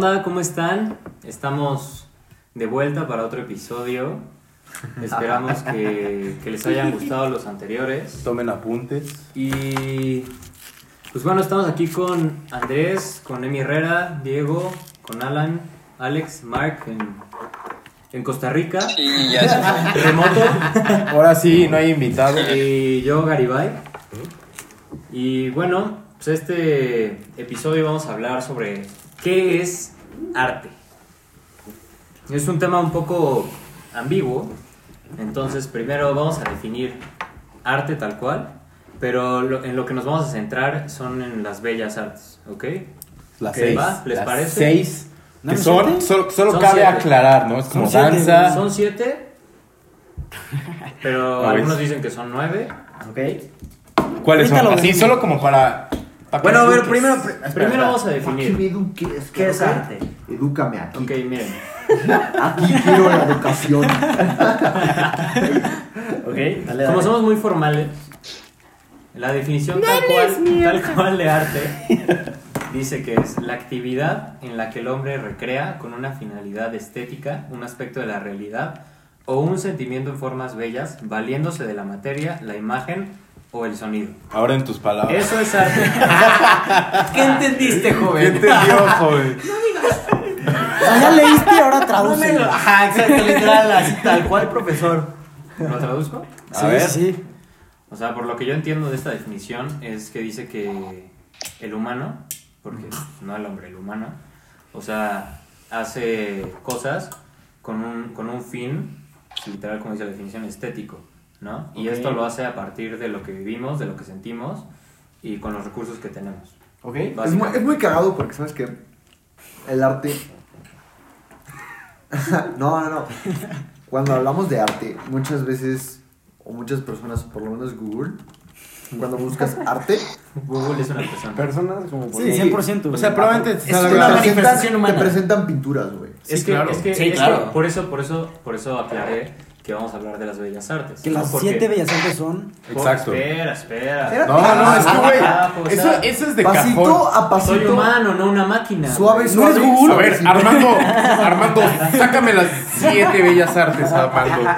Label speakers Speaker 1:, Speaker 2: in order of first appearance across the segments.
Speaker 1: tal? ¿Cómo están? Estamos de vuelta para otro episodio. Esperamos que, que les hayan gustado los anteriores.
Speaker 2: Tomen apuntes.
Speaker 1: Y pues bueno, estamos aquí con Andrés, con Emi Herrera, Diego, con Alan, Alex, Mark en, en Costa Rica,
Speaker 3: Sí, ya se
Speaker 1: remoto,
Speaker 2: Ahora sí, no hay invitado.
Speaker 1: y yo Garibay. Y bueno, pues este episodio vamos a hablar sobre qué es arte. Es un tema un poco ambiguo, entonces primero vamos a definir arte tal cual, pero lo- en lo que nos vamos a centrar son en las bellas artes, ¿ok?
Speaker 2: Las
Speaker 1: ¿Qué
Speaker 2: seis.
Speaker 1: va? ¿Les
Speaker 2: las
Speaker 1: parece?
Speaker 2: seis.
Speaker 4: ¿No
Speaker 2: que
Speaker 4: son
Speaker 2: son,
Speaker 4: siete?
Speaker 2: solo, solo
Speaker 1: Son
Speaker 2: cabe
Speaker 1: siete.
Speaker 2: aclarar, ¿no? Es como
Speaker 4: Son siete,
Speaker 2: danza.
Speaker 1: Son siete, pero
Speaker 2: A ver.
Speaker 1: algunos dicen que son nueve.
Speaker 4: Ok.
Speaker 2: ¿Cuáles son?
Speaker 4: Ahorita lo
Speaker 2: Así,
Speaker 4: vemos.
Speaker 2: solo como para. para
Speaker 4: Bueno,
Speaker 2: que
Speaker 4: a ver,
Speaker 2: expliques.
Speaker 4: Pues, primero. pr- espera,
Speaker 1: Primero
Speaker 4: espera.
Speaker 1: vamos a
Speaker 5: ¿Para qué me
Speaker 1: definir.
Speaker 5: eduques?
Speaker 4: ¿Qué es
Speaker 5: Ok.
Speaker 4: arte?
Speaker 5: Edúcame aquí.
Speaker 1: Ok, miren.
Speaker 5: Aquí quiero la educación.
Speaker 4: Ok, dale, dale.
Speaker 1: Como somos muy formales, la definición tal cual, tal cual de arte dice que es la actividad en la que el hombre recrea con una finalidad estética un aspecto de la realidad o un sentimiento en formas bellas, valiéndose de la materia, la imagen o el sonido.
Speaker 2: Ahora en tus palabras.
Speaker 1: Eso es arte.
Speaker 4: ¿Qué entendiste,
Speaker 2: ¿Qué
Speaker 4: joven?
Speaker 2: entendió, joven?
Speaker 4: O sea, ya leíste y ahora traduce.
Speaker 1: Dámelo.
Speaker 4: Ajá, exacto, literal, así, tal cual, profesor.
Speaker 1: ¿Lo traduzco?
Speaker 2: A ver.
Speaker 4: sí.
Speaker 1: O sea, por lo que yo entiendo de esta definición es que dice que el humano, porque no el hombre, el humano, o sea, hace cosas con un, con un fin, literal como dice la definición, estético, ¿no? Y
Speaker 4: Ok.
Speaker 1: esto lo hace a partir de lo que vivimos, de lo que sentimos y con los recursos que tenemos.
Speaker 4: Ok.
Speaker 5: Es muy, es muy cagado porque sabes que el arte. no, no, no. Cuando hablamos de arte, muchas veces, o muchas personas, por lo menos Google, cuando buscas arte,
Speaker 1: Google es una persona.
Speaker 2: Personas como.
Speaker 4: Sí, 100%.
Speaker 2: O sea,
Speaker 4: güey.
Speaker 2: probablemente te
Speaker 4: Es
Speaker 2: salga
Speaker 4: una
Speaker 2: la-
Speaker 5: presentan-
Speaker 4: manifestación humana.
Speaker 5: te presentan pinturas, güey.
Speaker 1: es
Speaker 2: sí,
Speaker 1: que,
Speaker 2: claro.
Speaker 1: es que,
Speaker 4: Sí,
Speaker 1: es que
Speaker 4: claro.
Speaker 1: por eso, por eso, por eso aclaré que vamos a hablar de las bellas artes.
Speaker 4: Que
Speaker 1: ¿no?
Speaker 4: las
Speaker 1: Porque-
Speaker 4: siete bellas artes son.
Speaker 2: Exacto.
Speaker 1: Espera, espera.
Speaker 5: Espera.
Speaker 2: No, no, es que,
Speaker 1: Ah,
Speaker 2: güey.
Speaker 1: pues,
Speaker 2: Eso,
Speaker 1: ah.
Speaker 2: eso es de
Speaker 5: pasito
Speaker 2: cajón.
Speaker 5: a pasito.
Speaker 1: Soy humano, no una máquina.
Speaker 5: Suave,
Speaker 2: No
Speaker 5: suave.
Speaker 2: eres Google. A
Speaker 5: suave,
Speaker 2: ver,
Speaker 5: sin-
Speaker 2: Armando, Armando, sácame las siete bellas artes, Armando.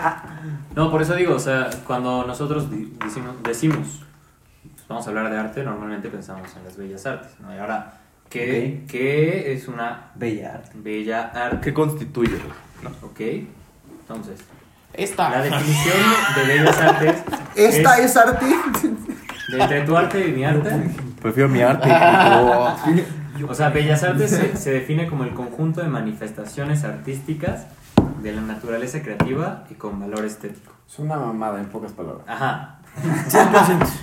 Speaker 1: No, por eso digo, o sea, cuando nosotros di- decimos, decimos, pues, vamos a hablar de arte, normalmente pensamos en las bellas artes. ¿no? Y ahora, ¿qué, qué es una
Speaker 4: Bella arte.
Speaker 1: bella arte?
Speaker 2: ¿Qué constituye?
Speaker 1: ¿Ok? Entonces,
Speaker 6: Ah.
Speaker 1: Esta. la definición de bellas artes
Speaker 5: Esta
Speaker 1: es,
Speaker 5: es arte.
Speaker 1: de entre tu arte y mi arte.
Speaker 2: Prefiero mi arte.
Speaker 1: O sea, bellas artes se, se define como el conjunto de manifestaciones artísticas de la naturaleza creativa y con valor estético.
Speaker 2: Es una mamada, en pocas palabras.
Speaker 1: Ajá.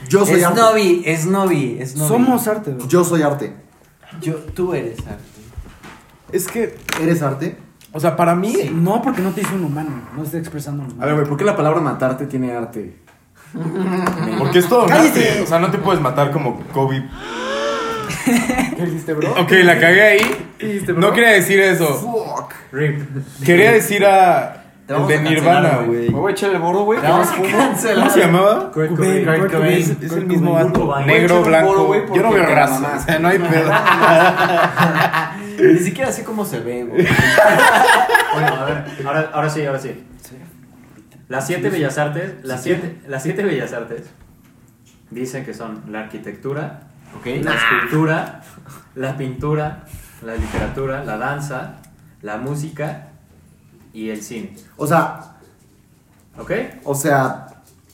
Speaker 5: Yo soy
Speaker 4: Es
Speaker 5: arte.
Speaker 4: novi, es novi, es novi.
Speaker 7: Somos arte, güey.
Speaker 5: Yo soy arte.
Speaker 4: Yo, tú eres arte.
Speaker 2: Es que,
Speaker 5: ¿Eres arte?
Speaker 2: o sea, para mí.
Speaker 7: No, porque no te hizo un humano. No estoy expresando un humano.
Speaker 8: A ver, güey, ¿por qué la palabra matarte tiene arte?
Speaker 2: Porque es todo un
Speaker 7: ¡Cállate!
Speaker 2: arte. O sea, no te puedes matar como Kobe.
Speaker 8: ¿Qué dijiste, bro?
Speaker 2: Ok, la cagué ahí.
Speaker 8: ¿Qué dijiste, bro?
Speaker 2: No quería decir eso.
Speaker 5: Fuck.
Speaker 1: Rip.
Speaker 2: Quería decir a.
Speaker 4: Te
Speaker 2: El
Speaker 4: vamos
Speaker 2: de
Speaker 4: a
Speaker 2: Nirvana,
Speaker 4: cancelar, güey.
Speaker 2: güey.
Speaker 8: Me voy a echar el bordo, güey.
Speaker 4: Ya vamos a
Speaker 2: ¿Cómo se llamaba?
Speaker 1: Kurt
Speaker 7: Cobain,
Speaker 1: Cobain.
Speaker 7: Kurt Cobain.
Speaker 2: Es, es el mismo vato.
Speaker 1: Kurt Cobain.
Speaker 2: Negro,
Speaker 8: Voy a echar un bolo,
Speaker 2: blanco.
Speaker 8: güey,
Speaker 2: Yo no
Speaker 8: porque
Speaker 2: veo
Speaker 8: te la
Speaker 2: raza. O
Speaker 8: mamaste.
Speaker 2: sea, no hay pedo.
Speaker 4: Ni siquiera sé cómo se ve, güey.
Speaker 1: Bueno, a ver, ahora, ahora sí, ahora sí. Las siete bellas artes, las siete, las siete bellas artes dicen que son la arquitectura, la escultura, la pintura, la literatura, la danza, la música y el cine.
Speaker 5: O sea,
Speaker 1: ¿Ok?
Speaker 5: o sea,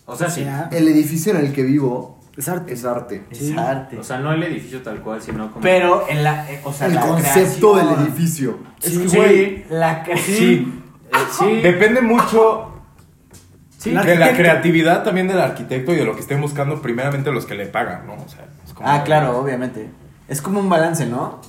Speaker 1: O sea, sí.
Speaker 7: sea,
Speaker 5: el edificio en el que vivo
Speaker 7: Es arte.
Speaker 5: es arte.
Speaker 4: Es
Speaker 7: Sí.
Speaker 4: arte.
Speaker 1: O sea, no el edificio tal cual, sino como.
Speaker 4: Pero en la. eh, o sea,
Speaker 5: El
Speaker 4: la
Speaker 5: concepto
Speaker 4: creación.
Speaker 5: del edificio.
Speaker 4: Sí,
Speaker 1: Sí.
Speaker 4: güey. La creación.
Speaker 2: Sí.
Speaker 1: Eh, sí,
Speaker 2: Depende mucho
Speaker 1: sí.
Speaker 2: de la
Speaker 7: arquitecto.
Speaker 2: creatividad también del arquitecto y de lo que estén buscando, primeramente los que le pagan, ¿no? O sea, es como-
Speaker 4: Ah, claro, obviamente. Es como un balance, ¿no?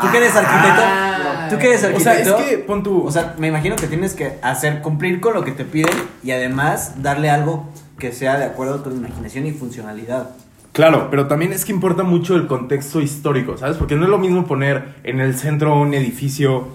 Speaker 4: Tú que eres
Speaker 1: Ah.
Speaker 4: arquitecto. Tú que eres
Speaker 2: O sea, es
Speaker 4: arquitecto.
Speaker 2: que pon tu.
Speaker 4: O sea, me imagino que tienes que hacer cumplir con lo que te piden y además darle algo que sea de acuerdo a tu imaginación y funcionalidad.
Speaker 2: Claro, pero también es que importa mucho el contexto histórico, ¿sabes? Porque no es lo mismo poner en el centro un edificio,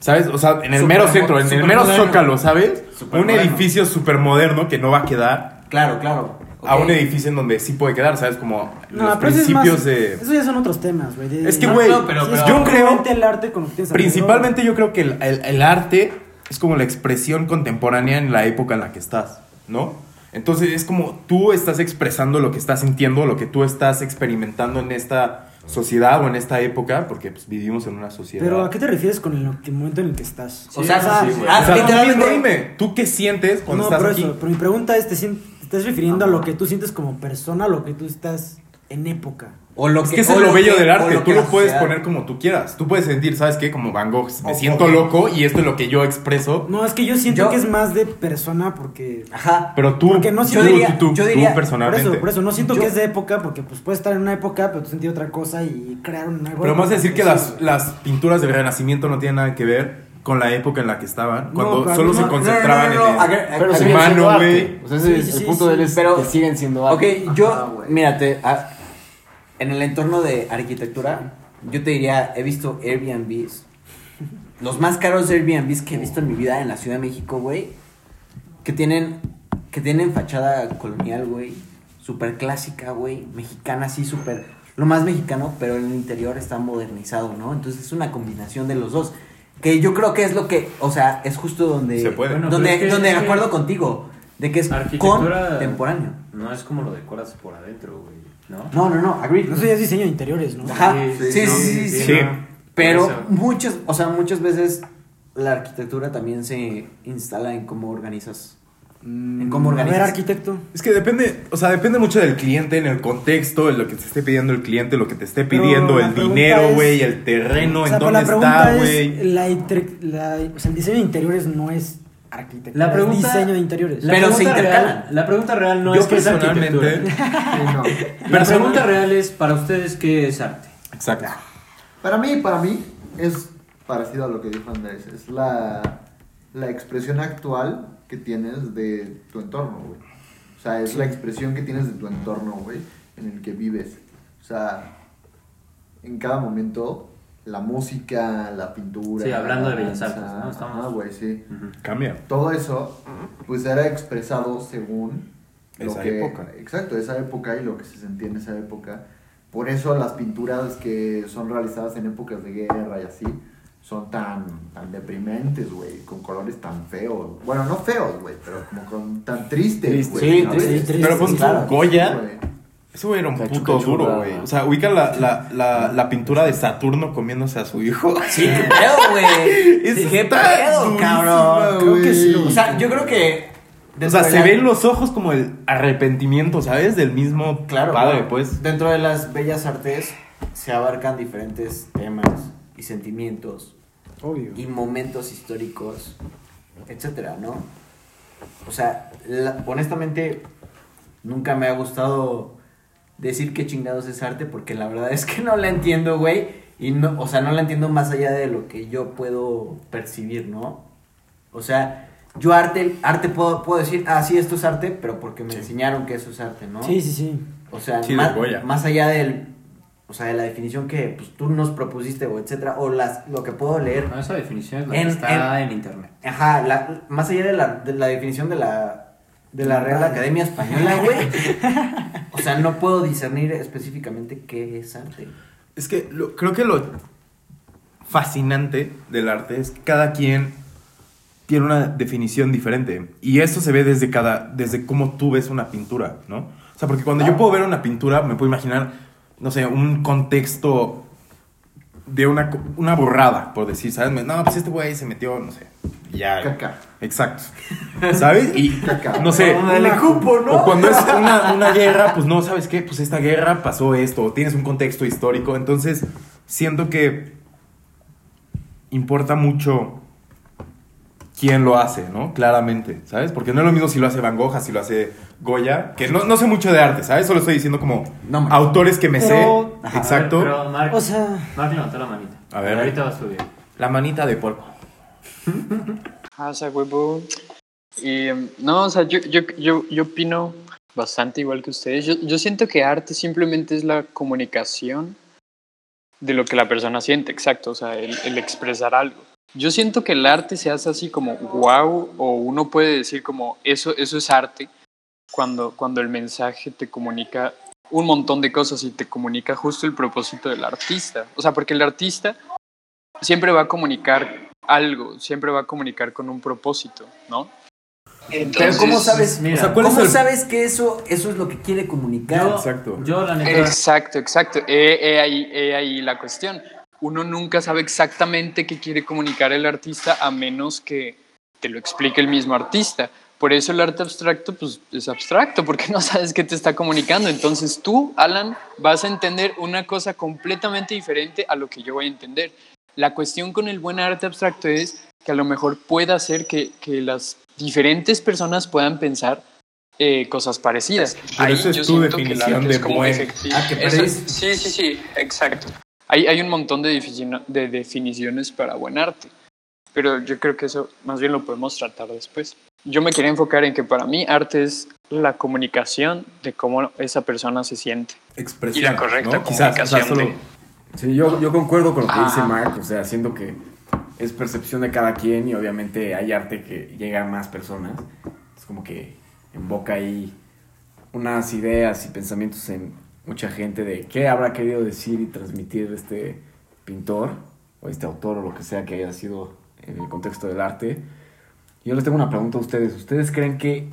Speaker 2: ¿sabes? O sea, en el mero
Speaker 4: Supermo-
Speaker 2: centro, en el mero
Speaker 4: supermoderno.
Speaker 2: zócalo, ¿sabes? Un
Speaker 4: Supermoderno.
Speaker 2: edificio súper moderno que no va a quedar.
Speaker 4: Claro, claro.
Speaker 2: a
Speaker 1: Ok.
Speaker 2: un edificio en donde sí puede quedar, ¿sabes? Como
Speaker 7: No,
Speaker 2: los
Speaker 7: pero eso es más-
Speaker 2: principios de...
Speaker 7: Eso ya son otros temas, güey. de-
Speaker 2: Es que,
Speaker 7: no,
Speaker 2: güey,
Speaker 1: no, pero-
Speaker 7: sí,
Speaker 1: pero-
Speaker 7: es
Speaker 2: yo creo,
Speaker 7: congruente el arte con lo que tienes alrededor.
Speaker 2: principalmente yo creo que el, el- el arte es como la expresión contemporánea en la época en la que estás, ¿no? Entonces es como tú estás expresando lo que estás sintiendo, lo que tú estás experimentando en esta sociedad o en esta época, porque pues, vivimos en una sociedad.
Speaker 7: Pero ¿a qué te refieres con el el momento en el que estás?
Speaker 4: o sea,
Speaker 1: sí, güey.
Speaker 4: ah,
Speaker 2: O sea, tú
Speaker 4: literalmente-
Speaker 2: mismo dime, ¿tú qué sientes cuando
Speaker 7: no,
Speaker 2: estás
Speaker 7: pero
Speaker 2: aquí?
Speaker 7: eso, pero mi pregunta es, ¿te, sien- te estás refiriendo a lo que tú sientes como persona, a lo que tú estás en época?
Speaker 4: O lo
Speaker 2: Es que eso
Speaker 4: o
Speaker 2: es lo bello
Speaker 4: que-
Speaker 2: del
Speaker 4: o
Speaker 2: arte,
Speaker 4: que
Speaker 2: tú
Speaker 4: la
Speaker 2: lo puedes
Speaker 4: sociedad-
Speaker 2: poner como tú quieras. Tú puedes sentir, ¿sabes qué? Como Van Gogh, me
Speaker 4: O-
Speaker 2: siento
Speaker 4: o-
Speaker 2: loco y esto es lo que yo expreso.
Speaker 7: No, es que yo siento
Speaker 4: Yo-
Speaker 7: que es más de persona porque...
Speaker 4: Ajá.
Speaker 2: Pero tú,
Speaker 7: Porque no
Speaker 2: tú,
Speaker 7: sé- yo
Speaker 4: diría-
Speaker 2: tú, tú,
Speaker 4: yo
Speaker 2: tú
Speaker 4: diría, por eso,
Speaker 7: Por
Speaker 2: personalmente.
Speaker 7: eso, por eso, no siento
Speaker 4: Yo-
Speaker 7: que es de época porque pues puedes estar en una época, pero tú sentir otra cosa y crear un nuevo...
Speaker 2: Pero más decir que
Speaker 7: Sí,
Speaker 2: las,
Speaker 7: güey.
Speaker 2: las pinturas del Renacimiento no tienen nada que ver con la época en la que estaban, cuando
Speaker 7: claro,
Speaker 2: solo se
Speaker 7: no,
Speaker 4: No, no,
Speaker 2: concentraban
Speaker 4: no, no,
Speaker 2: en el-
Speaker 4: agre-
Speaker 8: Pero
Speaker 4: agre-
Speaker 2: sí,
Speaker 8: siguen
Speaker 2: mano,
Speaker 8: siendo arte.
Speaker 2: güey.
Speaker 8: O sea, ese
Speaker 7: Sí,
Speaker 8: es-
Speaker 7: sí,
Speaker 8: el
Speaker 7: sí,
Speaker 8: punto
Speaker 7: sí.
Speaker 8: de él es
Speaker 4: Pero-
Speaker 8: que siguen siendo
Speaker 4: Ok,
Speaker 8: arte.
Speaker 4: yo,
Speaker 5: Ajá, güey.
Speaker 4: mírate, ah, en el entorno de arquitectura, yo te diría, he visto Airbnbs, los más caros Airbnbs que he visto en mi vida en la Ciudad de México, güey, que tienen, que tienen fachada colonial, güey, súper clásica, güey, mexicana, así, súper, lo más mexicano, pero en el interior está modernizado, ¿no? Entonces es una combinación de los dos. Que yo creo que es lo que, o sea, es justo donde,
Speaker 2: Se puede.
Speaker 1: Bueno,
Speaker 4: donde,
Speaker 1: pero es que-
Speaker 4: donde
Speaker 1: es que-
Speaker 4: acuerdo contigo, de que es
Speaker 1: Arquitectura-
Speaker 4: contemporáneo.
Speaker 1: No es como lo decoras por adentro, güey. ¿No?
Speaker 4: No, no, no, agree.
Speaker 7: Eso ya es diseño de interiores, ¿no?
Speaker 4: Ajá.
Speaker 1: Sí, sí,
Speaker 4: Sí, sí, sí,
Speaker 1: no, sí,
Speaker 4: sí, sí.
Speaker 2: sí.
Speaker 1: no.
Speaker 4: Pero
Speaker 1: Por eso.
Speaker 4: muchas, o sea, muchas veces la arquitectura también se instala en cómo organizas. En cómo
Speaker 7: A
Speaker 4: organizas.
Speaker 7: ver, arquitecto.
Speaker 2: Es que depende, o sea, depende mucho del cliente, en el contexto, en lo que te esté pidiendo el cliente, lo que te esté
Speaker 7: Pero
Speaker 2: pidiendo,
Speaker 7: la
Speaker 2: el
Speaker 7: pregunta
Speaker 2: dinero,
Speaker 7: es-
Speaker 2: güey, el terreno,
Speaker 7: o sea,
Speaker 2: en dónde
Speaker 7: pero la
Speaker 2: está,
Speaker 7: pregunta
Speaker 2: güey.
Speaker 7: es, eh, la inter- la- o sea, el diseño de interiores no es arquitectura,
Speaker 1: La pregunta,
Speaker 7: es diseño de interiores.
Speaker 1: la
Speaker 4: Pero se
Speaker 1: pregunta real-
Speaker 4: intercalan.
Speaker 1: la pregunta real no
Speaker 2: Yo
Speaker 1: es que es
Speaker 2: personalmente-
Speaker 1: arquitectura.
Speaker 5: Sí, no.
Speaker 1: La pregunta real es, para ustedes, ¿qué es arte?
Speaker 2: Exacto.
Speaker 5: Para mí, para mí, es parecido a lo que dijo Andrés. Es la, la expresión actual que tienes de tu entorno, güey. O sea, es la expresión que tienes de tu entorno, güey, en el que vives. O sea, en cada momento, la música, la pintura.
Speaker 1: Sí, hablando de
Speaker 5: la
Speaker 1: bellas
Speaker 5: danza,
Speaker 1: artes, ¿no? Estamos-
Speaker 5: ajá, güey, sí.
Speaker 2: Cambia.
Speaker 5: Todo eso, pues era expresado según. lo
Speaker 2: Esa
Speaker 5: que-
Speaker 2: época.
Speaker 5: Exacto, esa época y lo que se sentía en esa época. Por eso las pinturas que son realizadas en épocas de guerra y así son tan, tan deprimentes, güey, con colores tan feos. Bueno, no feos, güey, pero como con tan tristes,
Speaker 8: Triste.
Speaker 5: güey. pues,
Speaker 8: Sí,
Speaker 5: ¿sabes?
Speaker 8: triste.
Speaker 7: Sí,
Speaker 2: Pero
Speaker 7: sí,
Speaker 2: pon
Speaker 7: sí,
Speaker 2: tú,
Speaker 4: claro.
Speaker 2: Goya,
Speaker 5: Güey.
Speaker 2: Eso güey, era un
Speaker 8: La
Speaker 2: puto
Speaker 8: chuca
Speaker 2: duro,
Speaker 8: churrada.
Speaker 2: güey. O sea, ubica la, la, la, la pintura de Saturno comiéndose a su hijo.
Speaker 4: Sí, qué pedo, güey.
Speaker 2: Es
Speaker 4: qué
Speaker 2: tan
Speaker 4: pedo,
Speaker 2: durísima,
Speaker 4: cabrón.
Speaker 2: Creo que sí.
Speaker 4: O sea, yo creo que.
Speaker 2: O sea,
Speaker 4: dentro de
Speaker 2: se
Speaker 4: la-
Speaker 2: ven los ojos como el arrepentimiento, ¿sabes? Del mismo
Speaker 4: Claro.
Speaker 2: padre,
Speaker 4: güey.
Speaker 2: pues.
Speaker 4: Dentro de las bellas artes se abarcan diferentes temas y sentimientos
Speaker 7: Obvio.
Speaker 4: y momentos históricos, etcétera, ¿no? O sea, la- honestamente, nunca me ha gustado decir que chingados es arte porque la verdad es que no la entiendo, güey. Y no, o sea, no la entiendo más allá de lo que yo puedo percibir, ¿no? O sea, yo arte, arte puedo, puedo decir, ah, sí, esto es arte, pero porque me enseñaron que eso es arte, ¿no?
Speaker 7: Sí, sí, sí.
Speaker 4: O sea,
Speaker 2: Sí, de
Speaker 4: más,
Speaker 2: Goya.
Speaker 4: más allá del, o sea, de la definición que pues, tú nos propusiste, o etcétera, o las, lo que puedo leer.
Speaker 1: No, Ah, esa definición es la
Speaker 4: En-
Speaker 1: que está en internet.
Speaker 4: Ajá, la- más allá de la, de la definición de la, de la Real Academia Española, güey. o sea, no puedo discernir específicamente qué es arte.
Speaker 2: Es que lo- creo que lo fascinante del arte es que cada quien tiene una definición diferente. Y eso se ve desde cada. desde cómo tú ves una pintura, ¿no? O sea, porque cuando
Speaker 4: Ah.
Speaker 2: yo puedo ver una pintura, me puedo imaginar, no sé, un contexto de una, co- una borrada, por decir, ¿sabes? Me- No, pues este güey se metió, no sé. Ya.
Speaker 5: Caca.
Speaker 2: Exacto. ¿Sabes? Y
Speaker 5: Caca.
Speaker 2: no sé.
Speaker 4: Una le cupo, ¿no?
Speaker 2: O cuando es una, una guerra, pues no, ¿sabes qué? Pues esta guerra pasó esto, o tienes un contexto histórico. Entonces, siento que importa mucho quién lo hace, ¿no? Claramente, ¿sabes? Porque no es lo mismo si lo hace Van Gogh, si lo hace Goya, que no, no sé mucho de arte, ¿sabes? Solo estoy diciendo como
Speaker 4: Nombres.
Speaker 2: autores que me
Speaker 7: Pero-
Speaker 2: sé. Exacto.
Speaker 1: Pero, pero Mark,
Speaker 7: O sea,
Speaker 1: Mark levantó la manita.
Speaker 2: A ver.
Speaker 1: Ahorita va a subir.
Speaker 2: La manita de polvo.
Speaker 3: Ah, o sea, huevo. Y mm, no, o sea, yo, yo, yo, yo opino bastante igual que ustedes. Yo, yo siento que arte simplemente es la comunicación de lo que la persona siente, exacto, o sea, el, el expresar algo. Yo siento que el arte se hace así como wow, o uno puede decir como eso, eso es arte,
Speaker 6: cuando, cuando el mensaje te comunica un montón de cosas y te comunica justo el propósito del artista. O sea, porque el artista siempre va a comunicar algo, siempre va a comunicar con un propósito, ¿no?
Speaker 4: Pero ¿cómo sabes?
Speaker 1: mira.
Speaker 4: o sea,
Speaker 2: ¿Cuál es
Speaker 4: ¿Cómo
Speaker 2: el-
Speaker 4: sabes que eso, eso es lo que quiere comunicar?
Speaker 1: Yo,
Speaker 2: Exacto.
Speaker 1: yo, la neta,
Speaker 6: Exacto, exacto. He, he ahí, he ahí la cuestión. Uno nunca sabe exactamente qué quiere comunicar el artista a menos que te lo explique el mismo artista. Por eso el arte abstracto pues, es abstracto, porque no sabes qué te está comunicando. Entonces tú, Alan, vas a entender una cosa completamente diferente a lo que yo voy a entender. La cuestión con el buen arte abstracto es que a lo mejor pueda hacer que, que las diferentes personas puedan pensar eh, cosas parecidas.
Speaker 2: Pero esa es tu
Speaker 6: siento
Speaker 2: definición
Speaker 6: sí,
Speaker 2: de
Speaker 6: es como
Speaker 2: buen.
Speaker 6: efecti-
Speaker 4: Ah, que
Speaker 6: eso-
Speaker 4: perdiste.
Speaker 6: Sí, sí, sí, exacto. Hay, hay un montón de, defini- de definiciones para buen arte, pero yo creo que eso más bien lo podemos tratar después. Yo me quería enfocar en que para mí arte es la comunicación de cómo esa persona se siente.
Speaker 2: Expresión.
Speaker 6: Y la correcta
Speaker 2: ¿no? Quizás, o sea,
Speaker 6: comunicación
Speaker 2: solo-
Speaker 6: de-
Speaker 5: Sí, yo, yo concuerdo con lo que dice
Speaker 6: Ajá.
Speaker 5: Mark, o sea, siento que es percepción de cada quien y obviamente hay arte que llega a más personas. Es como que invoca ahí unas ideas y pensamientos en mucha gente de qué habrá querido decir y transmitir este pintor o este autor o lo que sea que haya sido en el contexto del arte. Yo les tengo una pregunta a ustedes. ¿Ustedes creen que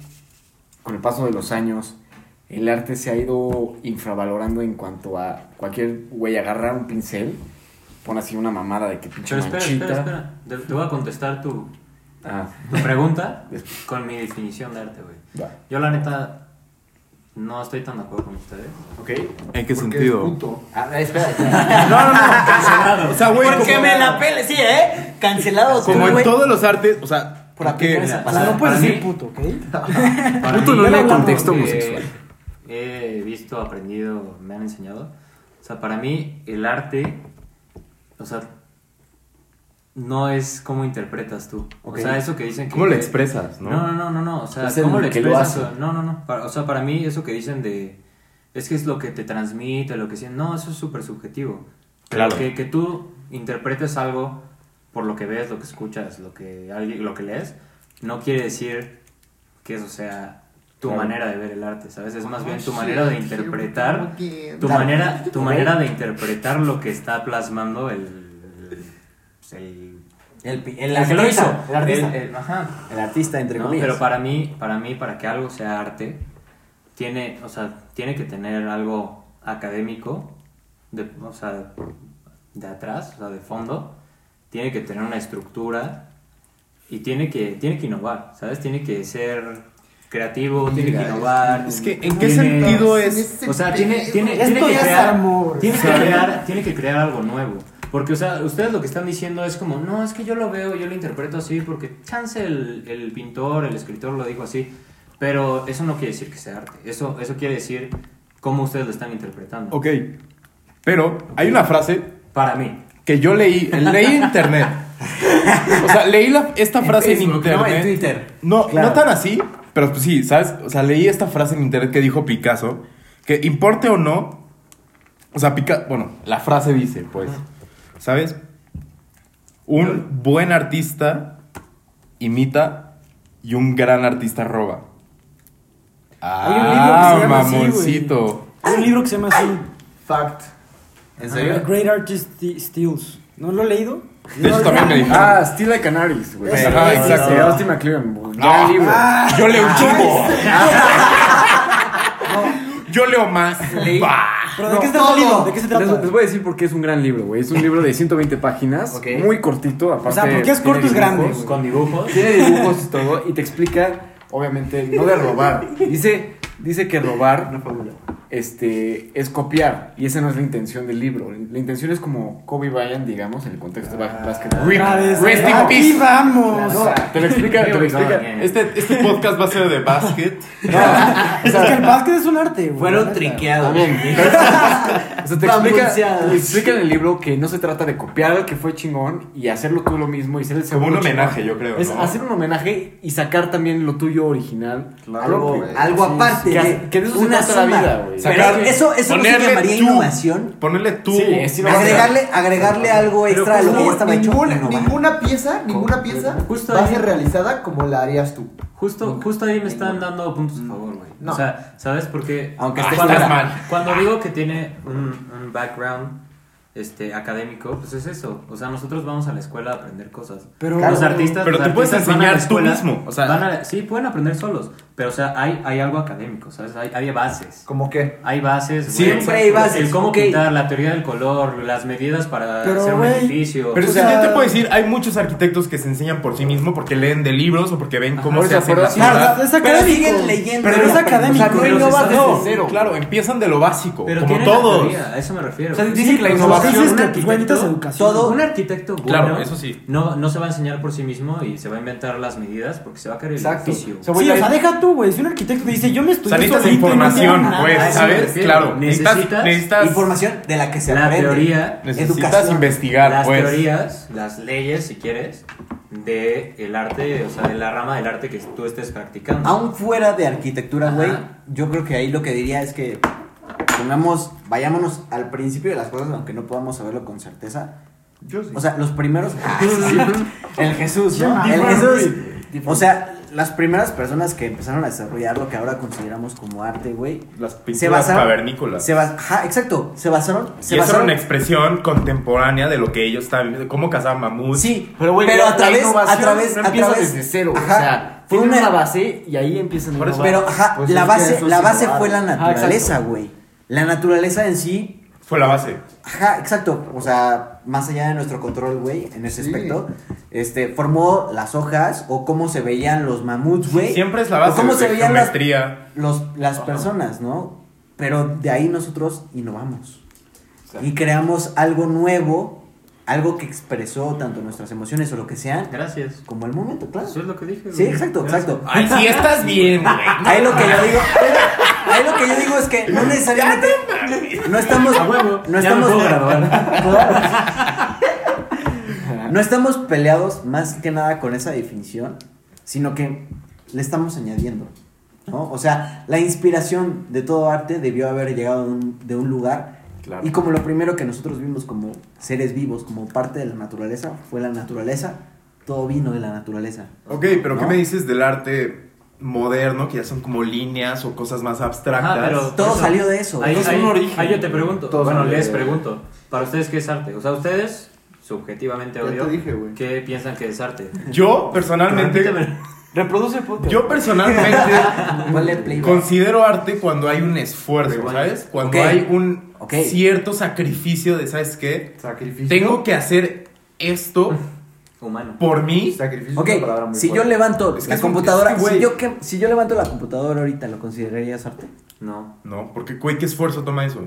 Speaker 5: con el paso de los años el arte se ha ido infravalorando en cuanto a cualquier güey agarrar un pincel, pone así una mamada de que pinche
Speaker 1: pero espera,
Speaker 5: manchita?
Speaker 1: espera, espera. Te, te voy a contestar tu,
Speaker 5: Ah,
Speaker 1: tu pregunta
Speaker 5: Es-
Speaker 1: con mi definición de arte, güey.
Speaker 5: va.
Speaker 1: Yo, la neta, no estoy tan de acuerdo con ustedes.
Speaker 5: Ok.
Speaker 2: ¿En qué
Speaker 9: Porque
Speaker 2: sentido?
Speaker 9: es puto.
Speaker 4: Ah, espera, espera.
Speaker 2: No, no, no. O sea, güey,
Speaker 4: Porque
Speaker 2: como-
Speaker 4: me la pele, sí, ¿eh? Cancelado.
Speaker 2: Como
Speaker 4: tú,
Speaker 2: en
Speaker 4: güey.
Speaker 2: todos los artes, o sea,
Speaker 4: Por aplicar esa
Speaker 2: mira,
Speaker 7: O sea,
Speaker 4: palabra.
Speaker 7: no puedes
Speaker 1: Para
Speaker 7: decir
Speaker 1: mí-
Speaker 7: puto, ¿ok?
Speaker 1: Para
Speaker 5: Puto
Speaker 1: mí,
Speaker 5: no
Speaker 1: yo
Speaker 5: lee
Speaker 1: lo
Speaker 5: contexto
Speaker 1: que
Speaker 5: homosexual.
Speaker 1: He visto, aprendido, me han enseñado. O sea, para mí el arte, o sea, no es cómo interpretas tú.
Speaker 5: Ok.
Speaker 1: O sea, eso que dicen que...
Speaker 2: ¿Cómo lo expresas, no?
Speaker 1: No, no, no, no, no, O sea,
Speaker 5: Es el
Speaker 1: ¿cómo lo
Speaker 5: que lo
Speaker 1: expresas?
Speaker 5: hace.
Speaker 1: No, no, no. Para- o sea, para mí eso que dicen de... Es que es lo que te transmite, lo que sientes. No, eso es súper subjetivo. Pero
Speaker 2: Claro.
Speaker 1: Que, que tú interpretes algo por lo que ves, lo que escuchas, lo que, alguien- lo que lees, no quiere decir que eso sea tu
Speaker 5: Claro.
Speaker 1: manera de ver el arte, ¿sabes? Es más
Speaker 9: Ah,
Speaker 1: bien tu
Speaker 9: sí,
Speaker 1: manera de
Speaker 9: sí,
Speaker 1: interpretar,
Speaker 9: muy bien.
Speaker 1: tu
Speaker 9: Claro.
Speaker 1: manera, tu manera de interpretar lo que está plasmando el... el, el-
Speaker 4: El, pi- el
Speaker 1: el que lo hizo.
Speaker 4: artista. El artista.
Speaker 1: El- el- ajá.
Speaker 4: El artista, entre
Speaker 1: ¿no?
Speaker 4: comillas.
Speaker 1: Pero para mí, para mí, para que algo sea arte, tiene, o sea, tiene que tener algo académico, de, o sea, de atrás, o sea, de fondo, tiene que tener una estructura y tiene que, tiene que innovar, ¿sabes? Tiene que ser creativo, tiene que
Speaker 9: Mira, es-
Speaker 1: innovar.
Speaker 2: Es que, ¿en qué
Speaker 1: tiene-
Speaker 2: sentido
Speaker 9: En
Speaker 2: es?
Speaker 9: ese
Speaker 1: o sea, tiene,
Speaker 9: pedo.
Speaker 1: tiene,
Speaker 7: Esto
Speaker 1: tiene que
Speaker 7: ya es
Speaker 1: crear,
Speaker 7: amor.
Speaker 1: tiene que crear, tiene que crear algo nuevo. Porque, o sea, ustedes lo que están diciendo es como, no, es que yo lo veo, yo lo interpreto así, porque chance el, el pintor, el escritor lo dijo así. Pero eso no quiere decir que sea arte. Eso, eso quiere decir cómo ustedes lo están interpretando.
Speaker 2: Ok, pero hay una frase
Speaker 1: Para mí.
Speaker 2: que yo leí, leí en internet. O sea, leí la- esta
Speaker 4: En
Speaker 2: frase en,
Speaker 4: Facebook,
Speaker 2: internet.
Speaker 4: no, en Twitter.
Speaker 2: No,
Speaker 4: Claro.
Speaker 2: no tan así, pero pues sí, ¿sabes? O sea, leí esta frase en internet que dijo Picasso, que importe o no, o sea, Picasso, bueno, la frase dice, pues, ¿sabes? Un buen artista imita y un gran artista roba.
Speaker 7: Hay un libro que
Speaker 2: Ah,
Speaker 7: se llama así, güey.
Speaker 2: mamoncito.
Speaker 7: Hay un libro que se llama así.
Speaker 9: Fact.
Speaker 7: The
Speaker 4: ¿En serio?
Speaker 7: Great Artist Sti- Steals. ¿No lo he leído?
Speaker 2: De hecho, también me dijeron.
Speaker 5: Ah, Steel Like
Speaker 4: Pues,
Speaker 5: Canaries, güey.
Speaker 7: Ese,
Speaker 2: Ajá,
Speaker 7: ese,
Speaker 2: exacto.
Speaker 7: ese.
Speaker 5: Austin McLaren, gran libro.
Speaker 4: Ah,
Speaker 2: Yo leo un chingo.
Speaker 7: Ah,
Speaker 2: Yo leo más. Bah.
Speaker 7: ¿Pero de qué se
Speaker 9: todo.
Speaker 7: trata el libro? ¿De qué se
Speaker 5: Les,
Speaker 7: trata?
Speaker 5: les voy a decir por qué es un gran libro, güey. Es un libro de 120 páginas,
Speaker 4: Ok.
Speaker 5: muy cortito, aparte.
Speaker 7: sea, porque es
Speaker 5: tiene
Speaker 7: corto,
Speaker 5: dibujos.
Speaker 7: es grande, güey.
Speaker 1: Con dibujos.
Speaker 5: Tiene dibujos y todo, y te explica, obviamente, no de robar. Dice, dice que robar este, es copiar, y esa no es la intención del libro. La intención es como Kobe Bryant, digamos, en el contexto de básquetbol.
Speaker 7: Ah, de-
Speaker 2: Rest in
Speaker 7: Aquí
Speaker 2: peace.
Speaker 7: vamos.
Speaker 5: No, te lo explica, te lo explica.
Speaker 2: Este, este podcast va a ser de básquet.
Speaker 7: Es que el básquet es un arte, güey.
Speaker 4: Fueron
Speaker 7: Neta.
Speaker 4: triqueados.
Speaker 5: O sea, te explica,
Speaker 4: Bambuceadas.
Speaker 5: te explica en el libro que no se trata de copiar al que fue chingón y hacerlo tú lo mismo y ser el
Speaker 2: Como
Speaker 5: segundo.
Speaker 2: un
Speaker 5: chingón.
Speaker 2: homenaje, yo creo.
Speaker 5: Es
Speaker 2: ¿no?
Speaker 5: hacer un homenaje y sacar también lo tuyo original.
Speaker 9: Claro,
Speaker 5: Algo que-
Speaker 9: güey.
Speaker 4: Algo
Speaker 5: Sí,
Speaker 4: aparte
Speaker 5: que-
Speaker 4: de
Speaker 5: que de eso se
Speaker 4: una
Speaker 5: trata la
Speaker 4: suma.
Speaker 5: vida, güey.
Speaker 4: Pero
Speaker 2: Sacarle-
Speaker 4: eso, eso no se
Speaker 2: ponerle
Speaker 4: llamaría
Speaker 2: tú.
Speaker 4: innovación.
Speaker 2: Ponerle tú.
Speaker 8: Sí, es innovación.
Speaker 4: Agregarle, agregarle algo extra
Speaker 7: pues
Speaker 4: a lo que ya estaba hecho.
Speaker 5: Ningún-
Speaker 4: innovar.
Speaker 5: ninguna pieza, ninguna pieza
Speaker 1: Justo
Speaker 5: va a
Speaker 1: ahí.
Speaker 5: ser realizada como la harías tú.
Speaker 1: Justo, justo ahí me están dando puntos
Speaker 2: Mm.
Speaker 1: a favor, güey.
Speaker 5: No.
Speaker 1: O sea, ¿sabes? Porque
Speaker 4: Aunque estés
Speaker 1: cuando,
Speaker 2: fuera. mal.
Speaker 1: cuando digo que tiene un, un background este, académico, pues es eso. O sea, nosotros vamos a la escuela a aprender cosas.
Speaker 7: Pero-
Speaker 1: los artistas,
Speaker 2: Pero
Speaker 1: los
Speaker 2: te puedes
Speaker 1: artistas van a la
Speaker 2: enseñar tú
Speaker 1: escuela,
Speaker 2: mismo, o sea-
Speaker 1: van a- sí, pueden aprender solos. Pero, o sea, hay, hay algo académico, ¿sabes? Hay, hay bases.
Speaker 5: Como que
Speaker 1: Hay bases, güey.
Speaker 2: Siempre
Speaker 1: Exacto.
Speaker 4: hay bases,
Speaker 1: El cómo
Speaker 4: ok.
Speaker 1: pintar, la teoría del color, las medidas para
Speaker 7: Pero,
Speaker 1: hacer un
Speaker 7: güey,
Speaker 1: edificio.
Speaker 2: Pero
Speaker 5: O
Speaker 2: si
Speaker 5: sea-
Speaker 2: yo te puedo decir, hay muchos arquitectos que se enseñan por sí mismos porque leen de libros o porque ven cómo
Speaker 8: Por
Speaker 2: se
Speaker 8: eso,
Speaker 2: hace
Speaker 8: por
Speaker 2: la
Speaker 8: eso-
Speaker 2: ciudad.
Speaker 7: Claro, es
Speaker 4: Pero
Speaker 7: académico.
Speaker 4: siguen leyendo.
Speaker 7: Pero es
Speaker 4: O sea,
Speaker 7: académico.
Speaker 4: no
Speaker 2: Pero se
Speaker 4: innovas
Speaker 2: están-
Speaker 4: desde
Speaker 2: no,
Speaker 4: cero.
Speaker 2: Claro, empiezan de lo básico,
Speaker 1: Pero
Speaker 2: como
Speaker 1: tienen la
Speaker 2: todos.
Speaker 1: teoría, a eso me refiero.
Speaker 2: O sea,
Speaker 1: Sí,
Speaker 2: dicen que la
Speaker 1: pues, dices
Speaker 2: innovación-
Speaker 7: Dices que,
Speaker 1: un
Speaker 7: pues, güey,
Speaker 1: arquitecto-
Speaker 7: necesitas educación.
Speaker 4: todo-
Speaker 1: Un arquitecto bueno,
Speaker 2: Claro, eso sí.
Speaker 1: no, no se va a enseñar por sí mismo y se va a inventar las medidas porque se va a caer el
Speaker 5: Exacto.
Speaker 1: edificio.
Speaker 8: O sea, güey,
Speaker 7: Sí, o
Speaker 8: la-
Speaker 7: sea, deja tú, güey. Si un arquitecto te dice, "Ah, yo me
Speaker 2: O
Speaker 7: estudié
Speaker 2: sea, necesitas
Speaker 7: solito y no te hago
Speaker 2: información,
Speaker 7: nada.
Speaker 2: pues,
Speaker 1: a eso me
Speaker 2: ¿sabes?
Speaker 1: refiero.
Speaker 2: Claro,
Speaker 1: Necesitas-
Speaker 2: necesitas,
Speaker 4: Información de la que se
Speaker 1: la
Speaker 4: aprende.
Speaker 1: teoría,
Speaker 2: necesitas
Speaker 4: educación.
Speaker 2: investigar,
Speaker 1: las
Speaker 2: pues.
Speaker 1: teorías, las leyes, si quieres, de el arte, o sea, de la rama del arte que tú estés practicando.
Speaker 4: Aún fuera de arquitectura,
Speaker 1: Ajá.
Speaker 4: güey, yo creo que ahí lo que diría es que pongamos, vayámonos al principio de las cosas, aunque no podamos saberlo con certeza.
Speaker 5: yo sí.
Speaker 4: O sea, los primeros. Ah, el Jesús, ¿no? El
Speaker 8: Different
Speaker 4: Jesús. O sea, las primeras personas que empezaron a desarrollar lo que ahora consideramos como arte, güey.
Speaker 2: Las
Speaker 4: Se
Speaker 2: pinturas
Speaker 4: basaron.
Speaker 2: cavernícolas.
Speaker 4: Se bas- ajá, exacto. Se basaron.
Speaker 2: y eso
Speaker 4: Se
Speaker 2: era
Speaker 4: basaron
Speaker 2: una expresión contemporánea de lo que ellos estaban viviendo, cómo cazaban mamut.
Speaker 4: Sí,
Speaker 8: Pero,
Speaker 4: pero,
Speaker 8: güey, la-
Speaker 4: a
Speaker 8: la
Speaker 4: través, a
Speaker 8: innovación
Speaker 4: través,
Speaker 8: no
Speaker 4: a
Speaker 8: empieza
Speaker 4: través-
Speaker 8: desde cero,
Speaker 4: Ajá,
Speaker 8: o sea,
Speaker 4: fue
Speaker 8: tienen
Speaker 4: una,
Speaker 8: una base y ahí empiezan a
Speaker 2: Por eso-
Speaker 8: innovar.
Speaker 4: pero ajá,
Speaker 5: Pues
Speaker 4: la
Speaker 5: es que
Speaker 4: base,
Speaker 5: eso es
Speaker 4: la base
Speaker 5: innovar.
Speaker 4: fue la
Speaker 8: Ajá,
Speaker 4: naturaleza, güey. La naturaleza en sí,
Speaker 2: Fue la base.
Speaker 4: ajá, exacto, o sea, más allá de nuestro control, güey, en ese
Speaker 5: Sí.
Speaker 4: aspecto, este, formó las hojas o cómo se veían los mamuts, güey.
Speaker 2: Siempre es la
Speaker 4: o
Speaker 2: base.
Speaker 4: cómo
Speaker 2: de
Speaker 4: se veían las,
Speaker 2: geometría.
Speaker 4: los- las personas, ¿no? Pero de ahí nosotros innovamos y creamos algo nuevo, algo que expresó tanto nuestras emociones o lo que sea,
Speaker 1: Gracias.
Speaker 4: como el momento, claro.
Speaker 1: Eso es lo que dije.
Speaker 4: Sí,
Speaker 1: güey.
Speaker 4: exacto,
Speaker 1: Gracias.
Speaker 4: exacto.
Speaker 2: Ay, sí estás bien, güey.
Speaker 4: Ahí lo que
Speaker 1: Ah.
Speaker 4: yo digo, ahí lo que yo digo es que no necesariamente no estamos
Speaker 1: A huevo.
Speaker 4: no
Speaker 1: ya me
Speaker 4: estamos
Speaker 1: puedo grabar.
Speaker 4: no estamos peleados más que nada con esa definición, sino que le estamos añadiendo, ¿no? O sea, la inspiración de todo arte debió haber llegado de un, de un lugar
Speaker 8: Claro.
Speaker 4: y como lo primero que nosotros vimos como seres vivos, como parte de la naturaleza, fue la naturaleza, todo vino de la naturaleza.
Speaker 2: Ok, pero ¿qué
Speaker 4: ¿No?
Speaker 2: me dices del arte moderno? Que ya son como líneas o cosas más abstractas.
Speaker 1: Ajá, pero-
Speaker 4: Todo
Speaker 1: Eso.
Speaker 4: salió de eso.
Speaker 1: Ahí,
Speaker 8: Es un
Speaker 1: ahí-
Speaker 8: origen.
Speaker 1: ahí yo te pregunto,
Speaker 5: Todos
Speaker 1: bueno,
Speaker 5: son
Speaker 1: les
Speaker 5: de-
Speaker 1: pregunto, ¿para ustedes qué es arte? O sea, ustedes, subjetivamente,
Speaker 5: Ya
Speaker 1: obvio,
Speaker 5: te dije, güey.
Speaker 1: ¿qué piensan que es arte?
Speaker 2: Yo personalmente.
Speaker 1: Repítemelo.
Speaker 8: Reproduce el podcast.
Speaker 2: Yo personalmente
Speaker 1: Ah,
Speaker 4: Ponle play.
Speaker 2: considero arte cuando hay un esfuerzo,
Speaker 1: Rewind.
Speaker 2: ¿sabes? Cuando
Speaker 4: Ok.
Speaker 2: hay un
Speaker 4: Ok.
Speaker 2: cierto sacrificio de, ¿sabes qué?
Speaker 5: sacrificio.
Speaker 2: Tengo que hacer esto
Speaker 1: Humano.
Speaker 2: por mí.
Speaker 5: Sacrificio es
Speaker 4: Ok,
Speaker 5: una palabra muy
Speaker 4: si yo
Speaker 5: fuerte.
Speaker 4: levanto
Speaker 2: Es que
Speaker 4: la
Speaker 2: es un-
Speaker 4: computadora,
Speaker 2: es que, güey.
Speaker 4: si, yo que- si yo levanto la computadora ahorita, ¿lo considerarías arte?
Speaker 1: No.
Speaker 2: No, porque, güey, ¿qué esfuerzo toma eso?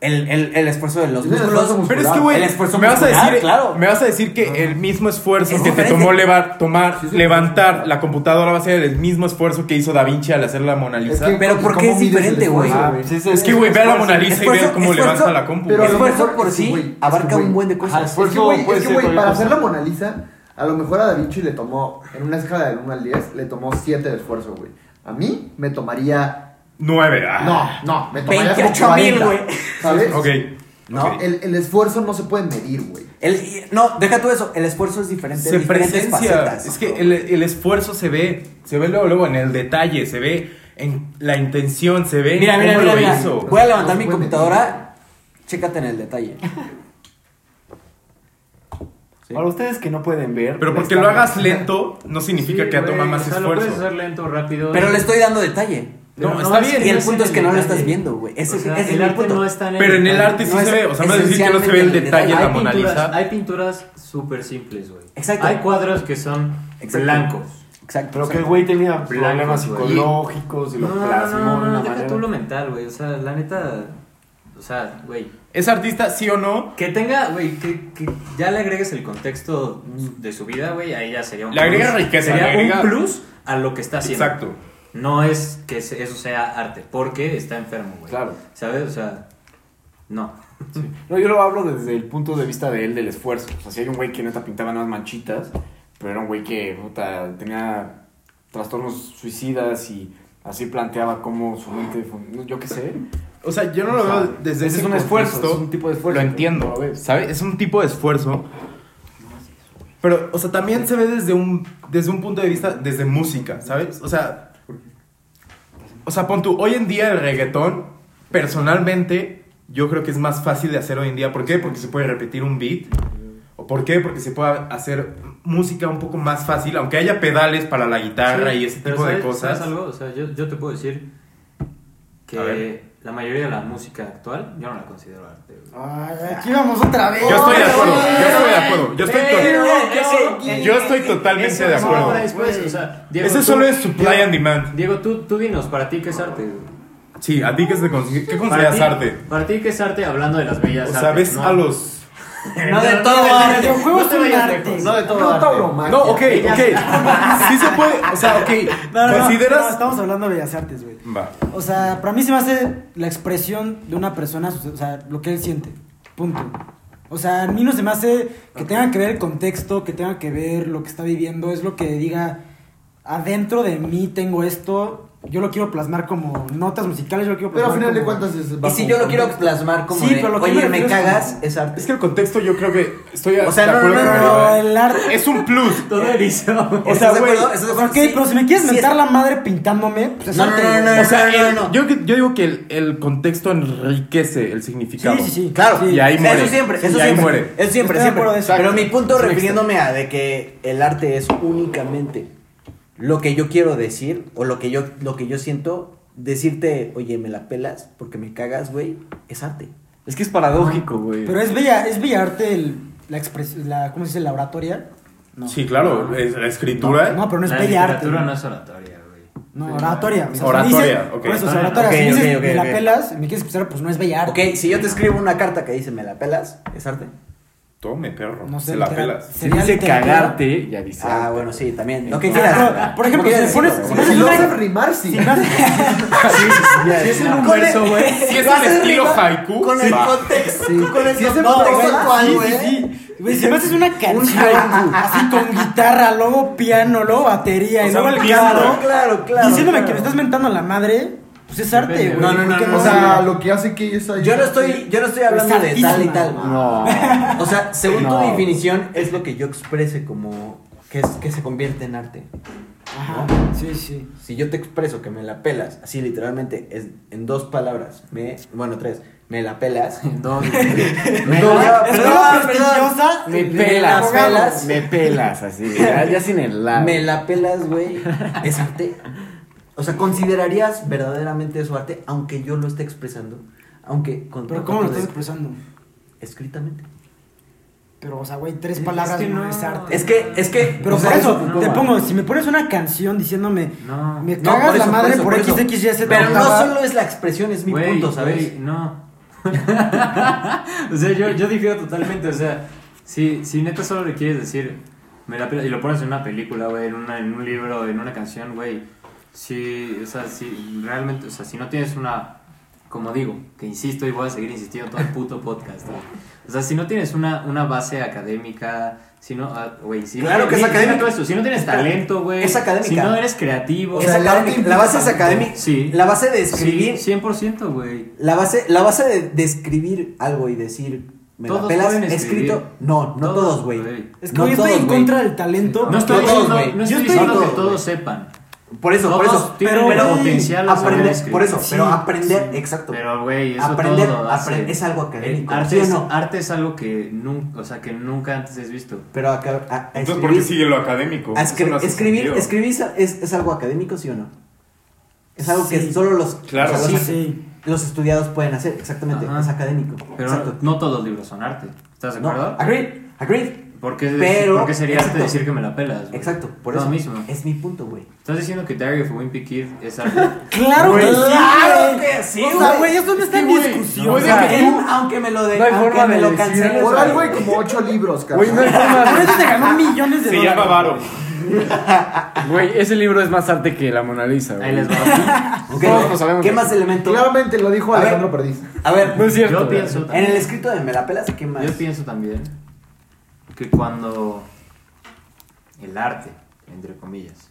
Speaker 4: El, el- el esfuerzo de los
Speaker 5: Es el
Speaker 4: músculos.
Speaker 5: esfuerzo
Speaker 2: Pero es
Speaker 5: Muscular.
Speaker 2: que, güey,
Speaker 4: Pues El esfuerzo
Speaker 2: me, vas a
Speaker 4: muscular,
Speaker 2: decir-
Speaker 4: claro.
Speaker 2: me vas a decir que el mismo esfuerzo
Speaker 4: Es
Speaker 2: que te
Speaker 4: diferente.
Speaker 2: tomó levar, tomar,
Speaker 5: Sí, sí.
Speaker 2: levantar la computadora va a ser el mismo esfuerzo que hizo Da Vinci al hacer la Mona
Speaker 5: Es
Speaker 2: Lisa.
Speaker 5: que-
Speaker 4: Pero ¿por
Speaker 5: ¿cómo
Speaker 4: qué es
Speaker 5: mides el
Speaker 4: diferente, güey?
Speaker 5: esfuerzo,
Speaker 8: Sí, es-
Speaker 2: Es que, güey, ve a la Mona Lisa y ve cómo levanta la compu.
Speaker 5: Pero
Speaker 4: Pero
Speaker 5: a
Speaker 4: el
Speaker 5: lo
Speaker 4: esfuerzo
Speaker 5: mejor
Speaker 4: por
Speaker 5: es que,
Speaker 4: sí
Speaker 5: güey, es que,
Speaker 4: abarca
Speaker 5: güey,
Speaker 4: un buen de
Speaker 8: ajá,
Speaker 4: cosas.
Speaker 5: Es que, güey,
Speaker 8: puede
Speaker 5: es que,
Speaker 8: ser
Speaker 5: güey,
Speaker 8: cualquier
Speaker 5: para
Speaker 8: cosa.
Speaker 5: hacer la Mona Lisa, a lo mejor a Da Vinci le tomó, en una escala del 1 al 10, le tomó 7 de esfuerzo, güey. A mí me tomaría.
Speaker 2: Nueve. ah.
Speaker 5: No, no, me tomaría como
Speaker 4: 28,000,
Speaker 5: 40,
Speaker 4: güey.
Speaker 5: ¿Sabes?
Speaker 2: Ok.
Speaker 4: ¿No?
Speaker 2: ok.
Speaker 5: El, el esfuerzo no se puede medir, güey.
Speaker 4: El- y- no, deja tú eso. El esfuerzo es diferente.
Speaker 2: Se
Speaker 4: diferentes
Speaker 2: presencia.
Speaker 4: facetas.
Speaker 2: Es que el, el esfuerzo se ve, se ve luego, luego en el detalle, se ve en la intención, se ve
Speaker 4: Mira,
Speaker 2: en
Speaker 4: mira,
Speaker 2: cómo
Speaker 4: mira,
Speaker 2: lo
Speaker 4: mira.
Speaker 2: hizo.
Speaker 4: Voy a levantar
Speaker 5: No se
Speaker 4: mi
Speaker 5: puede
Speaker 4: computadora. Chécate en el detalle.
Speaker 8: Para ustedes que no pueden ver.
Speaker 2: Pero
Speaker 8: la
Speaker 2: porque lo
Speaker 8: están-
Speaker 2: hagas lento, no significa
Speaker 1: Sí,
Speaker 2: que toma
Speaker 1: güey,
Speaker 2: más
Speaker 1: o sea, Lo puedes
Speaker 2: esfuerzo.
Speaker 1: hacer lento, rápido.
Speaker 4: Pero
Speaker 1: y-
Speaker 4: le estoy dando detalle.
Speaker 2: No,
Speaker 1: pero
Speaker 2: está
Speaker 1: es
Speaker 2: bien.
Speaker 4: Y el
Speaker 1: no
Speaker 4: punto
Speaker 1: es
Speaker 4: es que
Speaker 1: en
Speaker 4: no lo
Speaker 1: detalle.
Speaker 4: estás viendo, güey. Ese-
Speaker 1: O sea,
Speaker 4: ese es
Speaker 1: el
Speaker 4: mi
Speaker 1: arte
Speaker 4: punto.
Speaker 1: no está en el
Speaker 2: Pero en el
Speaker 1: detalle.
Speaker 2: arte sí
Speaker 4: No
Speaker 2: se
Speaker 4: es
Speaker 2: ve, o sea, no es decir que no se ve el
Speaker 4: esencialmente
Speaker 2: detalle de la Mona
Speaker 1: pinturas-
Speaker 2: Lisa.
Speaker 1: Hay pinturas súper simples, güey.
Speaker 4: Exacto.
Speaker 1: Hay cuadros que son
Speaker 4: Exacto.
Speaker 1: blancos.
Speaker 4: Exacto.
Speaker 8: Pero que el
Speaker 4: exacto.
Speaker 8: güey tenía problemas
Speaker 1: Blancos, güey.
Speaker 8: psicológicos y
Speaker 1: No,
Speaker 8: lo
Speaker 1: no, no,
Speaker 8: plasmó
Speaker 1: no,
Speaker 8: de
Speaker 1: no,
Speaker 8: una
Speaker 1: deja tú lo
Speaker 8: manera.
Speaker 1: mental, güey. O sea, la neta. O sea, güey.
Speaker 2: ¿Es artista, sí o no?
Speaker 1: Que tenga, güey, que, que ya le agregues el contexto de su vida, güey, ahí ya sería un
Speaker 2: Le agrega riqueza,
Speaker 1: Sería
Speaker 2: le agrega-
Speaker 1: un plus a lo que está haciendo.
Speaker 2: Exacto.
Speaker 1: No es que se- eso sea arte, porque está enfermo, güey.
Speaker 8: Claro.
Speaker 1: ¿Sabes? O sea, no.
Speaker 8: No, yo lo hablo desde el punto de vista de él, del esfuerzo. O sea, si hay un güey que neta pintaba unas manchitas, pero era un güey que puta, tenía trastornos suicidas y así planteaba cómo su mente, fun- yo qué sé.
Speaker 2: O sea, yo no lo
Speaker 8: O sea,
Speaker 2: veo desde
Speaker 8: ese
Speaker 2: ese
Speaker 8: es un esfuerzo,
Speaker 2: contexto.
Speaker 8: es un tipo de esfuerzo,
Speaker 2: Lo entiendo,
Speaker 8: pero, a ver.
Speaker 2: ¿sabes? Es un tipo de esfuerzo. Pero, o sea, también se ve desde un, desde un punto de vista, desde música, ¿sabes? O sea, o sea, pon tú, hoy en día el reggaetón, personalmente, yo creo que es más fácil de hacer hoy en día. ¿Por qué? Porque se puede repetir un beat. ¿O por qué? Porque se puede hacer música un poco más fácil, aunque haya pedales para la guitarra
Speaker 1: Sí,
Speaker 2: y ese
Speaker 1: pero
Speaker 2: tipo de
Speaker 1: ¿sabes-
Speaker 2: cosas.
Speaker 1: ¿sabes algo? O sea, yo, yo te puedo decir
Speaker 2: A
Speaker 1: que
Speaker 2: ver.
Speaker 1: la mayoría de la música actual yo no la considero arte. güey.
Speaker 7: Ay, aquí vamos otra vez.
Speaker 2: Yo estoy de acuerdo, yo estoy de acuerdo, yo estoy,
Speaker 1: Pero
Speaker 2: to-
Speaker 1: ese-
Speaker 2: yo estoy totalmente de
Speaker 1: Eso no
Speaker 2: acuerdo.
Speaker 1: habla después, o sea, Diego,
Speaker 2: Ese
Speaker 1: tú-
Speaker 2: solo es supply
Speaker 1: Diego-
Speaker 2: and demand.
Speaker 1: Diego, tú, tú dinos, ¿para ti qué es arte? güey?
Speaker 2: Sí, ¿a ti qué, se consi- qué
Speaker 1: Para
Speaker 2: consideras
Speaker 1: ti-
Speaker 2: arte?
Speaker 1: Para ti qué es arte hablando de las
Speaker 2: O
Speaker 1: bellas
Speaker 2: sea,
Speaker 1: artes.
Speaker 2: ves a los...
Speaker 4: No de todo arte.
Speaker 7: Videojuegos
Speaker 1: No te
Speaker 7: son
Speaker 1: vayas
Speaker 7: arte.
Speaker 1: lejos.
Speaker 5: No de todo
Speaker 7: No
Speaker 5: arte.
Speaker 7: tauromaquia.
Speaker 2: No, ok, ok. Sí se puede, o sea, ok.
Speaker 7: No, no, no, no,
Speaker 2: ¿Consideras...?
Speaker 7: estamos hablando de bellas artes, güey.
Speaker 2: Va.
Speaker 7: O sea, para mí se me hace la expresión de una persona, o sea, lo que él siente. Punto. O sea, a mí no se me hace que tenga que ver el contexto, que tenga que ver lo que está viviendo, es lo que diga, adentro de mí tengo esto, yo lo quiero plasmar como notas musicales, yo lo quiero
Speaker 5: Pero
Speaker 7: plasmar
Speaker 5: al final de
Speaker 7: como-
Speaker 5: cuentas es
Speaker 4: Y
Speaker 5: bajo
Speaker 4: si yo lo quiero
Speaker 5: contexto.
Speaker 4: plasmar como
Speaker 7: Sí,
Speaker 4: de,
Speaker 7: pero lo que
Speaker 4: oye,
Speaker 7: yo
Speaker 4: me
Speaker 7: refiero es
Speaker 4: cagas,
Speaker 7: como-
Speaker 4: es arte.
Speaker 2: Es que el contexto yo creo que estoy
Speaker 4: O sea,
Speaker 2: de
Speaker 4: no,
Speaker 2: acuerdo
Speaker 4: no,
Speaker 2: con
Speaker 4: no,
Speaker 7: Pero
Speaker 2: Diego, ¿eh?
Speaker 7: el arte...
Speaker 2: Es un plus.
Speaker 1: Todo erizo.
Speaker 2: O sea,
Speaker 4: ¿Estás de
Speaker 2: güey,
Speaker 4: acuerdo? ¿Estás de acuerdo?
Speaker 7: Ok,
Speaker 4: Sí,
Speaker 7: pero si me quieres
Speaker 4: sí,
Speaker 7: mentar
Speaker 4: es-
Speaker 7: la madre pintándome, pues es
Speaker 4: No, no,
Speaker 7: arte,
Speaker 4: no,
Speaker 7: güey.
Speaker 4: no, no,
Speaker 2: O sea,
Speaker 4: no, no,
Speaker 2: el-
Speaker 4: no.
Speaker 2: Yo, yo digo que el, el contexto enriquece el significado.
Speaker 7: Sí, sí, sí.
Speaker 4: Claro,
Speaker 7: Sí.
Speaker 2: Y ahí
Speaker 4: O sea,
Speaker 2: muere.
Speaker 4: Eso siempre, eso
Speaker 2: Y ahí
Speaker 4: siempre.
Speaker 2: muere.
Speaker 4: Eso siempre,
Speaker 7: Estoy de
Speaker 4: siempre.
Speaker 7: acuerdo de eso.
Speaker 4: Pero mi punto
Speaker 2: Es un
Speaker 4: refiriéndome a de que el arte es únicamente lo que yo quiero decir o lo que yo, lo que yo siento, decirte, oye, me la pelas porque me cagas, güey, es arte.
Speaker 8: Es que es paradójico, güey.
Speaker 7: Pero es bella, es bella arte el, la expresión, la, ¿cómo se dice? La oratoria. No.
Speaker 2: Sí, claro, es- la escritura.
Speaker 7: No, pero no es
Speaker 1: la
Speaker 7: bella arte.
Speaker 1: literatura no es oratoria, güey.
Speaker 7: No, oratoria. O sea,
Speaker 2: Oratoria,
Speaker 7: si me dices-
Speaker 2: ok.
Speaker 7: Por eso, o sea, oratoria.
Speaker 4: Ok,
Speaker 7: si me dices,
Speaker 4: ok, ok,
Speaker 7: me la
Speaker 4: ok.
Speaker 7: pelas, me quieres expresar, pues no es bella arte.
Speaker 4: Ok, si yo te escribo una carta que dice, me la pelas, es arte.
Speaker 2: Tome, perro.
Speaker 7: No sé,
Speaker 2: se la
Speaker 7: literal-
Speaker 2: pelas.
Speaker 8: se
Speaker 7: sería
Speaker 8: dice
Speaker 7: literatura.
Speaker 8: cagarte, ya dice.
Speaker 4: Ah, bueno, sí, también. Lo que
Speaker 7: O sea,
Speaker 4: quieras.
Speaker 7: pero, por ejemplo,
Speaker 4: Lo que
Speaker 7: si me pones,
Speaker 4: quieras
Speaker 7: si me
Speaker 4: decir,
Speaker 5: Si
Speaker 7: haces
Speaker 5: lo
Speaker 7: una-
Speaker 5: hace rimar, sí.
Speaker 1: Si es en un
Speaker 4: Con el-
Speaker 1: verso, Ah, güey.
Speaker 2: Si es
Speaker 4: Lo
Speaker 2: en
Speaker 4: haces
Speaker 2: estilo
Speaker 4: rima
Speaker 2: haiku,
Speaker 4: Con
Speaker 2: sí.
Speaker 4: el contexto. Con el
Speaker 5: Si es en
Speaker 4: no,
Speaker 5: contexto
Speaker 4: güey,
Speaker 5: actual,
Speaker 4: sí,
Speaker 5: güey.
Speaker 4: sí, sí.
Speaker 7: Güey, si me haces una canción así con guitarra, luego piano, luego batería y
Speaker 2: sea,
Speaker 7: luego
Speaker 2: un
Speaker 7: el
Speaker 2: piano.
Speaker 7: coro,
Speaker 4: Claro, claro.
Speaker 7: diciéndome que
Speaker 4: claro.
Speaker 7: me estás mentando la madre, pues es arte,
Speaker 1: Depende,
Speaker 7: güey.
Speaker 1: güey.
Speaker 4: No, no,
Speaker 7: ¿Por
Speaker 4: no,
Speaker 7: qué
Speaker 4: no,
Speaker 5: O
Speaker 4: sea,
Speaker 5: sea, lo que hace que ella
Speaker 4: Yo no estoy, yo no estoy hablando de tal y tal.
Speaker 8: No.
Speaker 4: O sea, según
Speaker 8: No.
Speaker 4: tu definición, es lo que yo exprese como que, es, que se convierte en arte.
Speaker 7: Ajá, sí, sí.
Speaker 4: Si yo te expreso que me la pelas, así literalmente, es en dos palabras, me, bueno, tres, me la pelas.
Speaker 1: Dos,
Speaker 4: Me
Speaker 8: No,
Speaker 4: la-
Speaker 7: es
Speaker 4: perdón,
Speaker 7: una
Speaker 4: perdón.
Speaker 7: prestigiosa
Speaker 8: Me
Speaker 7: de-
Speaker 8: pelas,
Speaker 4: las pelas.
Speaker 8: me pelas, así. Ya, ya sin el la.
Speaker 4: Me la pelas, güey. Es arte. O sea, ¿considerarías verdaderamente eso arte, aunque yo lo esté expresando? Aunque con
Speaker 7: Pero ¿cómo lo estás expresando?
Speaker 4: escritamente.
Speaker 7: Pero, o sea, güey, tres
Speaker 1: Es
Speaker 7: palabras
Speaker 1: que
Speaker 7: no
Speaker 1: no.
Speaker 7: es arte.
Speaker 4: Es que, es que.
Speaker 7: Pero
Speaker 4: o sea,
Speaker 7: por eso,
Speaker 4: no,
Speaker 7: te
Speaker 4: va.
Speaker 7: pongo, si me pones una canción diciéndome,
Speaker 1: No.
Speaker 7: me
Speaker 4: No,
Speaker 7: cagas
Speaker 4: por eso,
Speaker 7: la madre
Speaker 4: eso,
Speaker 7: por,
Speaker 4: eso.
Speaker 7: XXYZ,
Speaker 4: Pero no
Speaker 7: octava,
Speaker 4: solo es la expresión, es mi
Speaker 1: Güey,
Speaker 4: punto, ¿sabes?
Speaker 1: güey, no. o sea, yo, yo difiero totalmente. O sea, si, si neta solo le quieres decir, me la pela- y lo pones en una película, güey, en, una- en un libro, en una canción, güey. Si, o sea, si realmente, o sea, si no tienes una, como digo, que insisto y voy a seguir insistiendo todo el puto podcast, güey. O sea, si no tienes una, una base académica, si no, ah, güey, si
Speaker 4: Claro
Speaker 1: no,
Speaker 4: que es
Speaker 1: deja
Speaker 4: académica.
Speaker 1: todo eso, si no tienes talento, güey.
Speaker 4: Es académica.
Speaker 1: Si no eres creativo.
Speaker 4: O sea,
Speaker 5: el
Speaker 4: la,
Speaker 5: arte
Speaker 4: la base es
Speaker 5: implica
Speaker 4: académica.
Speaker 1: Sí.
Speaker 4: La base de
Speaker 1: sí,
Speaker 4: escribir.
Speaker 1: 100%, güey.
Speaker 4: La base, la base de, de escribir algo y decir. Me la
Speaker 1: Todos
Speaker 4: pelas
Speaker 1: pueden escribir.
Speaker 4: escrito. No, no
Speaker 1: Todos,
Speaker 4: todos, güey.
Speaker 1: güey.
Speaker 7: Es que
Speaker 4: No
Speaker 7: yo estoy
Speaker 4: todos,
Speaker 7: en
Speaker 4: güey.
Speaker 7: contra del talento.
Speaker 1: No estoy
Speaker 4: No todos,
Speaker 1: diciendo,
Speaker 4: güey.
Speaker 1: no estoy
Speaker 7: Yo estoy-
Speaker 1: diciendo
Speaker 4: no
Speaker 1: que
Speaker 4: todos,
Speaker 1: todos
Speaker 4: güey.
Speaker 1: sepan.
Speaker 4: Por eso, por
Speaker 1: Todos
Speaker 4: eso.
Speaker 1: tienen
Speaker 4: pero,
Speaker 1: el
Speaker 4: güey,
Speaker 1: potencial de saber
Speaker 4: aprender,
Speaker 1: escribir.
Speaker 4: por eso,
Speaker 7: Sí,
Speaker 4: pero aprender,
Speaker 7: sí.
Speaker 4: exacto.
Speaker 1: Pero, güey, eso
Speaker 4: aprender,
Speaker 1: todo hace-
Speaker 4: aprender es algo académico.
Speaker 1: Eh, Arte,
Speaker 4: ¿sí o
Speaker 1: es,
Speaker 4: no?
Speaker 1: arte es algo que nunca, o sea, que nunca antes has visto.
Speaker 4: Pero acá, a, a
Speaker 2: Entonces, ¿por qué
Speaker 4: escribir,
Speaker 2: sigue lo académico?
Speaker 4: a
Speaker 2: Eso
Speaker 4: Ah, escri-
Speaker 2: no hace
Speaker 4: escribir,
Speaker 2: sentido.
Speaker 4: escribir es, es- es algo académico, ¿sí o no? Es algo
Speaker 7: Sí.
Speaker 4: que solo los,
Speaker 2: Claro.
Speaker 4: o sea,
Speaker 7: Sí,
Speaker 4: los,
Speaker 7: sí.
Speaker 4: los estudiados pueden hacer, exactamente,
Speaker 1: Ajá.
Speaker 4: es académico.
Speaker 1: Pero
Speaker 4: exacto.
Speaker 1: no todos los libros son arte. ¿Estás de
Speaker 4: No,
Speaker 1: acuerdo?
Speaker 4: agreed, agreed.
Speaker 1: ¿Por qué,
Speaker 4: Pero-
Speaker 1: por qué sería arte
Speaker 4: exacto.
Speaker 1: decir que me la pelas? güey?
Speaker 4: Exacto, por
Speaker 1: Lo
Speaker 4: eso
Speaker 1: mismo.
Speaker 4: es mi punto, güey.
Speaker 1: ¿Estás diciendo que Diary of a Wimpy Kid es arte?
Speaker 7: Claro que sí.
Speaker 4: Claro
Speaker 7: güey.
Speaker 4: que sí,
Speaker 7: O sea,
Speaker 4: güey.
Speaker 7: güey, esto no está en
Speaker 8: güey.
Speaker 7: discusión.
Speaker 8: No,
Speaker 7: o sea,
Speaker 8: güey.
Speaker 7: que-
Speaker 4: Aunque, aunque me lo de,
Speaker 8: No hay
Speaker 4: aunque
Speaker 8: forma
Speaker 4: me
Speaker 8: de
Speaker 4: lo
Speaker 8: decir
Speaker 4: canceles,
Speaker 8: eso,
Speaker 5: Por
Speaker 4: güey.
Speaker 5: algo hay como ocho libros, cabrón.
Speaker 8: Güey, no hay
Speaker 7: Por
Speaker 8: forma.
Speaker 7: eso te ganó millones de
Speaker 2: Se
Speaker 7: dólares.
Speaker 2: llama Varo.
Speaker 8: Güey, ese libro es más arte que la Mona Lisa, güey.
Speaker 1: Ahí les va.
Speaker 4: Ok,
Speaker 8: Todos lo sabemos.
Speaker 4: ¿Qué más elemento?
Speaker 5: Claramente lo dijo
Speaker 4: A ver.
Speaker 5: Alejandro Perdiz.
Speaker 4: A ver,
Speaker 2: Pues
Speaker 8: No es cierto.
Speaker 1: Yo
Speaker 8: güey.
Speaker 1: pienso
Speaker 4: en el escrito de me la pelas, ¿qué más?
Speaker 1: Yo pienso también que cuando el arte, entre comillas,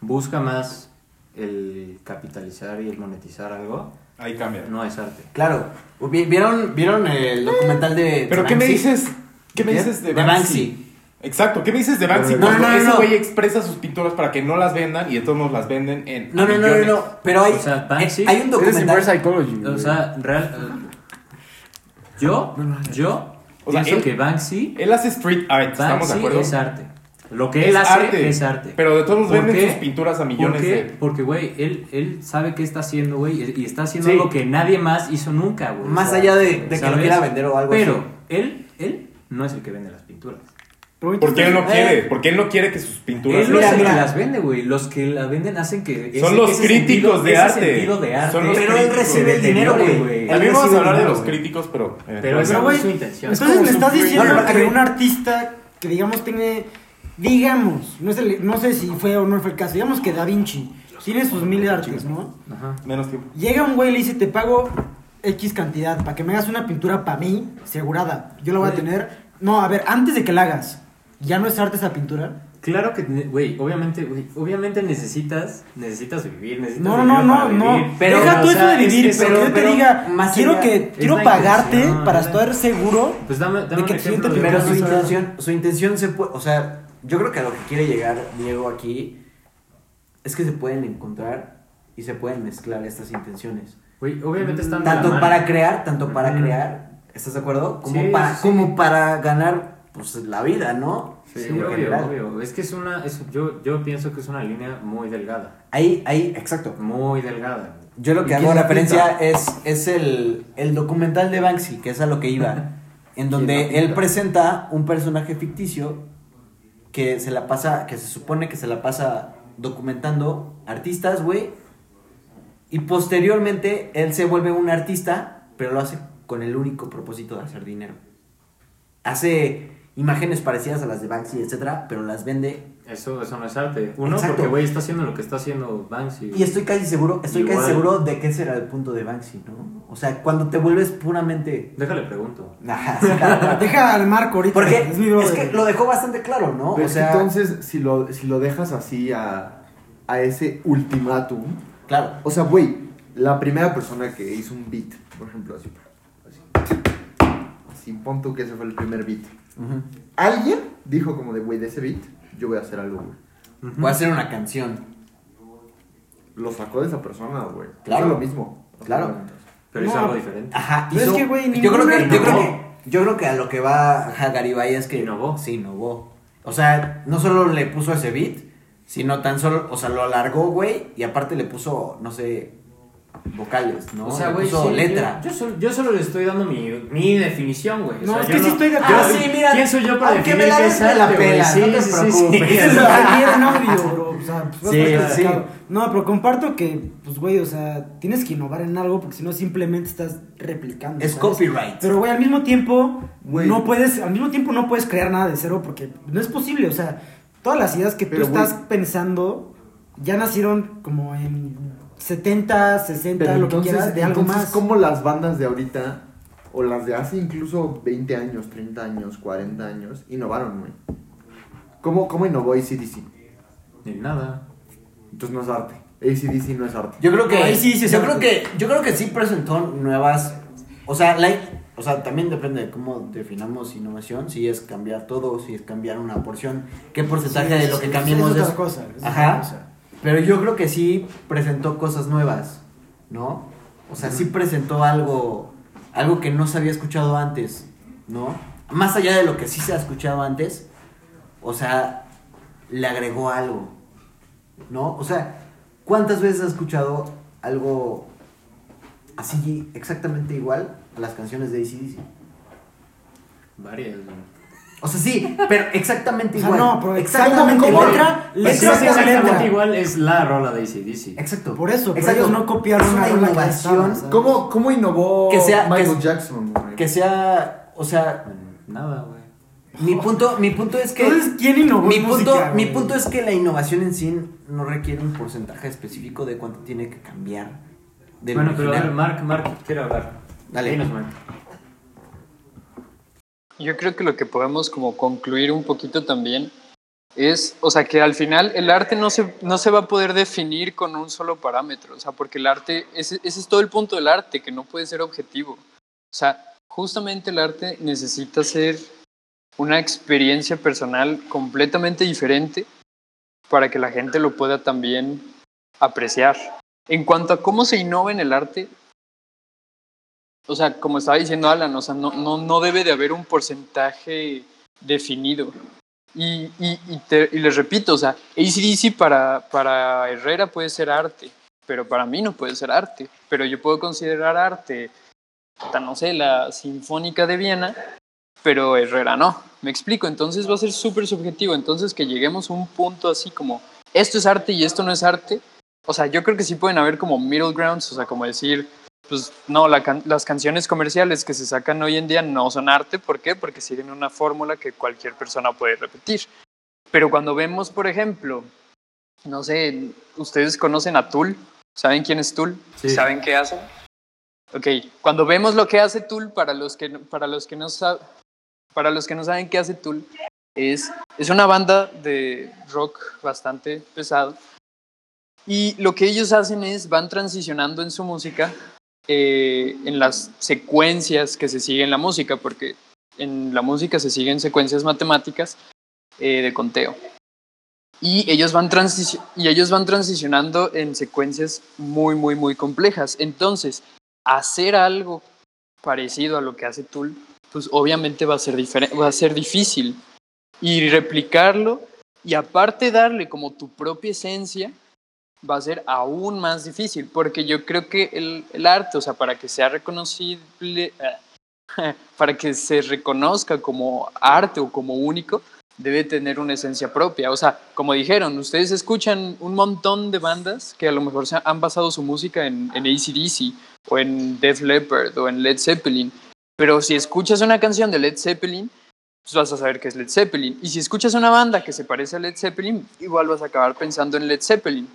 Speaker 1: busca más el capitalizar y el monetizar algo
Speaker 2: Ahí cambia.
Speaker 1: no es arte.
Speaker 4: Claro. Vi- ¿Vieron, vieron el documental de.
Speaker 2: Pero
Speaker 4: de
Speaker 2: ¿qué me
Speaker 4: Banksy?
Speaker 2: dices? ¿Qué me
Speaker 4: ¿Qué?
Speaker 2: dices de
Speaker 4: De
Speaker 2: Banksy?
Speaker 4: Banksy.
Speaker 2: Exacto, ¿qué me dices de Banksy?
Speaker 4: No,
Speaker 2: Cuando
Speaker 4: no, no,
Speaker 2: ese
Speaker 4: no.
Speaker 2: güey expresa sus pinturas para que no las vendan y de todos modos las venden en
Speaker 4: No, no, no, no,
Speaker 2: millones.
Speaker 4: no. Pero hay, eh,
Speaker 1: O sea, Banksy-
Speaker 4: hay un
Speaker 8: Ese es
Speaker 4: documental.
Speaker 8: inverse psychology.
Speaker 1: O
Speaker 8: güey.
Speaker 1: sea, real, eh, yo, yo
Speaker 2: O sea,
Speaker 1: pienso
Speaker 2: él-
Speaker 1: que Banksy,
Speaker 2: Él hace street art, ¿estamos de
Speaker 1: Banksy
Speaker 2: acuerdo?
Speaker 1: es arte. Lo que él hace es arte.
Speaker 2: Pero de todos modos
Speaker 1: ¿Por
Speaker 2: venden
Speaker 1: qué?
Speaker 2: sus pinturas a
Speaker 1: ¿Por
Speaker 2: millones
Speaker 1: qué?
Speaker 2: de...
Speaker 1: Porque, güey, él, él sabe qué está haciendo, güey, y está haciendo
Speaker 2: Sí.
Speaker 1: lo que nadie más hizo nunca, güey.
Speaker 4: Más
Speaker 1: O sea,
Speaker 4: allá de, de que lo
Speaker 1: ¿sabes?
Speaker 4: quiera vender o algo
Speaker 1: Pero
Speaker 4: así.
Speaker 1: él, él no es el que vende las pinturas.
Speaker 2: Porque él no
Speaker 4: Eh.
Speaker 2: quiere, porque él no quiere que sus pinturas...
Speaker 1: Él no es el
Speaker 4: mira.
Speaker 1: que las vende, güey. Los que la venden hacen que.
Speaker 2: Son los críticos
Speaker 1: sentido-
Speaker 2: de
Speaker 1: ese
Speaker 2: arte.
Speaker 1: sentido de arte.
Speaker 2: Son los
Speaker 4: Pero él
Speaker 2: críticos
Speaker 4: recibe el
Speaker 2: de
Speaker 4: dinero,
Speaker 1: interiores,
Speaker 4: güey.
Speaker 1: güey.
Speaker 2: También
Speaker 4: Él
Speaker 2: vamos a
Speaker 4: recibe
Speaker 2: hablar de
Speaker 4: dinero,
Speaker 2: los
Speaker 4: güey.
Speaker 2: críticos, pero... eh,
Speaker 1: Pero esa no
Speaker 7: güey,
Speaker 1: es su intención.
Speaker 7: Entonces
Speaker 4: como
Speaker 7: me
Speaker 4: su
Speaker 7: estás
Speaker 4: prima.
Speaker 7: diciendo
Speaker 4: No, no,
Speaker 7: que
Speaker 4: no.
Speaker 7: un artista que digamos tiene, digamos, no, es el- no sé si fue o no fue el caso, digamos que Da Vinci tiene sus mil de artes, ¿no?
Speaker 2: Menos tiempo.
Speaker 7: Llega un güey y le dice, te pago X cantidad para que me hagas una pintura para mí, asegurada, yo la voy a tener. No, a ver, antes de que la hagas, ¿ya no es arte esa pintura?
Speaker 1: Claro que, güey, obviamente, güey, obviamente necesitas, necesitas vivir, necesitas
Speaker 7: No, no,
Speaker 1: dinero
Speaker 7: no,
Speaker 1: para vivir,
Speaker 7: no.
Speaker 1: pero,
Speaker 7: Deja tú
Speaker 1: o
Speaker 7: eso
Speaker 1: sea,
Speaker 7: de
Speaker 1: es
Speaker 7: vivir,
Speaker 1: que
Speaker 7: pero,
Speaker 1: son-
Speaker 7: que yo te
Speaker 4: pero
Speaker 7: diga,
Speaker 4: más
Speaker 7: quiero,
Speaker 4: allá-
Speaker 7: que,
Speaker 1: es
Speaker 7: quiero
Speaker 1: la
Speaker 7: pagarte
Speaker 1: intención,
Speaker 7: para
Speaker 1: es la-
Speaker 7: estar seguro.
Speaker 1: Pues dame, dame
Speaker 7: de
Speaker 1: un
Speaker 7: que te
Speaker 1: ejemplo.
Speaker 7: sientes
Speaker 1: de-
Speaker 4: Pero
Speaker 7: Pero
Speaker 4: su
Speaker 7: eso-
Speaker 4: intención, su intención se puede, o sea, yo creo que a lo que quiere llegar Diego aquí es que se pueden encontrar y se pueden mezclar estas intenciones.
Speaker 1: Güey, obviamente están de la
Speaker 4: Tanto
Speaker 1: mano.
Speaker 4: para crear, tanto para
Speaker 1: Ujú.
Speaker 4: crear, ¿estás de acuerdo? Como
Speaker 1: Sí,
Speaker 4: para
Speaker 1: sí.
Speaker 4: como para ganar pues la vida, ¿no?
Speaker 1: Sí,
Speaker 4: En
Speaker 1: obvio,
Speaker 4: general.
Speaker 1: obvio. Es que es una, es- yo, yo pienso que es una línea muy delgada,
Speaker 4: Ahí ahí exacto.
Speaker 1: muy delgada. güey.
Speaker 4: Yo lo
Speaker 1: ¿Y
Speaker 4: que
Speaker 1: quién
Speaker 4: hago
Speaker 1: la
Speaker 4: referencia
Speaker 1: pinta?
Speaker 4: es, es el, el documental de Banksy, que es a lo que iba, en
Speaker 1: ¿Quién la
Speaker 4: donde él
Speaker 1: pinta?
Speaker 4: presenta un personaje ficticio que se la pasa, que se supone que se la pasa documentando artistas, güey, y posteriormente él se vuelve un artista, pero lo hace con el único propósito de hacer dinero. Hace imágenes parecidas a las de Banksy, etcétera, pero las vende
Speaker 1: Eso, eso no es arte. Uno,
Speaker 4: Exacto.
Speaker 1: porque, güey, está haciendo lo que está haciendo Banksy.
Speaker 4: y estoy casi seguro, estoy
Speaker 1: Igual.
Speaker 4: casi seguro de que ese era el punto de Banksy, ¿no? O sea, cuando te vuelves puramente.
Speaker 1: Déjale pregunto.
Speaker 4: Ajá, sí, claro.
Speaker 7: Deja al marco ahorita.
Speaker 4: Porque
Speaker 7: es mi brother.
Speaker 4: es que lo dejó bastante claro, ¿no?
Speaker 5: Pero
Speaker 4: O
Speaker 5: es que
Speaker 4: sea,
Speaker 5: entonces, si lo, si lo dejas así a, a ese ultimátum,
Speaker 4: claro.
Speaker 5: o sea, güey, la primera persona que hizo un beat, por ejemplo, así, así, así pon tú que ese fue el primer beat.
Speaker 4: Ujú.
Speaker 5: Alguien dijo como de, güey, de ese beat, yo voy a hacer algo, güey.
Speaker 4: Voy a hacer una canción.
Speaker 5: Lo sacó de esa persona, güey.
Speaker 4: Claro.
Speaker 5: Hizo lo mismo.
Speaker 4: Claro.
Speaker 1: Pero es
Speaker 7: No.
Speaker 1: algo diferente.
Speaker 4: Ajá.
Speaker 7: Pero es
Speaker 4: hizo-
Speaker 7: que, güey,
Speaker 4: yo
Speaker 7: ningún
Speaker 4: creo que, yo
Speaker 1: artista-
Speaker 4: creo que yo creo que a lo que va ajá, Garibay es que
Speaker 1: Innovó.
Speaker 4: Sí, innovó. O sea, no solo le puso ese beat, sino tan solo, o sea, lo alargó, güey, y aparte le puso, no sé, vocales, ¿no?
Speaker 1: O sea,
Speaker 4: Le
Speaker 1: güey,
Speaker 4: puso
Speaker 1: sí,
Speaker 4: letra.
Speaker 1: Yo, yo solo, yo solo le estoy dando mi, mi definición, güey.
Speaker 7: No,
Speaker 1: o sea,
Speaker 7: es
Speaker 1: yo
Speaker 7: que sí estoy de
Speaker 4: acuerdo.
Speaker 1: yo-
Speaker 4: Ah, sí, mira,
Speaker 1: ¿Quién soy yo para
Speaker 4: aunque
Speaker 1: definir
Speaker 4: me la
Speaker 1: qué
Speaker 4: des,
Speaker 1: es
Speaker 4: me la
Speaker 1: arte, güey?
Speaker 4: pela,
Speaker 1: Sí,
Speaker 4: no te
Speaker 1: sí, sí,
Speaker 4: preocupes.
Speaker 1: sí.
Speaker 7: Es lo que quieren, obvio, bro. O sea, pues,
Speaker 4: Sí,
Speaker 7: vas a
Speaker 4: sí.
Speaker 7: mercado. No, pero comparto que, pues, güey, o sea, tienes que innovar en algo porque si no simplemente estás replicando.
Speaker 4: Es
Speaker 7: ¿sabes?
Speaker 4: copyright.
Speaker 7: Pero, güey, al mismo tiempo,
Speaker 5: Güey.
Speaker 7: no puedes, al mismo tiempo no puedes crear nada de cero porque no es posible. O sea, todas las ideas que
Speaker 5: Pero,
Speaker 7: tú
Speaker 5: güey.
Speaker 7: estás pensando ya nacieron como en 70, 60,
Speaker 5: Pero
Speaker 7: lo
Speaker 5: entonces,
Speaker 7: que quieras, de algo
Speaker 5: entonces,
Speaker 7: más.
Speaker 5: ¿cómo las bandas de ahorita, o las de hace incluso 20 años, 30 años, 40 años, innovaron, güey? ¿Cómo, ¿Cómo innovó ACDC?
Speaker 1: Ni nada.
Speaker 5: Entonces no es arte. ACDC no es arte.
Speaker 4: Yo creo que.
Speaker 7: No, ahí sí, sí,
Speaker 4: yo
Speaker 7: sí.
Speaker 4: creo que. Yo creo que sí presentó nuevas. O sea, la- o sea, también depende de cómo definamos innovación. Si es cambiar todo, si es cambiar una porción, qué porcentaje de lo que cambiemos
Speaker 7: es
Speaker 4: es.
Speaker 7: otra cosa. es otra
Speaker 4: Ajá.
Speaker 7: cosa.
Speaker 4: Pero yo creo que sí presentó cosas nuevas, ¿no? O sea, sí presentó algo. Algo que no se había escuchado antes, ¿no? Más allá de lo que sí se ha escuchado antes, o sea, le agregó algo, ¿no? O sea, ¿cuántas veces has escuchado algo así exactamente igual a las canciones de ACDC?
Speaker 1: Varias, güey.
Speaker 4: O sea, sí, pero exactamente
Speaker 7: O sea,
Speaker 4: igual.
Speaker 7: no, pero exactamente
Speaker 4: igual.
Speaker 7: letra,
Speaker 1: Pues
Speaker 7: letra
Speaker 1: sí,
Speaker 7: por
Speaker 1: sí, exactamente
Speaker 7: letra.
Speaker 1: igual es la rola de ACDC.
Speaker 4: Exacto.
Speaker 7: Por eso, pero
Speaker 4: Exacto.
Speaker 7: ellos no copiaron
Speaker 4: Es una
Speaker 7: rola que ya
Speaker 4: innovación.
Speaker 7: estaba, ¿sabes?
Speaker 5: ¿Cómo, cómo innovó
Speaker 4: Que sea-
Speaker 5: Michael
Speaker 4: que-
Speaker 5: Jackson, güey?
Speaker 4: Que sea, o sea,
Speaker 1: Nada, güey.
Speaker 4: mi punto, mi punto es que
Speaker 7: Entonces, ¿quién innovó
Speaker 4: mi
Speaker 7: en
Speaker 4: punto,
Speaker 7: música,
Speaker 4: mi
Speaker 7: güey?
Speaker 4: punto es que la innovación en sí no requiere un porcentaje específico de cuánto tiene que cambiar del
Speaker 1: Bueno, pero a ver,
Speaker 4: original.
Speaker 1: Mark, Mark, quiero hablar.
Speaker 4: Dale.
Speaker 1: Dinos, Mark.
Speaker 3: Yo creo que lo que podemos como concluir un poquito también
Speaker 6: es, o sea, que al final el arte no se, no se va a poder definir con un solo parámetro, o sea, porque el arte, ese, ese es todo el punto del arte, que no puede ser objetivo. O sea, justamente el arte necesita ser una experiencia personal completamente diferente para que la gente lo pueda también apreciar. En cuanto a cómo se innova en el arte, o sea, como estaba diciendo Alan, o sea, no, no, no debe de haber un porcentaje definido. Y, y, y, te- y les repito, o sea, ACDC para, para Herrera puede ser arte, pero para mí no puede ser arte. Pero yo puedo considerar arte, hasta, no sé, la Sinfónica de Viena, pero Herrera no. Me explico, entonces va a ser súper subjetivo. Entonces que lleguemos a un punto así como, esto es arte y esto no es arte. O sea, yo creo que sí pueden haber como middle grounds, o sea, como decir, pues no, la can- las canciones comerciales que se sacan hoy en día no son arte. ¿Por qué? Porque siguen una fórmula que cualquier persona puede repetir. Pero cuando vemos, por ejemplo, no sé, ustedes conocen a Tool, ¿saben quién es Tool? ¿Saben qué hacen? Ok, cuando vemos lo que hace Tool, para los que, no- para los que no saben, para los que no saben qué hace Tool, es, es una banda de rock bastante pesado. Y lo que ellos hacen es van transicionando en su música eh, en las secuencias que se sigue en la música, porque en la música se siguen secuencias matemáticas eh, de conteo. Y ellos, van transici- y ellos van transicionando en secuencias muy, muy, muy complejas. Entonces, hacer algo parecido a lo que hace Tool, pues obviamente va a ser, difere- va a ser difícil. Y replicarlo, y aparte darle como tu propia esencia, va a ser aún más difícil, porque yo creo que el, el arte, o sea, para que sea reconocible, eh, para que se reconozca como arte o como único, debe tener una esencia propia. O sea, como dijeron, ustedes escuchan un montón de bandas que a lo mejor se han basado su música en, en ACDC o en Def Leppard o en Led Zeppelin, pero si escuchas una canción de Led Zeppelin, pues vas a saber que es Led Zeppelin. Y si escuchas una banda que se parece a Led Zeppelin, igual vas a acabar pensando en Led Zeppelin.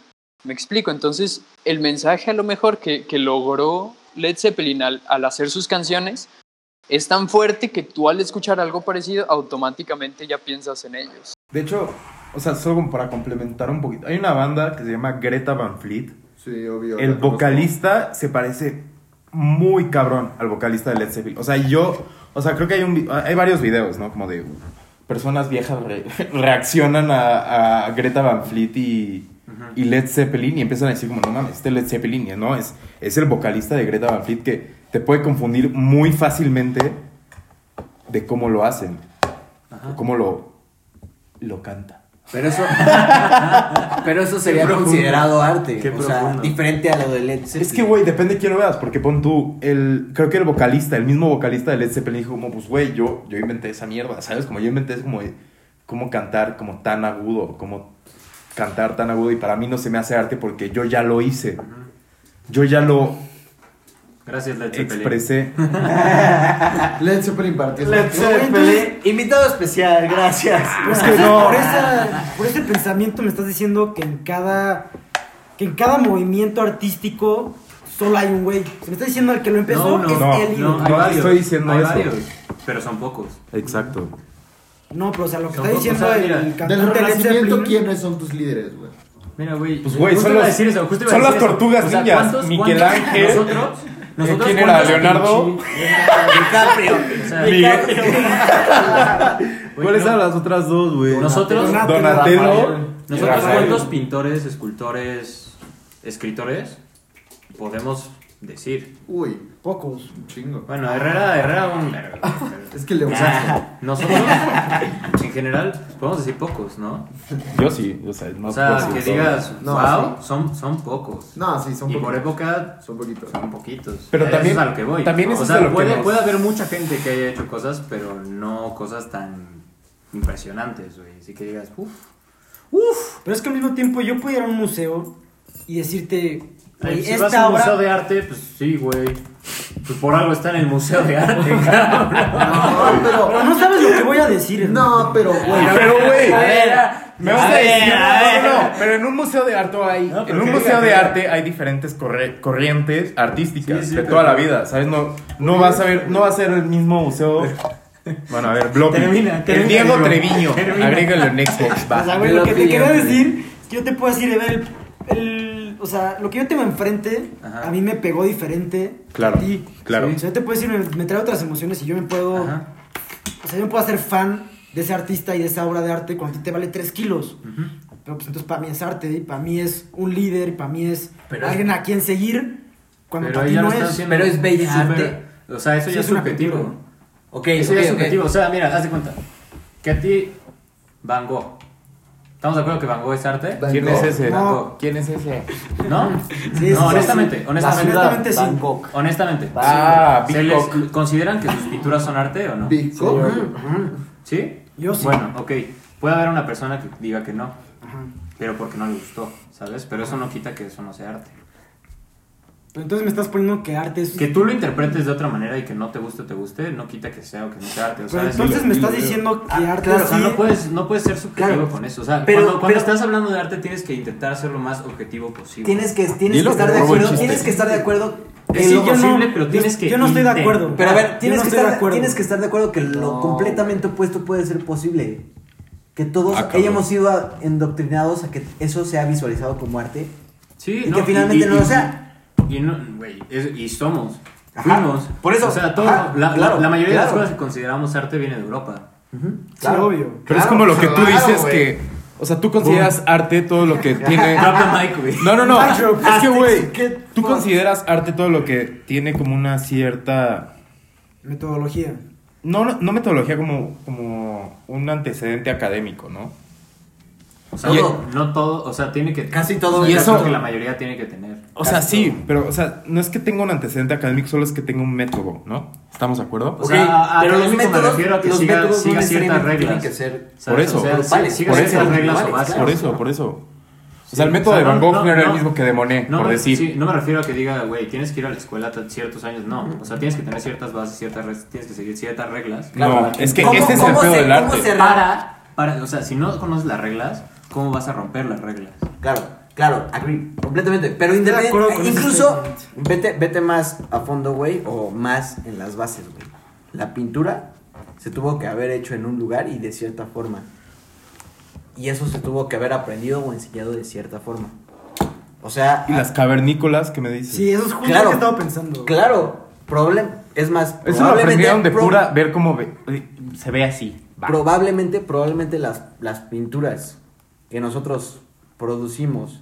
Speaker 6: Me explico, entonces el mensaje a lo mejor que, que logró Led Zeppelin al, al hacer sus canciones es tan fuerte que tú al escuchar algo parecido automáticamente ya piensas en ellos.
Speaker 2: De hecho, o sea, solo como para complementar un poquito. Hay una banda que se llama Greta Van Fleet.
Speaker 5: Sí, obvio.
Speaker 2: El
Speaker 5: la conozco.
Speaker 2: vocalista se parece muy cabrón al vocalista de Led Zeppelin. O sea, yo, o sea, creo que hay un vi- hay varios videos, ¿no? Como de personas viejas re- reaccionan a, a Greta Van Fleet y, y Led Zeppelin y empiezan a decir como, no mames, este Led Zeppelin, y no, es, es el vocalista de Greta Van Fleet que te puede confundir muy fácilmente de cómo lo hacen, o cómo lo, lo canta.
Speaker 4: Pero eso, pero eso sería
Speaker 1: profundo.
Speaker 4: considerado arte.
Speaker 1: Qué
Speaker 4: o sea,
Speaker 1: profundo.
Speaker 4: diferente a lo de Led
Speaker 2: Es que,
Speaker 4: Zeppelin.
Speaker 2: güey, depende de quién lo veas, porque pon tú, el, creo que el vocalista, el mismo vocalista de Led Zeppelin dijo como, pues, güey, yo, yo inventé esa mierda, ¿sabes? Como yo inventé es como, como cantar como tan agudo, como cantar tan agudo, y para mí no se me hace arte porque yo ya lo hice, yo ya lo
Speaker 1: Gracias, Led Zeppelin.
Speaker 2: expresé.
Speaker 5: Led Zeppelin para ti. es
Speaker 4: Led
Speaker 5: arte.
Speaker 4: Zeppelin. Invitado especial, gracias.
Speaker 2: Es que no.
Speaker 7: Por, esa- por ese pensamiento me estás diciendo que en cada que en cada movimiento artístico solo hay un güey. Se me está diciendo el que lo empezó
Speaker 1: No, no,
Speaker 7: es
Speaker 2: no,
Speaker 7: él. y
Speaker 1: No,
Speaker 7: No.
Speaker 1: hay
Speaker 2: No
Speaker 1: varios,
Speaker 2: estoy diciendo
Speaker 1: hay
Speaker 2: eso.
Speaker 1: varios, pero son pocos.
Speaker 2: Exacto.
Speaker 7: pero o sea, lo que
Speaker 1: No,
Speaker 7: está
Speaker 1: no,
Speaker 7: diciendo
Speaker 1: o sea, mira,
Speaker 7: el
Speaker 5: Del
Speaker 7: cantante Led
Speaker 5: renacimiento,
Speaker 7: Zeppelin.
Speaker 5: ¿quiénes son tus líderes, güey?
Speaker 1: Mira, güey. eh,
Speaker 2: Pues, güey,
Speaker 1: justo
Speaker 2: son
Speaker 1: iba a
Speaker 2: las-
Speaker 1: decir eso, justo iba a
Speaker 2: son
Speaker 1: decir
Speaker 2: las
Speaker 1: eso.
Speaker 2: tortugas ninjas, Miguel Ángel.
Speaker 1: Nosotros, ¿eh? nosotros
Speaker 2: ¿Quién era?
Speaker 1: cuántos
Speaker 2: ¿Leonardo?
Speaker 1: pinches-
Speaker 4: DiCaprio.
Speaker 1: O sea, güey,
Speaker 2: ¿Cuáles
Speaker 1: no.
Speaker 2: eran las otras dos, güey?
Speaker 1: Nosotros,
Speaker 7: Donatello.
Speaker 2: Donatello.
Speaker 1: nosotros
Speaker 2: Rafael.
Speaker 1: cuántos pintores, escultores, escritores podemos decir.
Speaker 5: Uy,
Speaker 7: Pocos.
Speaker 5: un chingo.
Speaker 1: Bueno, Herrera, Herrera, un vergo.
Speaker 5: Es que le
Speaker 1: Ah.
Speaker 5: usaste.
Speaker 1: Nosotros, en general, podemos decir pocos, ¿no?
Speaker 2: Yo sí, o sea, no
Speaker 1: O sea,
Speaker 2: puedo
Speaker 1: que
Speaker 2: decir todo.
Speaker 1: digas,
Speaker 5: No,
Speaker 1: wow, son, son pocos.
Speaker 5: No, sí, son
Speaker 1: y por
Speaker 5: poquitos.
Speaker 1: época
Speaker 5: Son poquitos.
Speaker 1: son poquitos.
Speaker 2: Pero
Speaker 1: Eso
Speaker 2: también-
Speaker 1: es a lo que voy.
Speaker 2: también
Speaker 1: o
Speaker 2: eso es
Speaker 1: sea,
Speaker 2: a lo que
Speaker 1: puede,
Speaker 2: nos-
Speaker 1: puede haber mucha gente que haya hecho cosas, pero no cosas tan impresionantes, güey. Así que digas, uff, uff.
Speaker 7: Pero es que al mismo tiempo yo puedo ir a un museo y decirte, güey,
Speaker 1: si vas a
Speaker 7: esta
Speaker 1: un museo
Speaker 7: obra
Speaker 1: de arte, pues sí, güey. Pues por algo está en el museo de arte, cabrón.
Speaker 5: No,
Speaker 7: Pero
Speaker 5: pero.
Speaker 7: no sabes lo que voy a decir. hermano.
Speaker 5: No, Ah, pero, güey.
Speaker 2: Pero, güey,
Speaker 1: A ver,
Speaker 2: me vas
Speaker 1: a
Speaker 2: a decir,
Speaker 1: ver, a
Speaker 2: no, no,
Speaker 1: ver.
Speaker 2: no, pero en un museo de arte hay,
Speaker 1: No, pero
Speaker 2: en un
Speaker 1: que diga,
Speaker 2: museo de
Speaker 1: que-
Speaker 2: arte hay diferentes corre- corrientes artísticas
Speaker 1: Sí, sí,
Speaker 2: de
Speaker 1: pero-
Speaker 2: toda la vida, ¿sabes? No, no vas a ver, no va a ser el mismo museo Bueno, a ver, Bloppy.
Speaker 7: Termina, termina,
Speaker 2: el Diego
Speaker 7: Diego.
Speaker 2: Treviño.
Speaker 7: Termina.
Speaker 2: Agrégalo en Xbox.
Speaker 7: O sea,
Speaker 2: Va.
Speaker 7: güey, lo que te
Speaker 4: Bloppy,
Speaker 7: quería
Speaker 4: hombre.
Speaker 7: decir es que yo te puedo decir, de ver, el, el- o sea, lo que yo tengo enfrente,
Speaker 1: Ajá.
Speaker 7: a mí me pegó diferente
Speaker 2: Claro,
Speaker 7: a ti.
Speaker 2: claro.
Speaker 7: O sea, yo te puedo decir, me, me trae otras emociones y yo me puedo,
Speaker 1: Ajá.
Speaker 7: o sea, yo me puedo hacer fan de ese artista y de esa obra de arte cuando a ti te vale 3 kilos. Pero pues entonces para mí es arte, y para mí es un líder, y para mí es
Speaker 1: Pero-
Speaker 7: alguien a quien seguir, cuando
Speaker 1: Pero
Speaker 7: para
Speaker 1: ahí
Speaker 7: ti
Speaker 1: ya
Speaker 7: no
Speaker 1: lo están
Speaker 7: es. Ah,
Speaker 1: haciendo
Speaker 4: pero es bella
Speaker 1: súper-
Speaker 4: arte.
Speaker 1: O sea, eso
Speaker 7: Sí,
Speaker 1: ya es
Speaker 7: es una
Speaker 1: subjetivo.
Speaker 7: pintura.
Speaker 4: Ok,
Speaker 1: Eso
Speaker 4: ok,
Speaker 1: ya es
Speaker 4: ok.
Speaker 1: subjetivo. O sea, mira, haz de cuenta. Que a ti, Van Gogh. ¿Estamos de acuerdo que Van Gogh es arte?
Speaker 5: Van
Speaker 2: ¿Quién
Speaker 5: Gogh.
Speaker 2: es ese?
Speaker 1: Van
Speaker 7: No.
Speaker 1: Gogh.
Speaker 2: ¿Quién es ese?
Speaker 1: ¿No?
Speaker 7: sí, sí,
Speaker 1: no, honestamente,
Speaker 7: sí.
Speaker 1: honestamente.
Speaker 7: La ciudad, sí.
Speaker 4: Bangkok.
Speaker 1: Honestamente.
Speaker 2: Ah,
Speaker 1: ¿Se
Speaker 2: Big
Speaker 1: les-
Speaker 2: Cock.
Speaker 1: ¿Consideran que sus pinturas son arte o no?
Speaker 5: Big Cock.
Speaker 1: ¿Sí?
Speaker 7: Yo sí.
Speaker 1: Bueno, ok. Puede haber una persona que diga que no,
Speaker 7: Ajá.
Speaker 1: pero porque no le gustó, ¿sabes? Pero eso no quita que eso no sea arte.
Speaker 7: Pero entonces me estás poniendo que arte es...
Speaker 1: Que tú lo interpretes de otra manera y que no te guste o te guste, no quita que sea o que no sea arte. O sea,
Speaker 7: Pero
Speaker 1: es-
Speaker 7: entonces me estás diciendo que
Speaker 4: Ah,
Speaker 7: arte
Speaker 4: claro,
Speaker 1: O sea,
Speaker 7: sí-
Speaker 1: no puedes, no puedes ser subjetivo
Speaker 4: Claro.
Speaker 1: con eso. O sea,
Speaker 4: Pero-
Speaker 1: cuando, cuando
Speaker 4: pero-
Speaker 1: estás hablando de arte tienes que intentar ser lo más objetivo posible.
Speaker 4: Tienes que, tienes que
Speaker 2: Dilo que
Speaker 4: estar de
Speaker 2: robo el
Speaker 4: acuerdo.
Speaker 2: chiste.
Speaker 4: Tienes que estar de acuerdo.
Speaker 1: Es
Speaker 4: en
Speaker 1: sí, yo
Speaker 4: lo
Speaker 1: no-
Speaker 4: posible.
Speaker 1: posible, pero tienes que
Speaker 7: Yo no estoy de
Speaker 1: intentar.
Speaker 7: acuerdo.
Speaker 4: Pero a ver,
Speaker 7: Yo
Speaker 4: tienes,
Speaker 7: no
Speaker 4: que
Speaker 7: estoy de
Speaker 4: estar,
Speaker 7: acuerdo.
Speaker 4: tienes que estar de acuerdo que lo completamente opuesto puede ser posible. Que todos
Speaker 2: Ah, cabrón.
Speaker 4: hayamos sido a- endoctrinados a que eso sea visualizado como arte.
Speaker 1: Sí,
Speaker 4: Y que finalmente no lo sea.
Speaker 1: Y no, güey, es- y somos.
Speaker 4: Ajá,
Speaker 1: fuimos.
Speaker 4: por eso,
Speaker 1: O sea, todo,
Speaker 4: ajá,
Speaker 1: la,
Speaker 4: claro,
Speaker 1: la mayoría de las
Speaker 4: claro.
Speaker 1: cosas que consideramos arte viene de Europa.
Speaker 7: Sí, obvio.
Speaker 2: Pero
Speaker 1: Ah,
Speaker 2: es como lo que tú
Speaker 5: claro,
Speaker 2: dices
Speaker 5: güey.
Speaker 2: que. O sea, tú consideras arte todo lo que tiene.
Speaker 1: Drop the mic, güey.
Speaker 2: No, no, no. Es que, güey,
Speaker 7: ¿Qué
Speaker 2: tú
Speaker 7: fuck?
Speaker 2: consideras arte todo lo que tiene como una cierta.
Speaker 7: Metodología.
Speaker 2: No, no- no metodología como, como un antecedente académico, ¿no?
Speaker 1: O sea,
Speaker 4: Todo.
Speaker 1: no todo, o sea, tiene que.
Speaker 4: Casi todo.
Speaker 2: Y
Speaker 1: Yo
Speaker 2: eso-
Speaker 1: creo que la mayoría tiene que tener.
Speaker 2: O sea,
Speaker 4: Casi
Speaker 2: sí, pero, o sea, no es que tenga un antecedente académico, solo es que tenga un método, ¿no? ¿Estamos de acuerdo?
Speaker 1: O sea,
Speaker 4: pero los
Speaker 1: académico me
Speaker 4: métodos-
Speaker 1: refiero a que
Speaker 4: los
Speaker 1: siga,
Speaker 4: métodos no
Speaker 1: siga ciertas
Speaker 4: necesariamente
Speaker 1: reglas.
Speaker 4: tienen que ser
Speaker 1: ¿Sabes?
Speaker 2: Por eso.
Speaker 1: O sea, sí,
Speaker 4: grupales,
Speaker 1: siga
Speaker 2: por
Speaker 1: ciertas
Speaker 2: eso.
Speaker 1: reglas o
Speaker 4: Grupales,
Speaker 1: bases.
Speaker 4: claro.
Speaker 2: Por eso, por eso. O sea,
Speaker 1: Sí,
Speaker 2: el método
Speaker 1: o sea,
Speaker 2: de Van
Speaker 1: no-
Speaker 2: Gogh
Speaker 1: no-
Speaker 2: no, era
Speaker 1: no-
Speaker 2: el mismo que de Monet,
Speaker 1: No
Speaker 2: por
Speaker 1: me,
Speaker 2: decir.
Speaker 1: sí, no me refiero a que diga, güey, tienes que ir a la escuela t- ciertos años. No, o sea, tienes que tener ciertas bases, ciertas re- tienes que seguir ciertas reglas.
Speaker 2: no, es que
Speaker 4: ¿Cómo-
Speaker 2: ese es el
Speaker 4: cómo
Speaker 2: pedo
Speaker 4: se-
Speaker 2: del
Speaker 4: cómo
Speaker 2: arte.
Speaker 4: se-
Speaker 1: Para, para, o sea, si no conoces las reglas, ¿cómo vas a romper las reglas?
Speaker 4: Claro, claro, agree, completamente. Pero
Speaker 7: de acuerdo
Speaker 4: independiente,
Speaker 7: con ese
Speaker 4: incluso
Speaker 7: statement.
Speaker 4: vete, vete más a fondo, güey, o más en las bases, güey. La pintura se tuvo que haber hecho en un lugar y de cierta forma. Y eso se tuvo que haber aprendido o enseñado de cierta forma. O sea, ah,
Speaker 2: Y las cavernícolas que me dices.
Speaker 7: Sí, eso es justo
Speaker 4: Claro.
Speaker 7: lo que estaba pensando.
Speaker 4: claro, problema. Es más,
Speaker 2: Eso lo
Speaker 4: probablemente-
Speaker 2: aprendieron de
Speaker 4: pro-
Speaker 2: pura ver cómo ve- eh, se ve así. va.
Speaker 4: Probablemente, probablemente las, las pinturas que nosotros producimos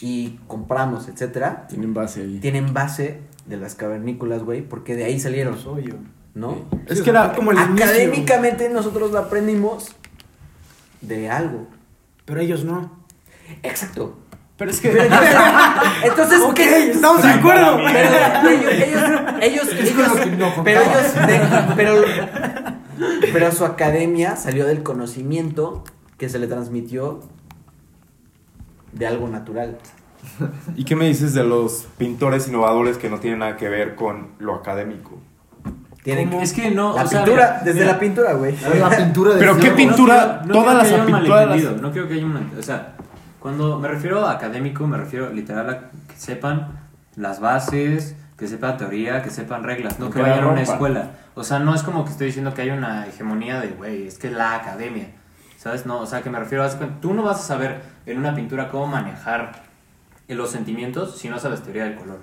Speaker 4: y compramos, etcétera,
Speaker 8: Tienen base ahí.
Speaker 4: tienen base de las cavernícolas, güey, porque de ahí salieron,
Speaker 7: Pues obvio.
Speaker 4: ¿no?
Speaker 2: Es que era
Speaker 7: como el inicio.
Speaker 4: Académicamente nosotros la aprendimos de algo.
Speaker 7: Pero ellos no.
Speaker 4: Exacto.
Speaker 2: Pero es
Speaker 4: Pero
Speaker 2: que.
Speaker 4: entonces, entonces
Speaker 7: ok,
Speaker 4: ¿qué?
Speaker 7: estamos de acuerdo.
Speaker 4: Pero ellos, ellos, ellos, ellos- pero ellos, de- pero, pero su academia salió del conocimiento que se le transmitió de algo natural.
Speaker 2: ¿Y qué me dices de los pintores innovadores que no tienen nada que ver con lo académico?
Speaker 4: Tienen
Speaker 1: Es que no,
Speaker 4: la
Speaker 1: o sea,
Speaker 4: pintura,
Speaker 1: mira,
Speaker 4: desde
Speaker 1: mira.
Speaker 4: la pintura, güey.
Speaker 5: La pintura de
Speaker 2: Pero qué
Speaker 5: Diego.
Speaker 2: pintura- todas
Speaker 1: quiero
Speaker 2: las
Speaker 1: que haya un
Speaker 2: pinturas-
Speaker 1: malentendido, No quiero que haya un malentendido. O sea, cuando me refiero a académico, me refiero literal a que sepan las bases, que sepan teoría, que sepan reglas, no
Speaker 2: Que
Speaker 1: que
Speaker 2: la
Speaker 1: vayan a una
Speaker 2: rompan.
Speaker 1: escuela. O sea, no es como que estoy diciendo que hay una hegemonía de, güey, es que la academia. ¿Sabes? No, o sea, que me refiero a. Tú no vas a saber en una pintura cómo manejar los sentimientos si no sabes teoría del color.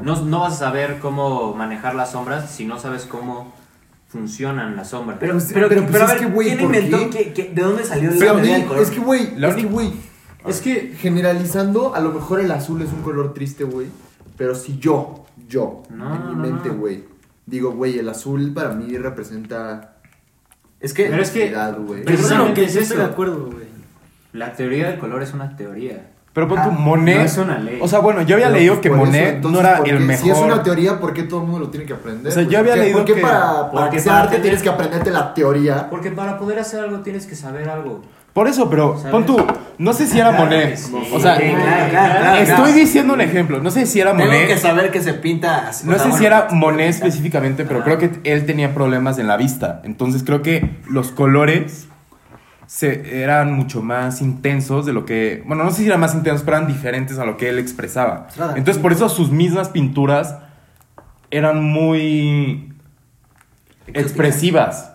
Speaker 1: No, no vas a saber cómo manejar las sombras si no sabes cómo funcionan las sombras.
Speaker 4: Pero,
Speaker 5: Pues,
Speaker 4: pero,
Speaker 5: pero, pues,
Speaker 4: pero a
Speaker 5: es
Speaker 4: ver,
Speaker 5: que, güey,
Speaker 4: ¿quién
Speaker 5: ¿por
Speaker 4: inventó?
Speaker 5: qué?
Speaker 4: qué- qué- ¿De dónde salió
Speaker 5: Pero
Speaker 4: la
Speaker 5: a mí,
Speaker 4: teoría del color?
Speaker 5: es que, güey,
Speaker 2: La
Speaker 5: es que,
Speaker 2: única-
Speaker 5: güey,
Speaker 1: Es que
Speaker 5: generalizando, a lo mejor el azul es un color triste, güey. Pero si yo, yo,
Speaker 1: No,
Speaker 5: en mi
Speaker 1: no,
Speaker 5: mente,
Speaker 1: no.
Speaker 5: güey, digo, güey, el azul para mí representa
Speaker 4: Es que-
Speaker 1: Pero es que-
Speaker 5: felicidad,
Speaker 1: Pero
Speaker 5: güey.
Speaker 7: Pero eso es lo
Speaker 1: precisamente
Speaker 7: que
Speaker 1: es
Speaker 7: yo estoy de
Speaker 1: eso.
Speaker 7: acuerdo, güey.
Speaker 1: la teoría del color es una teoría.
Speaker 2: Pero pon tu
Speaker 4: Ah,
Speaker 2: Monet.
Speaker 1: no es una ley.
Speaker 2: O sea, bueno, yo había
Speaker 5: Pero,
Speaker 2: leído
Speaker 5: pues,
Speaker 2: que
Speaker 5: por eso,
Speaker 2: Monet
Speaker 5: entonces,
Speaker 2: no era
Speaker 5: ¿por qué?
Speaker 2: el mejor.
Speaker 5: Si es una teoría, ¿por qué todo el mundo lo tiene que aprender?
Speaker 2: O sea,
Speaker 5: güey?
Speaker 2: yo había
Speaker 5: ¿Por qué-
Speaker 2: leído
Speaker 5: ¿Por qué
Speaker 2: que-
Speaker 5: para, para
Speaker 1: porque
Speaker 5: que sea
Speaker 1: para
Speaker 5: arte
Speaker 1: tener-
Speaker 5: tienes que aprenderte la teoría?
Speaker 1: Porque para poder hacer algo tienes que saber algo.
Speaker 2: Por eso, pero
Speaker 1: ¿Sabes?
Speaker 2: pon tú. No sé si era Monet. O sea,
Speaker 1: Sí,
Speaker 4: claro, claro, claro.
Speaker 2: estoy diciendo un ejemplo. No sé si era
Speaker 4: tengo que
Speaker 2: Monet.
Speaker 4: saber que se pinta así.
Speaker 2: No
Speaker 4: o sea,
Speaker 2: sé si
Speaker 4: bueno,
Speaker 2: era Monet específicamente, pero creo que él tenía problemas en la vista. Entonces creo que los colores se, eran mucho más intensos de lo que. Bueno, no sé si eran más intensos, pero eran diferentes a lo que él expresaba.
Speaker 7: Claro.
Speaker 2: Entonces por eso sus mismas pinturas eran muy. expresivas.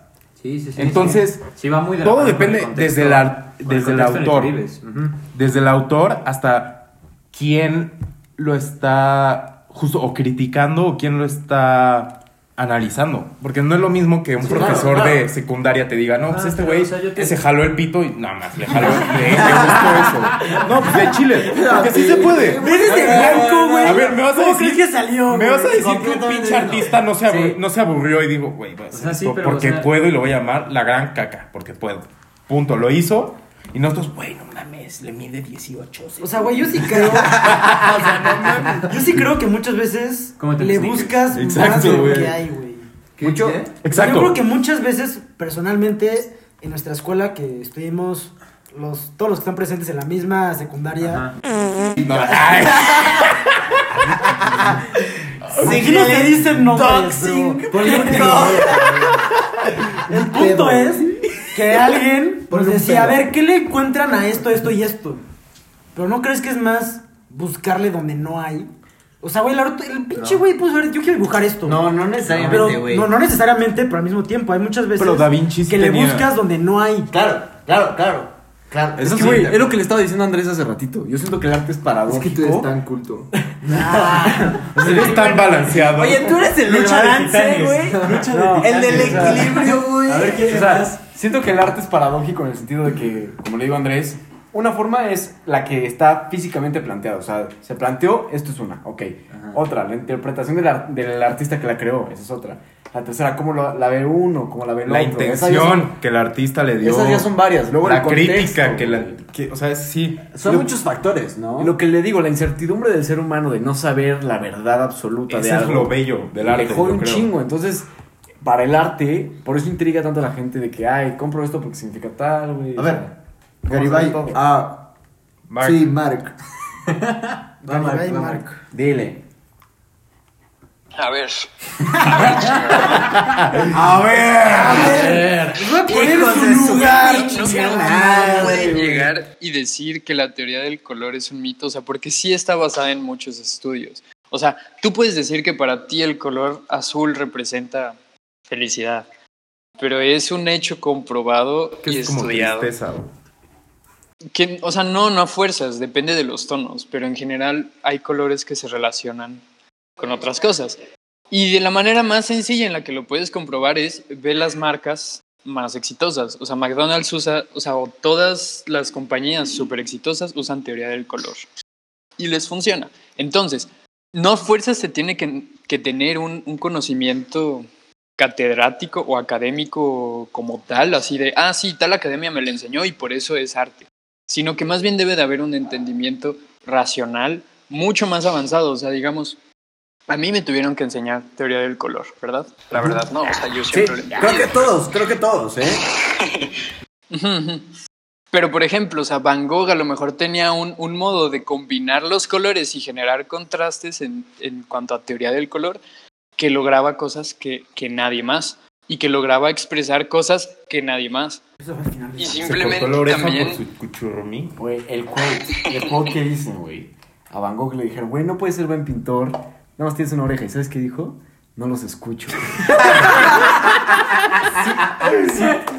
Speaker 1: Sí, sí, sí.
Speaker 2: Entonces,
Speaker 1: sí. Sí, va muy de la
Speaker 2: todo
Speaker 1: mano con el
Speaker 2: depende
Speaker 1: contexto-
Speaker 2: desde el ar-
Speaker 1: con
Speaker 2: desde el
Speaker 1: contexto en
Speaker 2: autor.
Speaker 1: que vives. Ujú.
Speaker 2: desde el autor hasta quién lo está justo o criticando o quién lo está analizando. Porque no es lo mismo que un profesor de secundaria te diga, no, pues
Speaker 1: Ah,
Speaker 2: este
Speaker 1: claro,
Speaker 2: güey
Speaker 1: o sea, yo te-
Speaker 2: se jaló el pito y nada más, le jaló le, le gustó eso. No, pues de chile, porque sí se puede. Ah,
Speaker 7: Dices Pues, de blanco, güey.
Speaker 2: A ver, me vas a
Speaker 7: ¿Cómo
Speaker 2: decir-
Speaker 7: crees que salió?
Speaker 2: Me vas a
Speaker 7: güey?
Speaker 2: decir que un pinche artista no se, abur-
Speaker 1: Sí.
Speaker 2: no se aburrió y dijo, güey, voy
Speaker 1: O
Speaker 2: a hacer
Speaker 1: sea, sí,
Speaker 2: esto
Speaker 1: pero,
Speaker 2: porque
Speaker 1: o sea-
Speaker 2: puedo y lo voy a llamar la gran caca, porque puedo. Punto, lo hizo y nosotros, güey, no mames, le mide 18.
Speaker 7: O sea, güey, yo sí creo. yo sí creo que muchas veces
Speaker 1: ¿Cómo te
Speaker 7: le
Speaker 1: expliques?
Speaker 7: buscas más
Speaker 2: Exacto,
Speaker 7: de lo
Speaker 2: güey.
Speaker 7: que hay, güey.
Speaker 5: ¿Qué-
Speaker 2: Mucho-
Speaker 5: qué?
Speaker 2: Exacto.
Speaker 7: Yo creo que muchas veces, personalmente, en nuestra escuela que estuvimos los, todos los que están presentes en la misma secundaria.
Speaker 1: Ajá.
Speaker 2: No, ay,
Speaker 7: ¿Por qué no te dicen nombres, bro? Ponle un El punto es que alguien pues,
Speaker 5: Ponle un
Speaker 7: decía, a
Speaker 5: pedo.
Speaker 7: ver, ¿qué le encuentran a esto, esto y esto? Pero ¿no crees que es más buscarle donde no hay? O sea, güey, la verdad, el pinche güey, pues, a ver, yo quiero dibujar esto.
Speaker 4: No, no
Speaker 7: Pero,
Speaker 4: necesariamente, güey.
Speaker 7: no, no necesariamente, pero al mismo tiempo, hay muchas veces
Speaker 2: Pero Da Vinci sí
Speaker 7: que le
Speaker 2: tenía-
Speaker 7: buscas donde no hay.
Speaker 4: Claro, claro, claro. Claro.
Speaker 8: Es que, güey, es lo que le estaba diciendo a Andrés hace ratito. Yo siento que el arte es
Speaker 5: Es
Speaker 8: paradójico.
Speaker 5: que tú eres tan culto.
Speaker 2: es tan balanceado.
Speaker 4: Oye, tú eres el del
Speaker 1: Lucha de
Speaker 4: balance,
Speaker 1: titanes.
Speaker 4: güey.
Speaker 1: Lucha de
Speaker 4: El del
Speaker 1: titanes, o sea.
Speaker 4: equilibrio, güey.
Speaker 1: A ver quién
Speaker 8: O
Speaker 1: es
Speaker 8: sea,
Speaker 1: más.
Speaker 8: siento que el arte es paradójico en el sentido de que, como le digo a Andrés, una forma es la que está físicamente planteada. O sea, se planteó, esto es una, ok. Otra, la interpretación del, ar- del artista que la creó, esa es otra. La tercera, cómo lo- la ve uno, cómo la ve el
Speaker 2: la
Speaker 8: otro. Esas ya son-
Speaker 2: intención que el artista le dio.
Speaker 8: Esas ya son varias. Luego
Speaker 2: la
Speaker 8: el contexto,
Speaker 2: crítica que la.
Speaker 8: güey.
Speaker 2: que- o sea, sí.
Speaker 4: Son
Speaker 8: Lo-
Speaker 4: muchos factores, ¿no?
Speaker 8: Y Lo que le digo, la incertidumbre del ser humano de no saber la verdad absoluta de
Speaker 2: Ese es
Speaker 8: algo.
Speaker 2: lo bello del
Speaker 8: le
Speaker 2: arte.
Speaker 8: jode
Speaker 2: yo
Speaker 8: un
Speaker 2: creo.
Speaker 8: chingo. Entonces, para el arte, por eso intriga tanto a la gente de que, ay, compro esto porque significa tal, güey.
Speaker 5: A
Speaker 8: o
Speaker 5: ver,
Speaker 8: sea,
Speaker 5: Garibay.
Speaker 8: ¿cómo se llama?
Speaker 5: Ah,
Speaker 2: Mark,
Speaker 5: sí, Mark.
Speaker 4: Va, Marc,
Speaker 7: Garibay,
Speaker 4: va,
Speaker 7: Marc.
Speaker 4: Marc. Dile.
Speaker 6: A ver,
Speaker 7: Les voy a poner su lugar.
Speaker 6: no no puede llegar y decir que la teoría del color es un mito, o sea, porque sí está basada en muchos estudios. O sea, tú puedes decir que para ti el color azul representa felicidad, pero es un hecho comprobado
Speaker 2: que
Speaker 6: y
Speaker 2: es como
Speaker 6: estudiado.
Speaker 2: tristeza, güey.
Speaker 6: Que, o sea, no, no a fuerzas, depende de los tonos, pero en general hay colores que se relacionan con otras cosas. Y de la manera más sencilla en la que lo puedes comprobar es ve las marcas más exitosas. O sea, McDonald's usa, o sea, o todas las compañías súper exitosas usan teoría del color. Y les funciona. Entonces, no a fuerzas se tiene que, que tener un, un conocimiento catedrático o académico como tal, así de, ah, sí, tal academia me lo enseñó y por eso es arte sino que más bien debe de haber un entendimiento racional mucho más avanzado. O sea, digamos, a mí me tuvieron que enseñar teoría del color, ¿verdad? La verdad, no. O sea, yo
Speaker 4: Sí,
Speaker 6: siempre... le-
Speaker 4: creo que todos, creo que todos, ¿eh?
Speaker 6: Ujú, ujú. Pero, por ejemplo, o sea, Van Gogh a lo mejor tenía un, un modo de combinar los colores y generar contrastes en, en cuanto a teoría del color que lograba cosas que, que nadie más y que lograba expresar cosas que nadie más. Y
Speaker 2: Se cortó la
Speaker 6: simplemente
Speaker 2: oreja
Speaker 6: también...
Speaker 2: por su cuchurrumí.
Speaker 8: Güey, el quote, el quote que dicen, güey. A Van Gogh le dijeron, güey, no puedes ser buen pintor. Nada más tienes una oreja. ¿Y sabes qué dijo? No los escucho.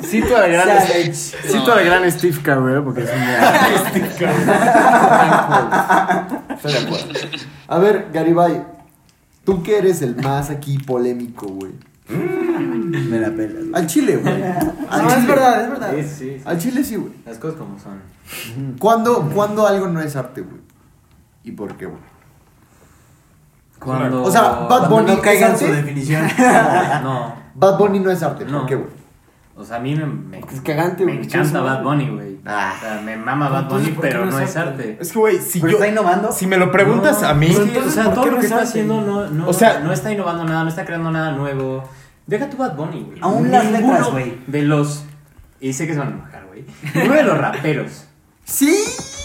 Speaker 8: Cito al gran, cito al gran Steve Carell porque es un Estoy de acuerdo.
Speaker 5: A ver, Garibay. Tú que eres el más aquí polémico, güey.
Speaker 4: Me la pelas.
Speaker 5: Al chile, güey. Al
Speaker 7: No,
Speaker 5: chile.
Speaker 7: es verdad, es verdad. Mm.
Speaker 1: Sí, sí, sí.
Speaker 5: Al chile sí, güey.
Speaker 1: Las cosas como son.
Speaker 5: ¿Cuándo, cuándo algo no es arte, güey? ¿Y por qué, güey?
Speaker 1: Cuando...
Speaker 5: O sea, Bad Bunny
Speaker 4: No caiga en
Speaker 5: es
Speaker 4: su
Speaker 5: arte.
Speaker 4: definición.
Speaker 1: No.
Speaker 5: Bad Bunny no es arte,
Speaker 1: No.
Speaker 5: ¿por qué, güey?
Speaker 1: O sea, a mí me, me,
Speaker 8: Es cagante,
Speaker 1: me
Speaker 8: güey.
Speaker 1: encanta Bad Bunny, güey.
Speaker 5: Ah.
Speaker 1: O sea, me mama Bad
Speaker 7: Entonces,
Speaker 1: Bunny,
Speaker 7: ¿por qué
Speaker 1: pero
Speaker 7: no
Speaker 1: no
Speaker 7: es
Speaker 1: es
Speaker 7: arte?
Speaker 1: arte.
Speaker 2: Es que, güey, si
Speaker 4: Pero
Speaker 2: yo.
Speaker 4: está innovando.
Speaker 2: Si me lo preguntas a mí.
Speaker 1: Sí, o
Speaker 7: Entonces,
Speaker 1: sea,
Speaker 7: ¿por
Speaker 1: todo
Speaker 7: qué
Speaker 1: lo
Speaker 7: no
Speaker 1: que
Speaker 7: es
Speaker 1: está
Speaker 7: arte?
Speaker 1: haciendo no, no,
Speaker 2: O sea-
Speaker 1: no está innovando nada, no está creando nada nuevo. Deja tu Bad Bunny, güey.
Speaker 4: Aún las
Speaker 1: Ninguno
Speaker 4: letras, güey.
Speaker 1: De los. Y sé que se van a enojar, güey. Uno de los raperos
Speaker 5: Sí.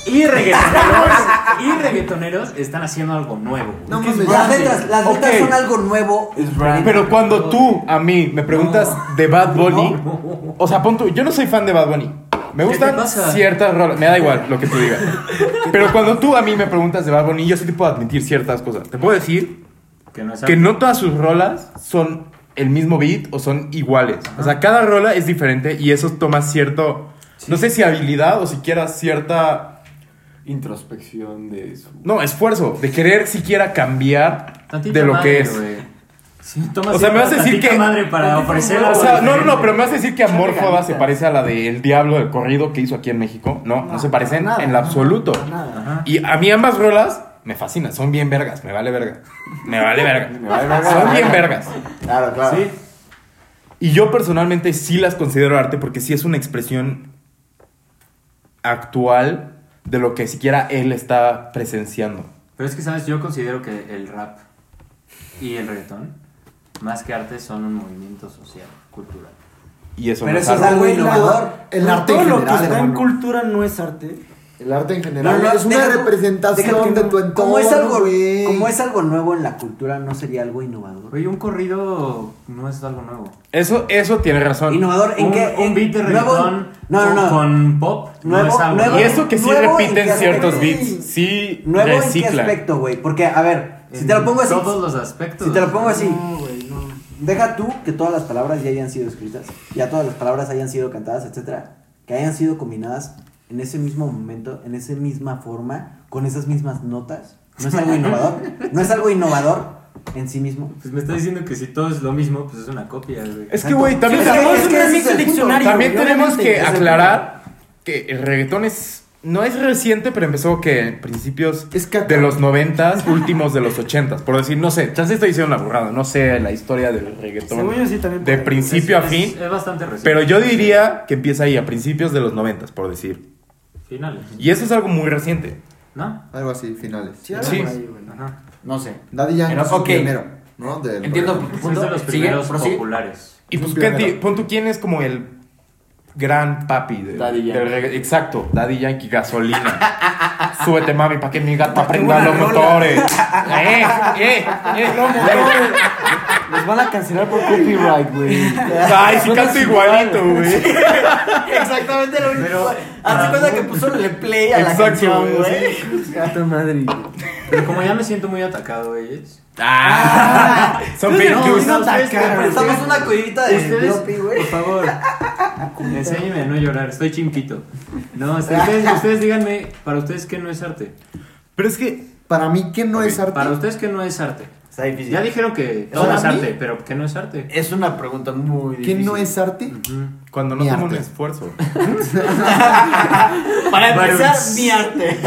Speaker 1: y reggaetoneros. y reggaetoneros están haciendo algo nuevo. güey.
Speaker 5: No
Speaker 1: Es
Speaker 5: mames.
Speaker 4: Las letras, las letras
Speaker 2: Ok.
Speaker 4: son algo
Speaker 8: Oh,
Speaker 4: nuevo. y diferente.
Speaker 2: Pero cuando tú a mí me preguntas de Bad Bunny, o sea, pon tú, yo no soy fan de Bad Bunny.
Speaker 1: ¿Qué
Speaker 2: Me gustan
Speaker 1: te pasa?
Speaker 2: ciertas rolas, me da igual lo que tú digas. Pero cuando tú a mí me preguntas de Bad Bunny, yo sí te puedo admitir ciertas cosas. Te puedo decir
Speaker 1: que no es
Speaker 2: que
Speaker 1: arte.
Speaker 2: no todas sus rolas son el mismo beat o son iguales. O sea, cada rola es diferente y eso toma cierto. No sé si habilidad o siquiera cierta.
Speaker 8: Introspección de su.
Speaker 2: No, esfuerzo. De querer siquiera cambiar
Speaker 1: Tantita
Speaker 2: de lo
Speaker 1: madre,
Speaker 2: que es.
Speaker 1: güey. Sí, toma
Speaker 2: O sea, me vas a
Speaker 1: siempre
Speaker 2: decir
Speaker 1: tantita
Speaker 2: que-
Speaker 1: madre para ofrecer
Speaker 2: O
Speaker 1: algo
Speaker 2: sea, no, no, no,
Speaker 1: diferente.
Speaker 2: pero me vas a decir que Amorfoda se parece a la de El Diablo del corrido que hizo aquí en México. No, no, se parecen
Speaker 7: nada,
Speaker 2: en lo
Speaker 7: no,
Speaker 2: absoluto.
Speaker 7: para nada.
Speaker 2: Y a mí ambas rolas me fascinan, son bien vergas, me vale verga. Me vale verga.
Speaker 8: Me vale verga.
Speaker 2: Son bien vergas.
Speaker 4: Claro, claro.
Speaker 1: Sí,
Speaker 2: Y yo personalmente sí las considero arte porque sí es una expresión actual de lo que siquiera él está presenciando.
Speaker 1: pero es que, ¿sabes? Yo considero que el rap y el reggaetón, más que arte, son un movimiento social, cultural.
Speaker 2: Y eso
Speaker 4: Pero
Speaker 2: no
Speaker 4: eso es algo
Speaker 7: Güey, la-
Speaker 4: innovador.
Speaker 5: El
Speaker 7: la-
Speaker 5: arte
Speaker 7: todo
Speaker 5: en
Speaker 7: lo que
Speaker 5: general,
Speaker 7: está en
Speaker 5: hermano.
Speaker 7: cultura no es arte.
Speaker 5: El arte en general
Speaker 4: No, no,
Speaker 5: es una
Speaker 4: deja tú- deja
Speaker 5: representación
Speaker 4: tú-
Speaker 5: de tu entorno.
Speaker 4: Como es, algo,
Speaker 5: güey.
Speaker 4: como es algo nuevo en la cultura, no sería algo innovador.
Speaker 1: Oye, un corrido no es algo nuevo.
Speaker 2: Eso, eso tiene razón.
Speaker 4: ¿Innovador en
Speaker 1: un,
Speaker 4: qué?
Speaker 1: un
Speaker 4: En-
Speaker 1: beat de
Speaker 4: nuevo-
Speaker 1: reggaetón
Speaker 4: No, no, no.
Speaker 1: con pop no
Speaker 4: Nuevo-
Speaker 1: es algo
Speaker 4: nuevo-
Speaker 2: Y
Speaker 1: nuevo.
Speaker 2: eso que sí
Speaker 4: Nuevo, ¿en
Speaker 2: repiten
Speaker 4: qué
Speaker 2: ciertos
Speaker 4: aspecto?
Speaker 2: beats, sí
Speaker 4: ¿Nuevo en qué
Speaker 2: reciclan.
Speaker 4: aspecto, güey? Porque, a ver, si te lo pongo así.
Speaker 1: En todos los aspectos.
Speaker 4: Si te lo pongo así.
Speaker 7: No, güey, no.
Speaker 4: Deja tú que todas las palabras ya hayan sido escritas, ya todas las palabras hayan sido cantadas, etcétera, que hayan sido combinadas en ese mismo momento, en esa misma forma, con esas mismas notas. ¿No es algo innovador? ¿No es algo innovador en sí mismo?
Speaker 1: Pues me está diciendo que si todo es lo mismo, pues es una copia, güey.
Speaker 2: Es que, güey, también,
Speaker 4: Sí, o sea,
Speaker 2: también-
Speaker 4: es que ese
Speaker 7: remix
Speaker 4: es el
Speaker 7: del
Speaker 4: punto.
Speaker 7: diccionario,
Speaker 2: también
Speaker 7: güey,
Speaker 2: tenemos
Speaker 7: obviamente,
Speaker 2: que
Speaker 7: es el
Speaker 2: aclarar que el reggaetón es. No es reciente, pero empezó que en principios
Speaker 5: Es que-
Speaker 2: de los noventas, últimos de los ochentas. Por decir, no sé, chance estoy diciendo una burrada, no sé la historia del reggaetón.
Speaker 7: Según yo sí también
Speaker 2: De
Speaker 7: por ahí.
Speaker 2: principio
Speaker 1: Es-
Speaker 2: a
Speaker 1: es-
Speaker 2: fin.
Speaker 1: Es, bastante reciente.
Speaker 2: Pero yo diría que empieza ahí, a principios de los noventas, por decir.
Speaker 1: Finales.
Speaker 2: Y eso es algo muy reciente.
Speaker 1: ¿No?
Speaker 5: Algo así, finales.
Speaker 7: Sí, algo
Speaker 2: Sí.
Speaker 7: por ahí, güey.
Speaker 1: Ajá.
Speaker 4: No sé.
Speaker 5: Daddy Yankee
Speaker 4: Pero,
Speaker 5: es el
Speaker 4: ok.
Speaker 5: primero, ¿no? Del
Speaker 4: Entiendo.
Speaker 5: reggaetón.
Speaker 1: Es de los
Speaker 4: Sigue,
Speaker 1: primeros
Speaker 4: prosigue.
Speaker 1: populares.
Speaker 2: Y
Speaker 5: Es
Speaker 2: pues,
Speaker 5: un
Speaker 2: ¿quién ti-
Speaker 5: pionero.
Speaker 2: pon tú quién es como el gran papi de,
Speaker 8: Daddy
Speaker 2: del
Speaker 8: Yankee.
Speaker 2: regga- Exacto, Daddy Yankee, gasolina. Súbete, mami, para que mi gato aprenda
Speaker 4: una
Speaker 2: los
Speaker 4: rola.
Speaker 2: motores. eh, eh, eh.
Speaker 7: Nos van a cancelar por
Speaker 8: Copyright, güey.
Speaker 2: Ay, sí canto igualito, güey.
Speaker 4: Exactamente lo mismo.
Speaker 1: Pero-
Speaker 4: Hace cuenta que puso le play a
Speaker 2: Exacto,
Speaker 4: la canción,
Speaker 2: güey,
Speaker 4: ah, güey.
Speaker 8: Puta madre.
Speaker 1: Pero como ya me siento muy atacado, güeyes.
Speaker 2: Son fake
Speaker 1: No,
Speaker 2: news.
Speaker 1: no, ustedes
Speaker 7: atacaron.
Speaker 1: que-
Speaker 4: Estamos una collita de floppy,
Speaker 1: Ustedes,
Speaker 4: güey.
Speaker 1: por favor, enséñenme a no llorar, estoy chimpito. No, ustedes, ustedes díganme, para ustedes qué no es arte.
Speaker 2: Pero es que.
Speaker 5: Para mí, ¿qué no es arte?
Speaker 1: Para ustedes qué no es arte.
Speaker 4: Está difícil.
Speaker 1: Ya dijeron que todo
Speaker 4: Para
Speaker 1: es
Speaker 4: mí-
Speaker 1: arte, pero ¿qué no es arte?
Speaker 4: Es una pregunta muy
Speaker 5: ¿Qué
Speaker 4: difícil.
Speaker 5: no es arte?
Speaker 2: Cuando no
Speaker 5: Mi
Speaker 2: tomo un
Speaker 5: arte.
Speaker 2: esfuerzo.
Speaker 4: Para
Speaker 1: Bueno,
Speaker 4: empezar, mi arte.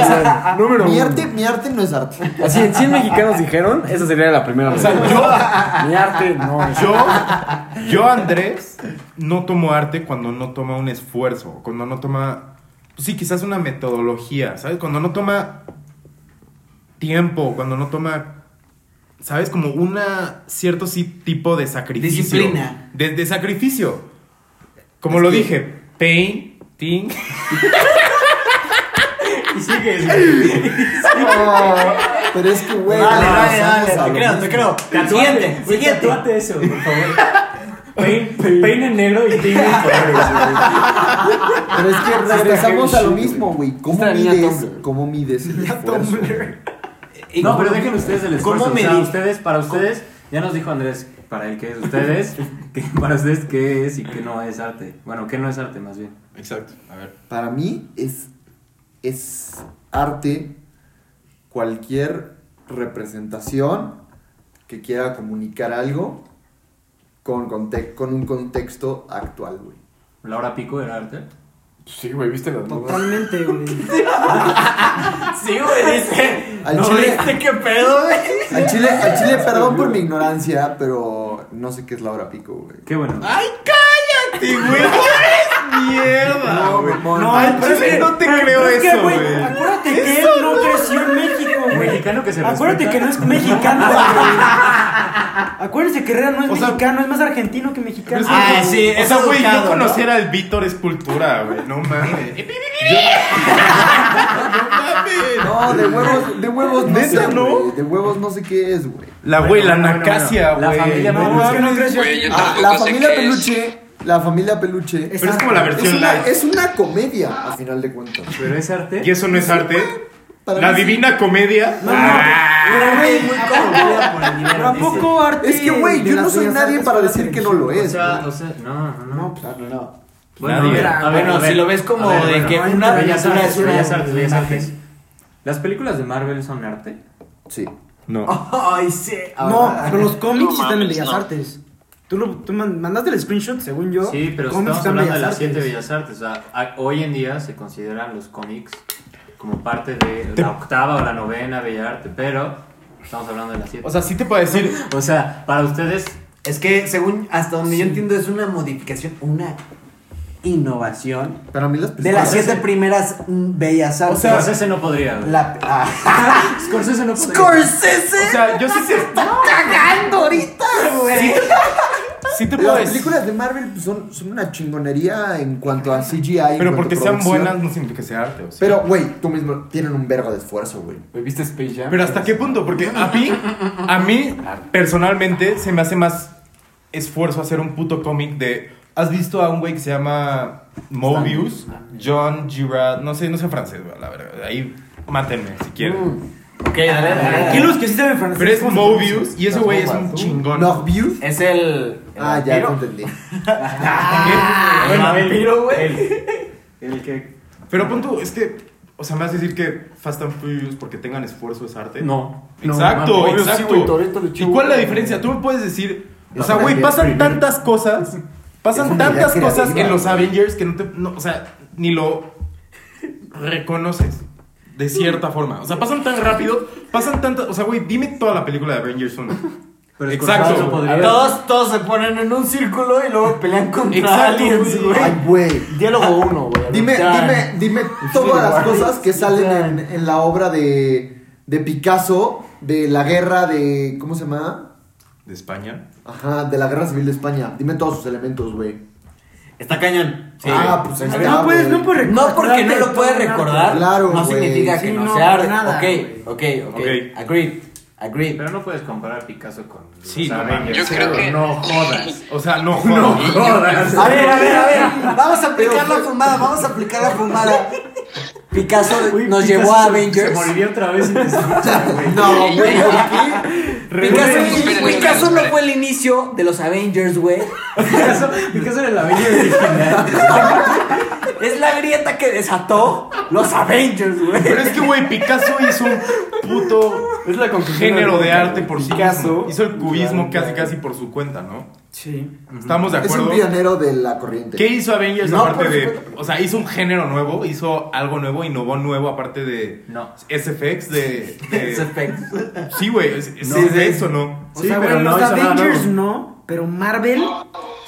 Speaker 8: Número
Speaker 5: Mi
Speaker 8: uno.
Speaker 5: arte, mi arte no es arte.
Speaker 8: Así en 100 mexicanos dijeron, esa sería la primera. O sea, yo. Mi arte no es.
Speaker 2: Yo, yo, Andrés, no tomo arte cuando no toma un esfuerzo, cuando no toma, pues sí, quizás una metodología, ¿sabes? Cuando no toma tiempo, cuando no toma, ¿sabes? Como una cierto sí, tipo de sacrificio.
Speaker 4: Disciplina.
Speaker 2: De, de sacrificio. Como lo dije, painting.
Speaker 1: Y sigue.
Speaker 5: pero es que, güey.
Speaker 4: Dale,
Speaker 5: no,
Speaker 4: dale,
Speaker 5: estamos
Speaker 4: dale.
Speaker 5: a
Speaker 4: Te
Speaker 5: lo
Speaker 4: creo, te
Speaker 5: mismo.
Speaker 4: creo. Siguiente, siguiente.
Speaker 1: Tatuate eso, por favor. Pein, pein en negro y tigre en colores, güey.
Speaker 5: Pero es que regresamos a lo mismo, güey. ¿Cómo
Speaker 8: Esta niña
Speaker 5: mides?
Speaker 8: Tumblr.
Speaker 5: ¿Cómo mides el esfuerzo?
Speaker 1: No, pero dejen ustedes el esfuerzo.
Speaker 4: ¿Cómo
Speaker 1: o sea,
Speaker 4: medir?
Speaker 1: ustedes, para ustedes, ya nos dijo Andrés, para él qué es ustedes, que para ustedes qué es y qué no es arte. Bueno, qué no es arte más bien.
Speaker 2: Exacto, a ver.
Speaker 5: Para mí es, es arte cualquier representación que quiera comunicar algo con, conte- con un contexto actual, güey.
Speaker 1: La hora pico era arte.
Speaker 8: Sí, güey, viste las nubes.
Speaker 7: Totalmente, güey.
Speaker 4: Ah, Sí, güey, dice.
Speaker 5: Al
Speaker 4: ¿No
Speaker 5: chile-
Speaker 4: viste qué pedo, güey?
Speaker 5: Al chile, al chile perdón por mi ignorancia, pero no sé qué es la hora pico, güey.
Speaker 1: Qué bueno.
Speaker 2: ¡Ay, cállate, güey! ¡Mierda!
Speaker 5: No,
Speaker 2: güey.
Speaker 5: mamón.
Speaker 2: No, al chile no te creo
Speaker 7: Es que,
Speaker 2: eso,
Speaker 7: güey,
Speaker 2: güey.
Speaker 7: acuérdate que él no creció en México,
Speaker 1: El
Speaker 7: güey.
Speaker 1: mexicano que se
Speaker 7: Acuérdate
Speaker 1: respeta.
Speaker 7: que no es mexicano, güey. Acuérdense que Herrera no es mexicano, es más argentino que mexicano.
Speaker 4: Ah,
Speaker 7: güey.
Speaker 4: sí,
Speaker 2: O
Speaker 4: es
Speaker 2: sea, güey,
Speaker 4: educado,
Speaker 2: yo
Speaker 4: ¿no?
Speaker 2: conociera al Víctor es cultura, güey. No mames.
Speaker 5: No, de huevos, de huevos no
Speaker 2: ¿Neta,
Speaker 5: sé,
Speaker 2: no?
Speaker 5: güey. De huevos no sé qué es, güey.
Speaker 2: La
Speaker 1: Bueno,
Speaker 2: güey, la
Speaker 1: bueno, bueno,
Speaker 2: nacacia,
Speaker 1: bueno. La
Speaker 2: güey.
Speaker 1: familia
Speaker 2: No
Speaker 1: Peluche.
Speaker 7: Es que
Speaker 2: mames.
Speaker 7: no creció.
Speaker 5: Ah, la familia peluche, la familia peluche.
Speaker 2: Pero es como la
Speaker 5: Es
Speaker 2: versión
Speaker 5: una,
Speaker 2: live.
Speaker 5: es una comedia, a final de cuentas.
Speaker 1: Pero es arte.
Speaker 2: Y eso no es arte.
Speaker 7: Para
Speaker 2: La
Speaker 7: mí sí.
Speaker 2: divina comedia. Ah,
Speaker 7: No,
Speaker 4: Era
Speaker 7: güey,
Speaker 4: muy
Speaker 1: Ah.
Speaker 4: conmovida por el dinero.
Speaker 7: ¿A
Speaker 4: dice.
Speaker 7: poco arte?
Speaker 5: Ah, Es que, güey,
Speaker 7: de
Speaker 5: yo no
Speaker 7: las
Speaker 5: soy
Speaker 7: bellas
Speaker 5: nadie
Speaker 7: artes
Speaker 5: para
Speaker 7: la
Speaker 5: decir que no lo
Speaker 7: televisión?
Speaker 1: O
Speaker 5: es.
Speaker 1: sea,
Speaker 5: güey.
Speaker 1: o sea, no, no, no.
Speaker 4: No, claro, no.
Speaker 1: Bueno,
Speaker 2: Nadie.
Speaker 1: a ver,
Speaker 4: Bueno,
Speaker 1: a ver.
Speaker 4: si lo ves como
Speaker 1: A ver,
Speaker 4: de
Speaker 1: bueno,
Speaker 4: que
Speaker 1: bueno,
Speaker 4: una
Speaker 1: bellas
Speaker 4: pintura
Speaker 1: artes,
Speaker 4: es una
Speaker 1: bellas artes, bellas
Speaker 4: imagen.
Speaker 1: artes. ¿Las películas de Marvel son arte?
Speaker 5: Sí.
Speaker 2: No.
Speaker 4: Ay, sí.
Speaker 5: ah,
Speaker 7: No,
Speaker 4: ahora.
Speaker 7: pero los cómics
Speaker 6: No
Speaker 7: sí están en
Speaker 6: mames,
Speaker 7: Bellas
Speaker 6: no.
Speaker 7: Artes. Tú, lo, tú man- mandaste el screenshot, según yo.
Speaker 1: Sí, pero estamos
Speaker 7: cómics están
Speaker 1: hablando de
Speaker 7: Bellas
Speaker 1: las siete
Speaker 7: Artes.
Speaker 1: bellas artes. O sea, a- hoy en día se consideran los cómics como parte de
Speaker 2: Te-
Speaker 1: la octava o la novena bella arte, pero estamos hablando de las siete.
Speaker 2: O sea, sí te puedo decir.
Speaker 1: O sea, para ustedes,
Speaker 4: Es que según hasta donde yo entiendo es una modificación, una innovación
Speaker 5: Para mí las
Speaker 4: de las
Speaker 5: películas.
Speaker 4: siete primeras mm, bellas
Speaker 2: O
Speaker 4: artes.
Speaker 2: sea,
Speaker 1: Scorsese no podría. güey.
Speaker 4: la ah,
Speaker 1: Scorsese no podría.
Speaker 4: Scorsese
Speaker 2: O sea, yo sí, se-
Speaker 4: cagando ahorita, güey.
Speaker 2: sí te puedo
Speaker 5: Las
Speaker 2: decir.
Speaker 5: películas de Marvel pues, son, son una chingonería en cuanto a CGI. en
Speaker 2: Pero
Speaker 5: cuanto
Speaker 2: porque
Speaker 5: a
Speaker 2: sean
Speaker 5: producción.
Speaker 2: buenas no significa que sea arte. O sea.
Speaker 5: Pero, güey, tú mismo tienen un vergo de esfuerzo, güey.
Speaker 8: Güey, ¿Viste Space Jam?
Speaker 2: Pero hasta qué punto? Porque a mí, a mí personalmente se me hace más esfuerzo hacer un puto cómic de. ¿Has visto a un güey que se llama Mobius? John Girard. No sé, no sé francés, güey, la verdad. Ahí mátenme si
Speaker 5: Uh,
Speaker 2: quieren.
Speaker 5: Mm.
Speaker 8: Ok, dale,
Speaker 4: Ah,
Speaker 8: dale.
Speaker 7: Aquí los que sí saben francés.
Speaker 2: Pero es
Speaker 7: ¿cómo se
Speaker 2: Mobius y ese güey es un
Speaker 8: bombas.
Speaker 2: chingón.
Speaker 5: No, View.
Speaker 8: Es el. el
Speaker 5: Ah, ya te
Speaker 8: vampiro.
Speaker 5: entendí.
Speaker 2: Ah,
Speaker 8: El
Speaker 2: bueno,
Speaker 8: vampiro, güey.
Speaker 1: El que.
Speaker 2: Pero punto, es que. O sea, me vas a decir que Fast and Furious porque tengan esfuerzo es arte.
Speaker 1: No.
Speaker 2: Exacto,
Speaker 1: No,
Speaker 8: sí,
Speaker 2: exacto.
Speaker 8: güey, Toretto lo
Speaker 2: ¿Y
Speaker 8: echó,
Speaker 2: cuál es la
Speaker 8: güey.
Speaker 2: diferencia? Tú me puedes decir, o sea,
Speaker 5: No,
Speaker 2: güey,
Speaker 5: también,
Speaker 2: pasan
Speaker 5: primero.
Speaker 2: tantas cosas,
Speaker 5: Es
Speaker 2: pasan
Speaker 5: una idea
Speaker 2: tantas cosas
Speaker 5: creativa,
Speaker 2: en los
Speaker 5: güey.
Speaker 2: Avengers que no te, no, o sea, ni lo reconoces de cierta forma. O sea, pasan tan rápido, pasan tantas, o sea, güey, dime toda la película de Avengers 1.
Speaker 1: Pero
Speaker 2: Exacto.
Speaker 1: Scorsese no podría.
Speaker 4: Todos, todos se ponen en un círculo y luego pelean contra
Speaker 2: Exacto,
Speaker 4: aliens,
Speaker 2: güey.
Speaker 4: güey. Ah,
Speaker 5: Ay, güey.
Speaker 8: Diálogo 1, güey.
Speaker 5: Dime,
Speaker 4: Ya.
Speaker 5: dime, dime todas las
Speaker 4: Guardias.
Speaker 5: cosas que salen en, en la obra de, de Picasso, de la guerra de. ¿Cómo se llama?
Speaker 2: De España.
Speaker 5: Ajá, de la guerra civil de España. Dime todos sus elementos, güey.
Speaker 4: Está cañón.
Speaker 5: ah, pues ahí
Speaker 7: A
Speaker 5: está.
Speaker 7: ver, no puedes,
Speaker 5: güey.
Speaker 7: no puedes
Speaker 4: No porque no lo puedes
Speaker 7: Claro,
Speaker 4: recordar,
Speaker 5: claro,
Speaker 4: no
Speaker 5: güey.
Speaker 4: significa que
Speaker 7: Sí,
Speaker 4: no,
Speaker 7: no,
Speaker 4: sea arte.
Speaker 7: para nada,
Speaker 4: ok, ok, ok,
Speaker 2: Ok.
Speaker 4: Agreed, agreed.
Speaker 1: Pero no puedes comparar Picasso con. los
Speaker 2: Sí, no
Speaker 1: Avengers.
Speaker 2: mames.
Speaker 6: Yo creo que-
Speaker 1: No jodas.
Speaker 2: O sea, no jodas.
Speaker 4: A ver, a ver, a ver. Vamos a aplicar la fumada, vamos a aplicar la fumada. Picasso nos llevó a
Speaker 1: Se
Speaker 4: Avengers.
Speaker 1: moriría otra vez y te
Speaker 5: No, güey.
Speaker 4: Picasso,
Speaker 6: Esperen, esperen,
Speaker 4: Picasso no
Speaker 6: esperen.
Speaker 4: fue el inicio de los Avengers, güey.
Speaker 1: Picasso, Picasso era el Avenger original.
Speaker 4: Es la grieta que desató los Avengers, güey.
Speaker 2: Pero es que, güey, Picaso hizo un puto
Speaker 8: Es la conclusión.
Speaker 2: género de
Speaker 8: lógica,
Speaker 2: arte
Speaker 8: güey.
Speaker 2: por sí
Speaker 8: Picasso.
Speaker 2: mismo. Hizo el cubismo
Speaker 8: Claro,
Speaker 2: casi
Speaker 8: claro.
Speaker 2: casi por su cuenta, ¿no?
Speaker 7: Sí.
Speaker 2: Estamos de
Speaker 5: Es
Speaker 2: acuerdo.
Speaker 5: un pionero de la corriente.
Speaker 2: ¿Qué hizo Avengers
Speaker 5: No,
Speaker 2: aparte
Speaker 5: por
Speaker 2: de.?
Speaker 5: supuesto.
Speaker 2: O sea, hizo un género nuevo, hizo algo nuevo, innovó nuevo, aparte de.
Speaker 1: No.
Speaker 2: SFX de. de-
Speaker 4: Perfecto.
Speaker 2: sí, güey, ¿es, es
Speaker 1: No.
Speaker 2: SFX o no?
Speaker 7: O
Speaker 1: Sí,
Speaker 7: sea,
Speaker 1: pero
Speaker 7: güey,
Speaker 1: no
Speaker 7: los
Speaker 1: hizo nada
Speaker 7: Avengers
Speaker 1: nuevo.
Speaker 7: no, pero Marvel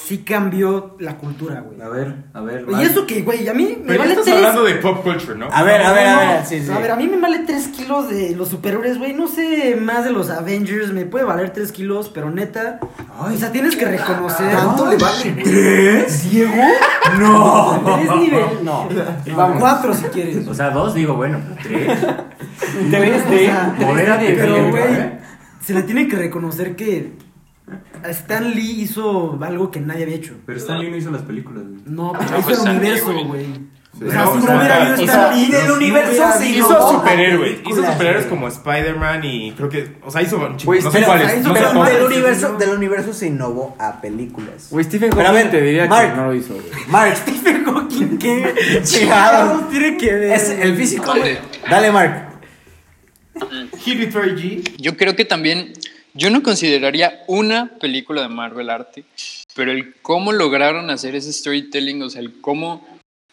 Speaker 7: sí cambió la cultura, güey.
Speaker 1: A ver, a ver.
Speaker 7: Y eso que, güey, a mí me
Speaker 2: Pero ya
Speaker 7: vale
Speaker 2: estás
Speaker 7: tres...
Speaker 2: hablando de pop culture, ¿no?
Speaker 5: Ah,
Speaker 4: A ver, a ver,
Speaker 1: Ah,
Speaker 4: a ver. Sí, sí.
Speaker 7: A ver, a mí me vale 3 kilos de los superhéroes, güey. No sé más de los Avengers, me puede valer 3 kilos, pero neta. o sea, tienes que reconocer.
Speaker 5: Tanto le vale.
Speaker 7: ¿Diego? No. ¿Tres nivel? No. Vamos. Cuatro si quieres.
Speaker 1: O sea, dos, digo, bueno, pero tres.
Speaker 7: Tres de.
Speaker 1: Modérate,
Speaker 7: Pero,
Speaker 1: bien,
Speaker 7: güey,
Speaker 1: ¿eh?
Speaker 7: se le tiene que reconocer que Stan Lee hizo algo que nadie había hecho.
Speaker 1: Pero Stan Lee no hizo las películas. güey.
Speaker 7: No, pero
Speaker 6: No, pues,
Speaker 7: hizo el
Speaker 6: Stan Lee,
Speaker 7: universo,
Speaker 6: güey.
Speaker 7: güey.
Speaker 2: Sí.
Speaker 7: O sea, si
Speaker 2: O
Speaker 7: no
Speaker 2: sea,
Speaker 7: hubiera habido
Speaker 4: hizo-
Speaker 7: Stan Lee,
Speaker 4: y del
Speaker 7: no
Speaker 4: universo
Speaker 7: hubiera
Speaker 4: se
Speaker 7: habido-
Speaker 2: Hizo
Speaker 4: No,
Speaker 2: superhéroes, hizo
Speaker 7: películas,
Speaker 2: superhéroes
Speaker 7: güey.
Speaker 2: como Spider-Man y creo que. O sea, hizo un chingo,
Speaker 8: Güey,
Speaker 2: no sé
Speaker 4: Pero,
Speaker 2: cuáles. No sé
Speaker 4: pero
Speaker 2: cuáles.
Speaker 4: del, universo, del universo se innovó a películas.
Speaker 8: Güey, Stephen
Speaker 4: Pero a
Speaker 8: Hawking
Speaker 4: ver,
Speaker 8: te diría
Speaker 4: Mark.
Speaker 8: que no lo hizo, güey.
Speaker 4: Mark Stephen Hawking, qué
Speaker 7: Chingados,
Speaker 4: chingados.
Speaker 7: tiene que ver.
Speaker 4: Es el físico.
Speaker 6: Vale.
Speaker 4: Dale, Mark.
Speaker 2: Hit it, Fergie G.
Speaker 6: Yo creo que también, yo no consideraría una película de Marvel arte, pero el cómo lograron hacer ese storytelling, o sea, el cómo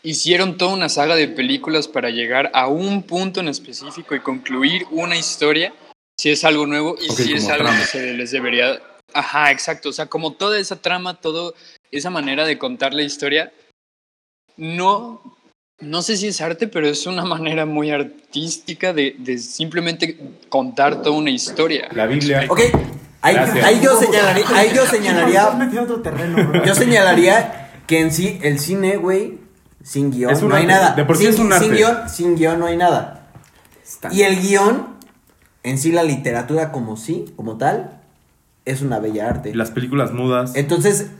Speaker 6: hicieron toda una saga de películas para llegar a un punto en específico y concluir una historia, si es algo nuevo y
Speaker 2: Ok,
Speaker 6: si es
Speaker 2: como
Speaker 6: algo
Speaker 2: trama.
Speaker 6: que se les debería... Ajá, exacto, o sea, como toda esa trama, toda esa manera de contar la historia, no no sé si es arte, pero es una manera muy artística de, de simplemente contar toda una historia.
Speaker 2: La Biblia.
Speaker 4: Ok, ahí,
Speaker 2: Gracias.
Speaker 4: ahí yo señalaría, ahí yo
Speaker 7: Estás
Speaker 4: señalaría,
Speaker 7: metiendo otro terreno, bro.
Speaker 4: yo señalaría que en sí el cine, güey, sin guión
Speaker 2: Es un
Speaker 4: no hay
Speaker 2: arte,
Speaker 4: nada.
Speaker 2: de por sí
Speaker 4: sin,
Speaker 2: es un arte.
Speaker 4: Sin guión, sin guión no hay nada. Y el guión, en sí la literatura como sí, como tal, es una bella arte.
Speaker 2: Las películas mudas.
Speaker 4: Entonces,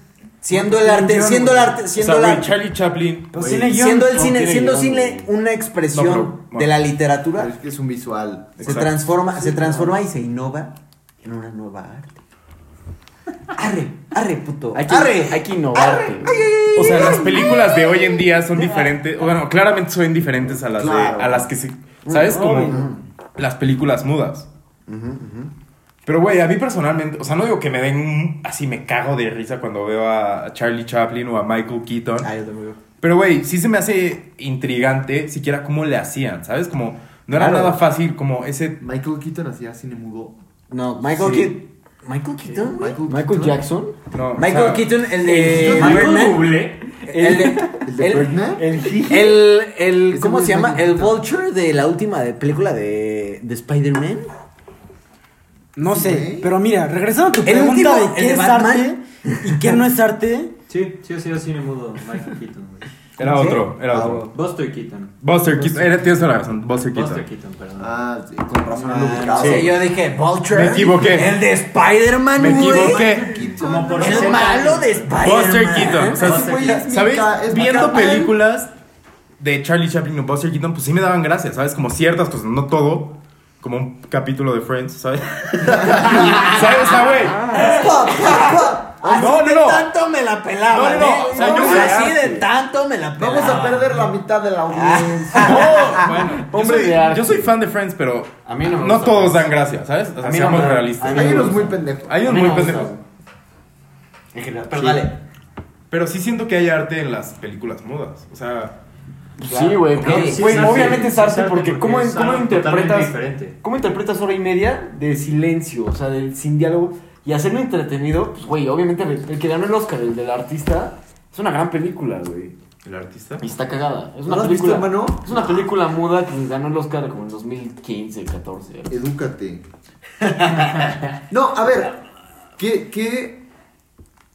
Speaker 4: Siendo el arte,
Speaker 7: Guión,
Speaker 4: siendo el
Speaker 7: güey.
Speaker 4: arte,
Speaker 2: O sea,
Speaker 4: siendo el
Speaker 2: güey,
Speaker 4: arte.
Speaker 2: Charlie Chaplin.
Speaker 7: Pues
Speaker 2: güey,
Speaker 7: sí le guión.
Speaker 4: Siendo el
Speaker 2: no
Speaker 4: cine,
Speaker 2: tiene
Speaker 4: siendo
Speaker 2: guión,
Speaker 4: cine
Speaker 2: güey.
Speaker 4: una
Speaker 2: No,
Speaker 4: expresión
Speaker 2: pero, bueno.
Speaker 4: de la
Speaker 5: Pero
Speaker 4: literatura,
Speaker 5: es que es un visual.
Speaker 4: se
Speaker 2: Exacto.
Speaker 4: transforma, se transforma y se innova en una nueva arte. Arre, arre, puto.
Speaker 8: Hay que,
Speaker 4: arre.
Speaker 8: hay que innovarte. güey.
Speaker 2: O sea, las películas de hoy en día son diferentes. Bueno, claramente son diferentes a las, de-
Speaker 4: Claro.
Speaker 2: a las que se. ¿Sabes? Como las películas mudas. Pero, güey, a mí personalmente. O sea, no digo que me den. un- Así me cago de risa cuando veo a Charlie Chaplin o a Michael Keaton.
Speaker 4: Ah, yo también.
Speaker 2: Pero, güey, sí se me hace intrigante siquiera cómo le hacían, ¿sabes? Como. No era
Speaker 4: Claro.
Speaker 2: nada fácil, como ese.
Speaker 5: Michael Keaton hacía cine mudo.
Speaker 4: No, Michael
Speaker 2: Sí.
Speaker 4: Keaton. Michael Keaton, güey.
Speaker 8: Michael Jackson.
Speaker 2: no, o
Speaker 4: Michael
Speaker 2: sea,
Speaker 4: Keaton, el
Speaker 8: Eh,
Speaker 4: de
Speaker 2: Michael
Speaker 4: Birdman.
Speaker 2: Bublé.
Speaker 4: El de.
Speaker 5: ¿El de
Speaker 4: el-
Speaker 5: Birdman?
Speaker 4: El, el
Speaker 5: Ese
Speaker 4: ¿cómo
Speaker 5: güey
Speaker 4: se
Speaker 5: es
Speaker 4: llama?
Speaker 5: Michael
Speaker 4: El
Speaker 5: Keaton.
Speaker 4: Vulture de la última de- película de, de Spider-Man.
Speaker 7: No sé,
Speaker 5: güey.
Speaker 7: pero mira, regresando a tu
Speaker 4: El
Speaker 7: pregunta
Speaker 4: último,
Speaker 7: de
Speaker 4: el de
Speaker 7: qué es
Speaker 4: Batman.
Speaker 7: arte y qué no es arte,
Speaker 1: Sí, sí, sí, cine mudo, Michael Keaton, güey.
Speaker 2: Era
Speaker 4: ¿Sí?
Speaker 2: otro, era
Speaker 4: Ah,
Speaker 2: otro.
Speaker 4: bueno.
Speaker 1: Buster Keaton.
Speaker 2: Buster Keaton, era, tienes toda la razón, Buster Keaton.
Speaker 1: Buster Keaton, perdón.
Speaker 5: Ah, sí, con razón
Speaker 4: Ah,
Speaker 5: lo buscaba.
Speaker 4: sí, yo dije Vulture.
Speaker 2: Me equivoqué.
Speaker 4: El de Spider-Man,
Speaker 2: Me
Speaker 4: güey.
Speaker 2: equivoqué.
Speaker 1: Como por
Speaker 4: El
Speaker 1: 60
Speaker 4: malo
Speaker 1: años.
Speaker 4: de Spider-Man.
Speaker 2: Buster Keaton. O sea,
Speaker 5: Ese güey es mi
Speaker 2: ¿Sabes?
Speaker 5: ca- es mi
Speaker 2: Viendo
Speaker 5: Batman.
Speaker 2: películas de Charlie Chaplin o Buster Keaton, pues sí me daban gracias, ¿sabes? Como ciertas cosas, no todo. Como un capítulo de Friends, ¿sabes? ¿Sabes? O sea, güey.
Speaker 4: Pa, pa, pa. Así
Speaker 2: No, no,
Speaker 4: de
Speaker 2: no.
Speaker 4: tanto me la pelaba,
Speaker 2: No, no, no.
Speaker 4: ¿eh?
Speaker 2: O sea, yo soy
Speaker 4: así
Speaker 2: arte.
Speaker 4: de tanto me la pelaba.
Speaker 5: Vamos a perder la mitad de la
Speaker 2: Ah,
Speaker 5: audiencia.
Speaker 2: No, bueno,
Speaker 8: Hombre
Speaker 2: yo soy,
Speaker 8: de arte.
Speaker 2: yo soy fan de Friends, pero
Speaker 8: A mí no me
Speaker 2: no
Speaker 8: gusta
Speaker 2: todos
Speaker 8: Friends.
Speaker 2: dan gracias, ¿sabes? O sea,
Speaker 8: A mí no
Speaker 2: seamos
Speaker 8: me- a
Speaker 2: realistas.
Speaker 8: mí-
Speaker 5: Hay unos muy pendejos.
Speaker 2: Hay
Speaker 8: A
Speaker 2: unos
Speaker 8: mí
Speaker 2: muy
Speaker 8: no me gusta.
Speaker 2: pendejos.
Speaker 8: En general,
Speaker 4: Pero
Speaker 8: sí.
Speaker 4: dale.
Speaker 2: Pero sí siento que hay arte en las películas mudas. O sea,
Speaker 8: Sí, güey.
Speaker 1: No,
Speaker 8: pero-
Speaker 1: sí,
Speaker 8: güey,
Speaker 1: es arte,
Speaker 8: obviamente es
Speaker 1: sí,
Speaker 8: arte porque ¿cómo,
Speaker 1: es
Speaker 8: cómo
Speaker 1: algo
Speaker 8: interpretas,
Speaker 1: totalmente diferente.
Speaker 8: ¿cómo interpretas hora y media de silencio? O sea, del sin diálogo. Y hacerlo entretenido, pues, güey, obviamente el, el que ganó el Oscar, el del artista, es una gran película, güey.
Speaker 2: el artista.
Speaker 8: Y está cagada.
Speaker 5: ¿No
Speaker 8: Es una
Speaker 5: la has visto,
Speaker 8: película,
Speaker 5: hermano?
Speaker 8: Es una película muda que ganó el Oscar como en 2015, 14.
Speaker 5: Edúcate. No, a ver, ¿qué, qué,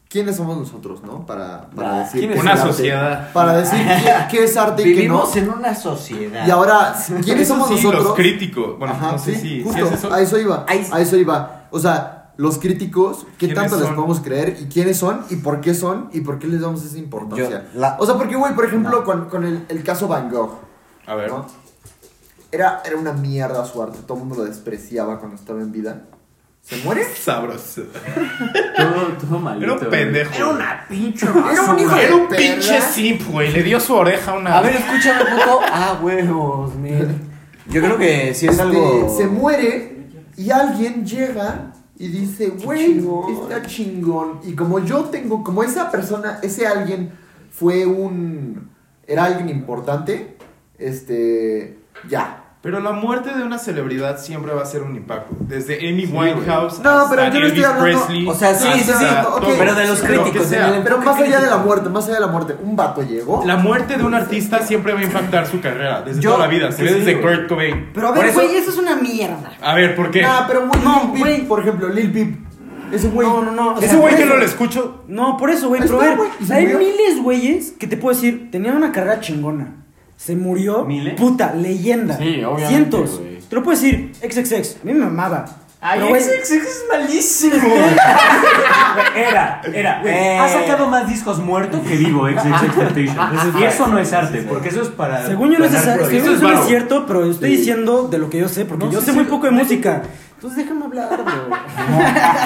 Speaker 5: quiénes somos nosotros, no? Para, para
Speaker 8: Ah,
Speaker 5: decir
Speaker 8: ¿quién
Speaker 5: qué
Speaker 8: es
Speaker 2: Una
Speaker 5: arte.
Speaker 2: sociedad. Ah.
Speaker 5: Para decir qué, qué es arte y qué no.
Speaker 4: Vivimos en una sociedad.
Speaker 5: Y ahora, ¿quiénes
Speaker 2: Eso
Speaker 5: somos
Speaker 2: sí,
Speaker 5: nosotros?
Speaker 2: los críticos. Bueno,
Speaker 5: Ajá,
Speaker 2: no sé
Speaker 5: sí,
Speaker 2: si, si
Speaker 5: justo,
Speaker 2: es eso.
Speaker 5: a eso iba,
Speaker 4: Ahí-
Speaker 5: a eso iba. O sea, los críticos, ¿qué
Speaker 2: ¿Quiénes
Speaker 5: tanto les
Speaker 2: son?
Speaker 5: podemos creer? ¿Y quiénes son? ¿Y por qué son? ¿Y por qué les damos esa importancia?
Speaker 4: Yo- la-
Speaker 5: O sea, porque, güey, por ejemplo, con, con el, el caso Van Gogh,
Speaker 2: A ver.
Speaker 5: ¿no? Era, era una mierda su arte, todo el mundo lo despreciaba cuando estaba en vida. ¿Se muere?
Speaker 2: Sabroso.
Speaker 1: Todo, todo malito.
Speaker 2: Era un
Speaker 1: güey.
Speaker 2: pendejo. Era,
Speaker 5: Era un hijo de
Speaker 2: un
Speaker 5: perra.
Speaker 2: pinche simp, güey. Le dio su oreja a una.
Speaker 8: A ver, escúchame, puto. Ah, huevos, men.
Speaker 4: Yo creo que sí es
Speaker 5: Este,
Speaker 4: algo.
Speaker 5: Se muere y alguien llega y dice, güey,
Speaker 8: chingón".
Speaker 5: está chingón. Y como yo tengo, como esa persona, ese alguien fue un, era alguien importante, este, ya.
Speaker 2: Pero la muerte de una celebridad siempre va a ser un impacto. Desde Amy Winehouse.
Speaker 5: No, pero
Speaker 2: hasta
Speaker 5: yo no
Speaker 2: Elvis
Speaker 5: estoy hablando-
Speaker 2: Presley,
Speaker 4: o sea, sí,
Speaker 2: hasta
Speaker 4: sí, sí,
Speaker 5: ok,
Speaker 2: todo.
Speaker 4: pero de los
Speaker 2: Lo que
Speaker 4: críticos,
Speaker 2: sea.
Speaker 4: en el-
Speaker 5: Pero más allá de la muerte, más allá de la muerte, un vato llegó.
Speaker 2: La muerte de un artista siempre va a impactar su carrera. Desde
Speaker 4: Yo-
Speaker 2: toda la vida. Se ve
Speaker 8: sí,
Speaker 2: desde
Speaker 8: güey.
Speaker 2: Kurt Cobain.
Speaker 7: pero a
Speaker 4: Por
Speaker 7: ver,
Speaker 4: eso-
Speaker 7: güey, eso es una mierda.
Speaker 2: A ver, ¿por qué?
Speaker 5: Ah, pero güey,
Speaker 7: No,
Speaker 5: Lil Peep,
Speaker 7: güey.
Speaker 5: por ejemplo, Lil Peep, ese güey.
Speaker 7: No, no, no, o
Speaker 2: Ese
Speaker 7: sea, pues,
Speaker 2: güey
Speaker 7: por
Speaker 2: que
Speaker 7: eso-
Speaker 2: no lo escucho.
Speaker 7: No, por eso, güey,
Speaker 5: Ahí
Speaker 7: pero a
Speaker 5: está,
Speaker 7: ver,
Speaker 5: güey, y se
Speaker 7: hay
Speaker 5: murió.
Speaker 7: miles, güeyes, que te puedo decir, tenían una carrera chingona. Se murió,
Speaker 8: ¿Miles?
Speaker 7: puta, leyenda.
Speaker 8: Sí, obviamente,
Speaker 7: Cientos.
Speaker 8: güey.
Speaker 7: Te lo puedo decir, XXX, a mí me mamaba.
Speaker 6: Ay,
Speaker 7: Pero, güey,
Speaker 6: ese, ese es malísimo.
Speaker 4: Era, era.
Speaker 8: Eh.
Speaker 6: Ha sacado más discos muerto que vivo, XXXTentacion. Y eso no es arte, porque eso es para.
Speaker 7: Según yo no es,
Speaker 6: ganar
Speaker 7: esa-
Speaker 6: provecho.
Speaker 7: según
Speaker 2: es
Speaker 7: yo no es
Speaker 2: varo.
Speaker 7: cierto, pero estoy diciendo de lo que yo sé, porque yo sé muy poco de música. Entonces déjame hablar, güey.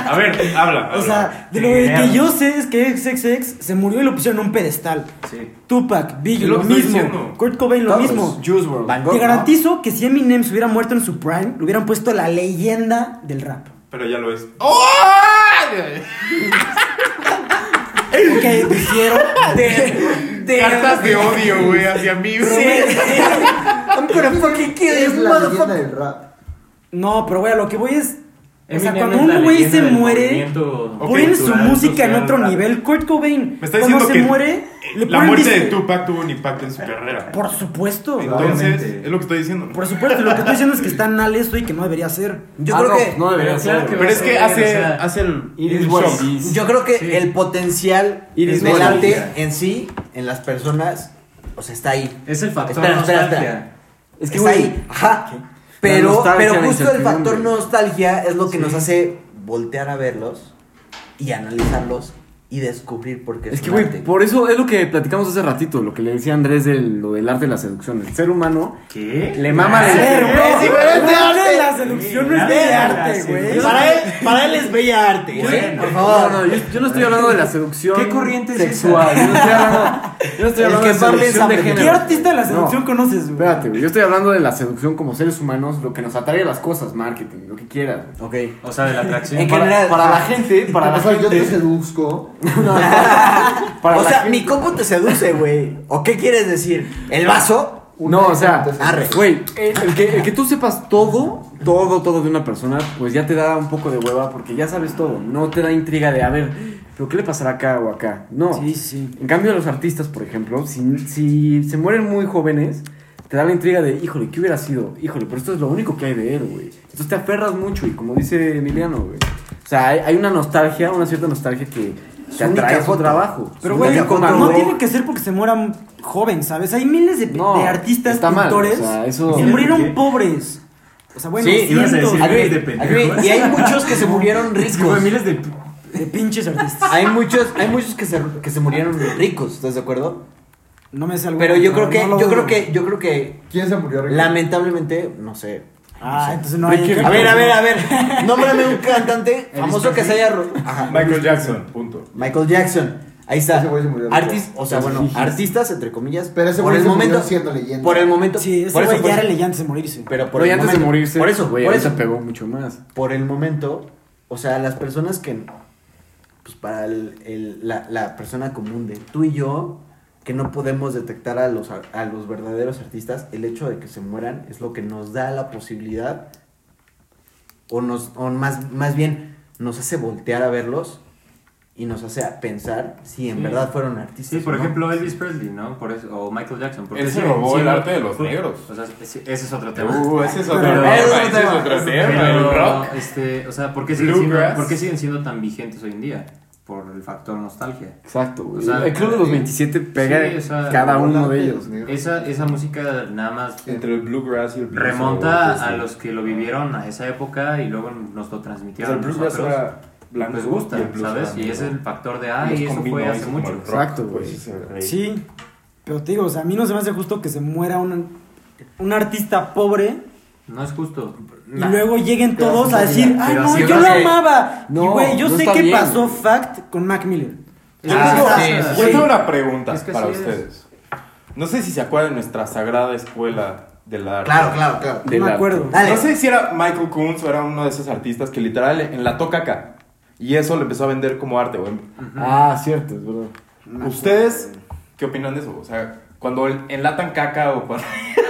Speaker 2: A ver, habla.
Speaker 7: O
Speaker 2: habla.
Speaker 7: sea, de lo que yo sé es que XXX se murió y lo pusieron en un pedestal.
Speaker 1: Sí.
Speaker 7: Tupac, Biggie,
Speaker 2: Es lo
Speaker 7: lo
Speaker 2: que estoy
Speaker 7: mismo.
Speaker 2: diciendo.
Speaker 7: Kurt Cobain, lo
Speaker 4: Todos.
Speaker 7: mismo.
Speaker 8: Juice WRLD.
Speaker 4: Van Gogh,
Speaker 7: Te
Speaker 4: ¿no?
Speaker 7: garantizo que si Eminem se hubiera muerto en su prime, le hubieran puesto la leyenda del rap.
Speaker 2: Pero ya lo es. ¡Oh!
Speaker 7: Ok, te hicieron.
Speaker 4: De, de,
Speaker 2: Cartas de odio, güey, hacia mí, bro.
Speaker 4: I'm gonna fucking kill
Speaker 5: Es
Speaker 4: you,
Speaker 5: la leyenda
Speaker 4: motherfucker.
Speaker 5: del rap.
Speaker 7: No, pero güey, a lo que voy es. O sea,
Speaker 1: Eminem
Speaker 7: cuando
Speaker 1: es la
Speaker 7: un güey
Speaker 1: leyenda
Speaker 7: se
Speaker 1: del
Speaker 7: muere,
Speaker 1: movimiento
Speaker 7: ponen su
Speaker 1: cultural,
Speaker 7: música en
Speaker 1: social,
Speaker 7: otro
Speaker 1: rap.
Speaker 7: nivel. Kurt Cobain,
Speaker 2: Me está
Speaker 7: cuando
Speaker 2: diciendo
Speaker 7: se
Speaker 2: que
Speaker 7: muere, le
Speaker 2: la
Speaker 7: ponen
Speaker 2: muerte
Speaker 7: disque-
Speaker 2: de Tupac tuvo un impacto en su carrera.
Speaker 7: Por supuesto.
Speaker 2: Entonces,
Speaker 1: Obviamente.
Speaker 2: es lo que estoy diciendo.
Speaker 7: Por supuesto, lo que estoy diciendo es que está mal esto y que no debería ser.
Speaker 4: Yo
Speaker 8: Ah,
Speaker 4: creo
Speaker 8: no,
Speaker 4: que.
Speaker 8: No debería
Speaker 1: Pero
Speaker 8: ser.
Speaker 1: claro que
Speaker 8: güey.
Speaker 2: Pero es que
Speaker 1: Pero,
Speaker 2: hace,
Speaker 1: o sea,
Speaker 2: hace el,
Speaker 8: It
Speaker 2: el
Speaker 8: is what
Speaker 2: shock.
Speaker 8: it is.
Speaker 4: Yo creo que
Speaker 1: Sí.
Speaker 4: el potencial
Speaker 8: Iris
Speaker 4: del
Speaker 8: Morgan.
Speaker 4: arte en sí, en las personas, o sea, está ahí.
Speaker 1: Es el factor
Speaker 4: Espera, espera,
Speaker 1: nostalgia.
Speaker 4: espera.
Speaker 8: Es que,
Speaker 4: está
Speaker 8: güey,
Speaker 4: ahí. Ajá.
Speaker 8: La
Speaker 4: Pero,
Speaker 8: nostalgia,
Speaker 4: pero
Speaker 8: la
Speaker 4: justo el factor
Speaker 8: incertidumbre.
Speaker 4: nostalgia es lo que nos hace voltear a verlos y analizarlos y descubrir por qué
Speaker 8: Es que,
Speaker 4: un
Speaker 8: güey,
Speaker 4: arte.
Speaker 8: por eso es lo que platicamos hace ratito, lo que le decía Andrés de lo del arte de la seducción. El ser humano
Speaker 1: ¿Qué?
Speaker 8: le mama la
Speaker 4: Es diferente
Speaker 7: No,
Speaker 4: arte.
Speaker 7: de la seducción no es
Speaker 1: Arte de
Speaker 7: de
Speaker 1: la
Speaker 7: arte, güey.
Speaker 1: seducción.
Speaker 4: Para él, para él es bella arte.
Speaker 1: Bueno.
Speaker 4: por
Speaker 8: No,
Speaker 4: favor.
Speaker 8: no, yo, yo no estoy hablando de la seducción
Speaker 4: ¿Qué corriente es
Speaker 8: sexual. yo no estoy hablando, yo no estoy
Speaker 4: El
Speaker 8: hablando
Speaker 4: que
Speaker 8: de
Speaker 4: parle
Speaker 8: seducción
Speaker 4: esa
Speaker 8: de género.
Speaker 7: ¿Qué artista de la seducción
Speaker 8: No,
Speaker 7: conoces, güey?
Speaker 8: espérate, güey, yo estoy hablando de la seducción como seres humanos, lo que nos atrae a las cosas, marketing, lo que quieras.
Speaker 4: Ok.
Speaker 1: O sea, de la
Speaker 4: En
Speaker 1: atracción.
Speaker 4: general.
Speaker 8: Para la gente, para
Speaker 5: o
Speaker 8: la
Speaker 5: sea, yo te
Speaker 8: gente,
Speaker 5: seduzco.
Speaker 8: para
Speaker 4: o
Speaker 8: la
Speaker 4: sea,
Speaker 8: gente-
Speaker 4: mi coco te seduce, güey. ¿O qué quieres decir? ¿El vaso?
Speaker 8: No, o sea,
Speaker 5: Entonces,
Speaker 4: Arre.
Speaker 8: güey,
Speaker 4: Eh,
Speaker 8: el, el que, el que tú sepas todo, todo, todo de una persona, pues ya te da un poco de hueva porque ya sabes todo. No te da intriga de, a ver, ¿pero qué le pasará acá o acá? No.
Speaker 7: Sí, sí.
Speaker 8: En cambio, los artistas, por ejemplo, si, si se mueren muy jóvenes, te da la intriga de, híjole, ¿qué hubiera sido? Híjole, pero esto es lo único que hay de él, güey. Entonces te aferras mucho y como dice Emiliano, güey. O sea, hay, hay una nostalgia, una cierta nostalgia que te
Speaker 4: Su única
Speaker 8: atrae a su
Speaker 4: foto.
Speaker 8: trabajo.
Speaker 7: Pero,
Speaker 8: Su
Speaker 7: güey,
Speaker 8: única
Speaker 7: no,
Speaker 8: foto, güey.
Speaker 7: tiene que ser porque se mueran joven, ¿sabes? Hay miles de,
Speaker 8: No,
Speaker 7: de artistas,
Speaker 8: está mal,
Speaker 7: pintores,
Speaker 8: o sea, eso-
Speaker 7: que
Speaker 1: ¿Qué?
Speaker 7: murieron pobres. O sea, bueno,
Speaker 4: Sí,
Speaker 1: ibas a
Speaker 7: cientos
Speaker 1: decir-
Speaker 4: Agree,
Speaker 1: miles de
Speaker 4: agree.
Speaker 1: pendejos.
Speaker 4: Y hay muchos que se murieron
Speaker 1: Es que, güey,
Speaker 4: ricos.
Speaker 1: miles de.
Speaker 7: de pinches artistas.
Speaker 4: Hay muchos, hay muchos que se, que se murieron ricos, ¿estás de acuerdo?
Speaker 7: No me sé algo.
Speaker 4: Pero yo
Speaker 7: no,
Speaker 4: creo que,
Speaker 7: no lo
Speaker 4: yo creo
Speaker 7: dudo.
Speaker 4: que, yo creo que,
Speaker 5: ¿Quién se murió? Ricky?
Speaker 4: lamentablemente, no sé.
Speaker 7: Ah, entonces no hay.
Speaker 4: A ver, a ver, a ver. Nómbrame un cantante famoso que se haya. ro- Ajá.
Speaker 2: Michael Jackson, punto.
Speaker 4: Michael Jackson. Ahí está.
Speaker 5: Ese güey se murió rico.
Speaker 4: Artis- o sea, bueno, artistas entre comillas.
Speaker 5: Pero ese
Speaker 4: por
Speaker 5: güey
Speaker 4: el
Speaker 5: se murió
Speaker 4: momento
Speaker 5: siendo leyenda.
Speaker 4: Por el momento.
Speaker 7: Sí,
Speaker 4: por
Speaker 7: ese
Speaker 4: eso,
Speaker 7: güey
Speaker 4: por
Speaker 7: ya era
Speaker 4: eso.
Speaker 7: leyenda antes de morirse.
Speaker 4: Pero por
Speaker 8: Güey,
Speaker 4: el
Speaker 8: antes
Speaker 4: momento-
Speaker 8: de morirse,
Speaker 4: Por eso,
Speaker 8: güey,
Speaker 4: por
Speaker 8: ahorita
Speaker 4: eso.
Speaker 8: pegó mucho más.
Speaker 4: Por el momento, o sea, las personas que. Pues para el- el- la, la persona común de tú y yo, que no podemos detectar a los, ar- a los verdaderos artistas, el hecho de que se mueran es lo que nos da la posibilidad, o, nos, o más, más bien nos hace voltear a verlos y nos hace a pensar si en
Speaker 1: Sí.
Speaker 4: verdad fueron artistas.
Speaker 1: Sí, por
Speaker 4: o no.
Speaker 1: ejemplo, Elvis Presley, ¿no? Por eso, o Michael Jackson. Porque
Speaker 10: Él se
Speaker 1: sí,
Speaker 10: robó
Speaker 1: sí,
Speaker 10: el
Speaker 1: ¿no?
Speaker 10: arte de los
Speaker 1: Fue-
Speaker 10: negros.
Speaker 1: O sea, ese ese es otro tema.
Speaker 10: Uh, ese es otro
Speaker 1: Pero-
Speaker 10: tema.
Speaker 1: Ese
Speaker 4: es
Speaker 10: Ese es
Speaker 4: otro
Speaker 10: otro tema. El
Speaker 1: Pero,
Speaker 10: rock.
Speaker 1: este, o sea, ¿por qué, siguen siendo,
Speaker 10: Bluegrass.
Speaker 1: por qué siguen siendo tan vigentes hoy en día? Por el factor nostalgia.
Speaker 8: Exacto, güey.
Speaker 1: O sea,
Speaker 8: el club de los
Speaker 1: eh,
Speaker 8: 27 pega
Speaker 1: sí, o
Speaker 5: Ah,
Speaker 1: sea,
Speaker 8: cada uno
Speaker 5: Volante,
Speaker 8: de ellos.
Speaker 5: los negros.
Speaker 1: Esa, esa música nada más
Speaker 2: Entre el bluegrass y el blues, o-
Speaker 1: remonta a
Speaker 2: pues, sí.
Speaker 1: los que lo vivieron a esa época y luego nos lo
Speaker 2: O sea,
Speaker 1: transmitieron
Speaker 2: Pues, el
Speaker 1: a
Speaker 2: bluegrass
Speaker 1: nosotros.
Speaker 2: era blanco.
Speaker 1: Les
Speaker 2: y
Speaker 1: gusta,
Speaker 2: el blues
Speaker 1: ¿sabes?
Speaker 2: era
Speaker 1: Y ese es
Speaker 2: negro.
Speaker 1: el factor de,
Speaker 2: Los
Speaker 1: ay, eso
Speaker 2: combinó,
Speaker 1: fue hace
Speaker 2: hizo como el
Speaker 1: mucho.
Speaker 2: rock,
Speaker 8: Exacto, güey.
Speaker 2: pues, ese rey.
Speaker 7: Sí, pero te digo, o sea, a mí no se me hace justo que se muera un, un artista pobre
Speaker 1: No es justo.
Speaker 7: y luego lleguen todos a decir, ay,
Speaker 1: Pero
Speaker 7: no,
Speaker 1: sí,
Speaker 7: yo
Speaker 1: no
Speaker 7: lo
Speaker 1: sé.
Speaker 7: amaba. Y,
Speaker 8: No,
Speaker 7: güey, yo
Speaker 8: no
Speaker 7: sé
Speaker 8: está
Speaker 7: que
Speaker 8: bien.
Speaker 7: pasó Fact con Mac Miller.
Speaker 10: Yo
Speaker 1: Ah,
Speaker 10: tengo,
Speaker 1: sí,
Speaker 10: yo
Speaker 1: sí.
Speaker 10: tengo una pregunta
Speaker 1: Es que
Speaker 10: para
Speaker 1: así es.
Speaker 10: ustedes. No sé si se acuerdan de nuestra sagrada escuela de la arte.
Speaker 4: Claro, claro, claro.
Speaker 7: No me acuerdo.
Speaker 4: Dale.
Speaker 10: No sé si era Michael Kunz o era uno de esos artistas que literal en la toca acá. Y eso lo empezó a vender como arte, güey.
Speaker 8: Ah, cierto, es verdad.
Speaker 10: ¿Ustedes qué opinan de eso? O sea, cuando el- enlatan caca o cuando...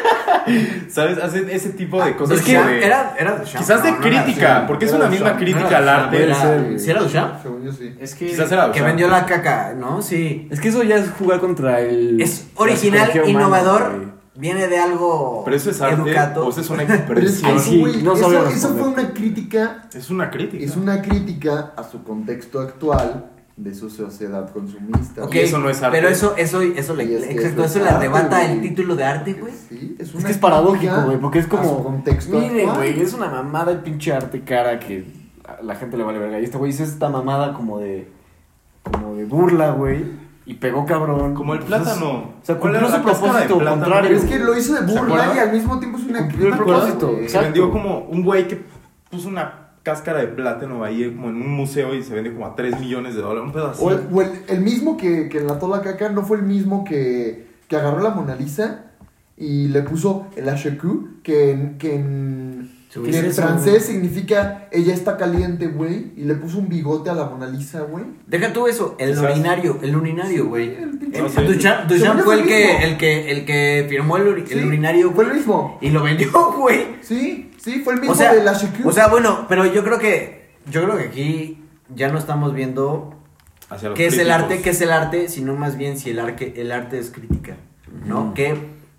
Speaker 10: ¿Sabes? Hacen ese tipo de cosas.
Speaker 4: Ah, Es que
Speaker 10: como de-
Speaker 4: era, era Duchamp.
Speaker 10: Quizás de
Speaker 4: No, no era
Speaker 10: crítica,
Speaker 4: Duchamp.
Speaker 10: porque es
Speaker 4: Era
Speaker 10: una misma
Speaker 4: Duchamp.
Speaker 10: crítica
Speaker 4: No era
Speaker 10: al
Speaker 4: Duchamp,
Speaker 10: arte.
Speaker 4: era-
Speaker 10: Puede ser.
Speaker 4: ¿Sí era Duchamp?
Speaker 5: Según yo sí.
Speaker 1: Es que...
Speaker 10: Quizás era
Speaker 4: Que
Speaker 10: Duchamp.
Speaker 4: vendió la caca, ¿no? Sí.
Speaker 8: Es que eso ya es jugar contra el.
Speaker 4: Es
Speaker 8: la
Speaker 4: original,
Speaker 8: psicología humana,
Speaker 4: innovador,
Speaker 8: güey.
Speaker 4: viene de algo.
Speaker 10: Pero eso es arte,
Speaker 4: educato.
Speaker 10: o
Speaker 2: pues,
Speaker 10: sea, es una
Speaker 5: Pero es que,
Speaker 10: expresión.
Speaker 8: sí,
Speaker 5: güey,
Speaker 8: no sabía
Speaker 5: eso, eso
Speaker 8: responder.
Speaker 5: fue una crítica,
Speaker 2: Es una crítica.
Speaker 5: es una crítica a su contexto actual de su sociedad consumista.
Speaker 4: Ok,
Speaker 10: Y eso no es arte.
Speaker 4: Pero eso, eso, eso
Speaker 5: Y
Speaker 4: le,
Speaker 5: es que
Speaker 4: exacto,
Speaker 5: es
Speaker 4: eso le
Speaker 5: arte,
Speaker 4: arrebata
Speaker 5: güey.
Speaker 4: el título de arte, güey.
Speaker 5: Sí, es, una
Speaker 8: Es que es
Speaker 5: crítica
Speaker 8: paradójico, güey, porque es
Speaker 5: a su
Speaker 8: como.
Speaker 5: contexto
Speaker 8: Mire,
Speaker 5: actual.
Speaker 8: güey, es una mamada el pinche arte cara que a la gente le vale verga. Y este güey hizo esta mamada como de. como de burla, güey. Y pegó cabrón.
Speaker 2: Como el
Speaker 8: Entonces,
Speaker 2: plátano.
Speaker 8: o sea,
Speaker 2: ¿Cuál era
Speaker 8: cumplió su
Speaker 2: la cáscara de
Speaker 8: propósito
Speaker 2: plátano?
Speaker 8: contrario.
Speaker 5: Pero es que lo hizo de burla
Speaker 2: acuerdan?
Speaker 5: y al mismo tiempo es una
Speaker 8: Cumplió el
Speaker 5: crítica.
Speaker 8: propósito,
Speaker 5: güey.
Speaker 2: Se vendió
Speaker 8: Exacto.
Speaker 2: como un güey que puso una cáscara de plátano ahí como en un museo y se vende como a 3 millones de dólares. Un pedazo.
Speaker 5: O, el, o el- el mismo que, que enlató la caca no fue el mismo que, que agarró la Mona Lisa y le puso el HQ, que en, que en,
Speaker 7: Sí,
Speaker 5: que
Speaker 7: es
Speaker 5: en
Speaker 7: eso,
Speaker 5: francés
Speaker 7: güey.
Speaker 5: significa ella está caliente, güey, y le puso un bigote a la Mona Lisa, güey.
Speaker 4: Deja tú eso, el
Speaker 2: Exacto.
Speaker 4: urinario, el urinario, güey.
Speaker 5: el pinche-
Speaker 4: El-
Speaker 2: No sé.
Speaker 4: Duchamp,
Speaker 5: Se volvió
Speaker 4: Duchamp fue el
Speaker 5: mismo.
Speaker 4: que, el que, el que firmó el, uri- el
Speaker 5: Sí,
Speaker 4: urinario,
Speaker 5: Fue
Speaker 4: güey.
Speaker 5: el mismo.
Speaker 4: Y lo vendió, güey.
Speaker 5: Sí, sí, fue el mismo
Speaker 4: O sea,
Speaker 5: del HQ.
Speaker 4: o sea, bueno, pero yo creo que, yo creo que aquí ya no estamos viendo
Speaker 2: Hacia los
Speaker 4: ¿Qué es el
Speaker 2: críticos.
Speaker 4: arte? ¿Qué es el arte? Sino más bien si el, arque- el arte es crítica, ¿no? Que,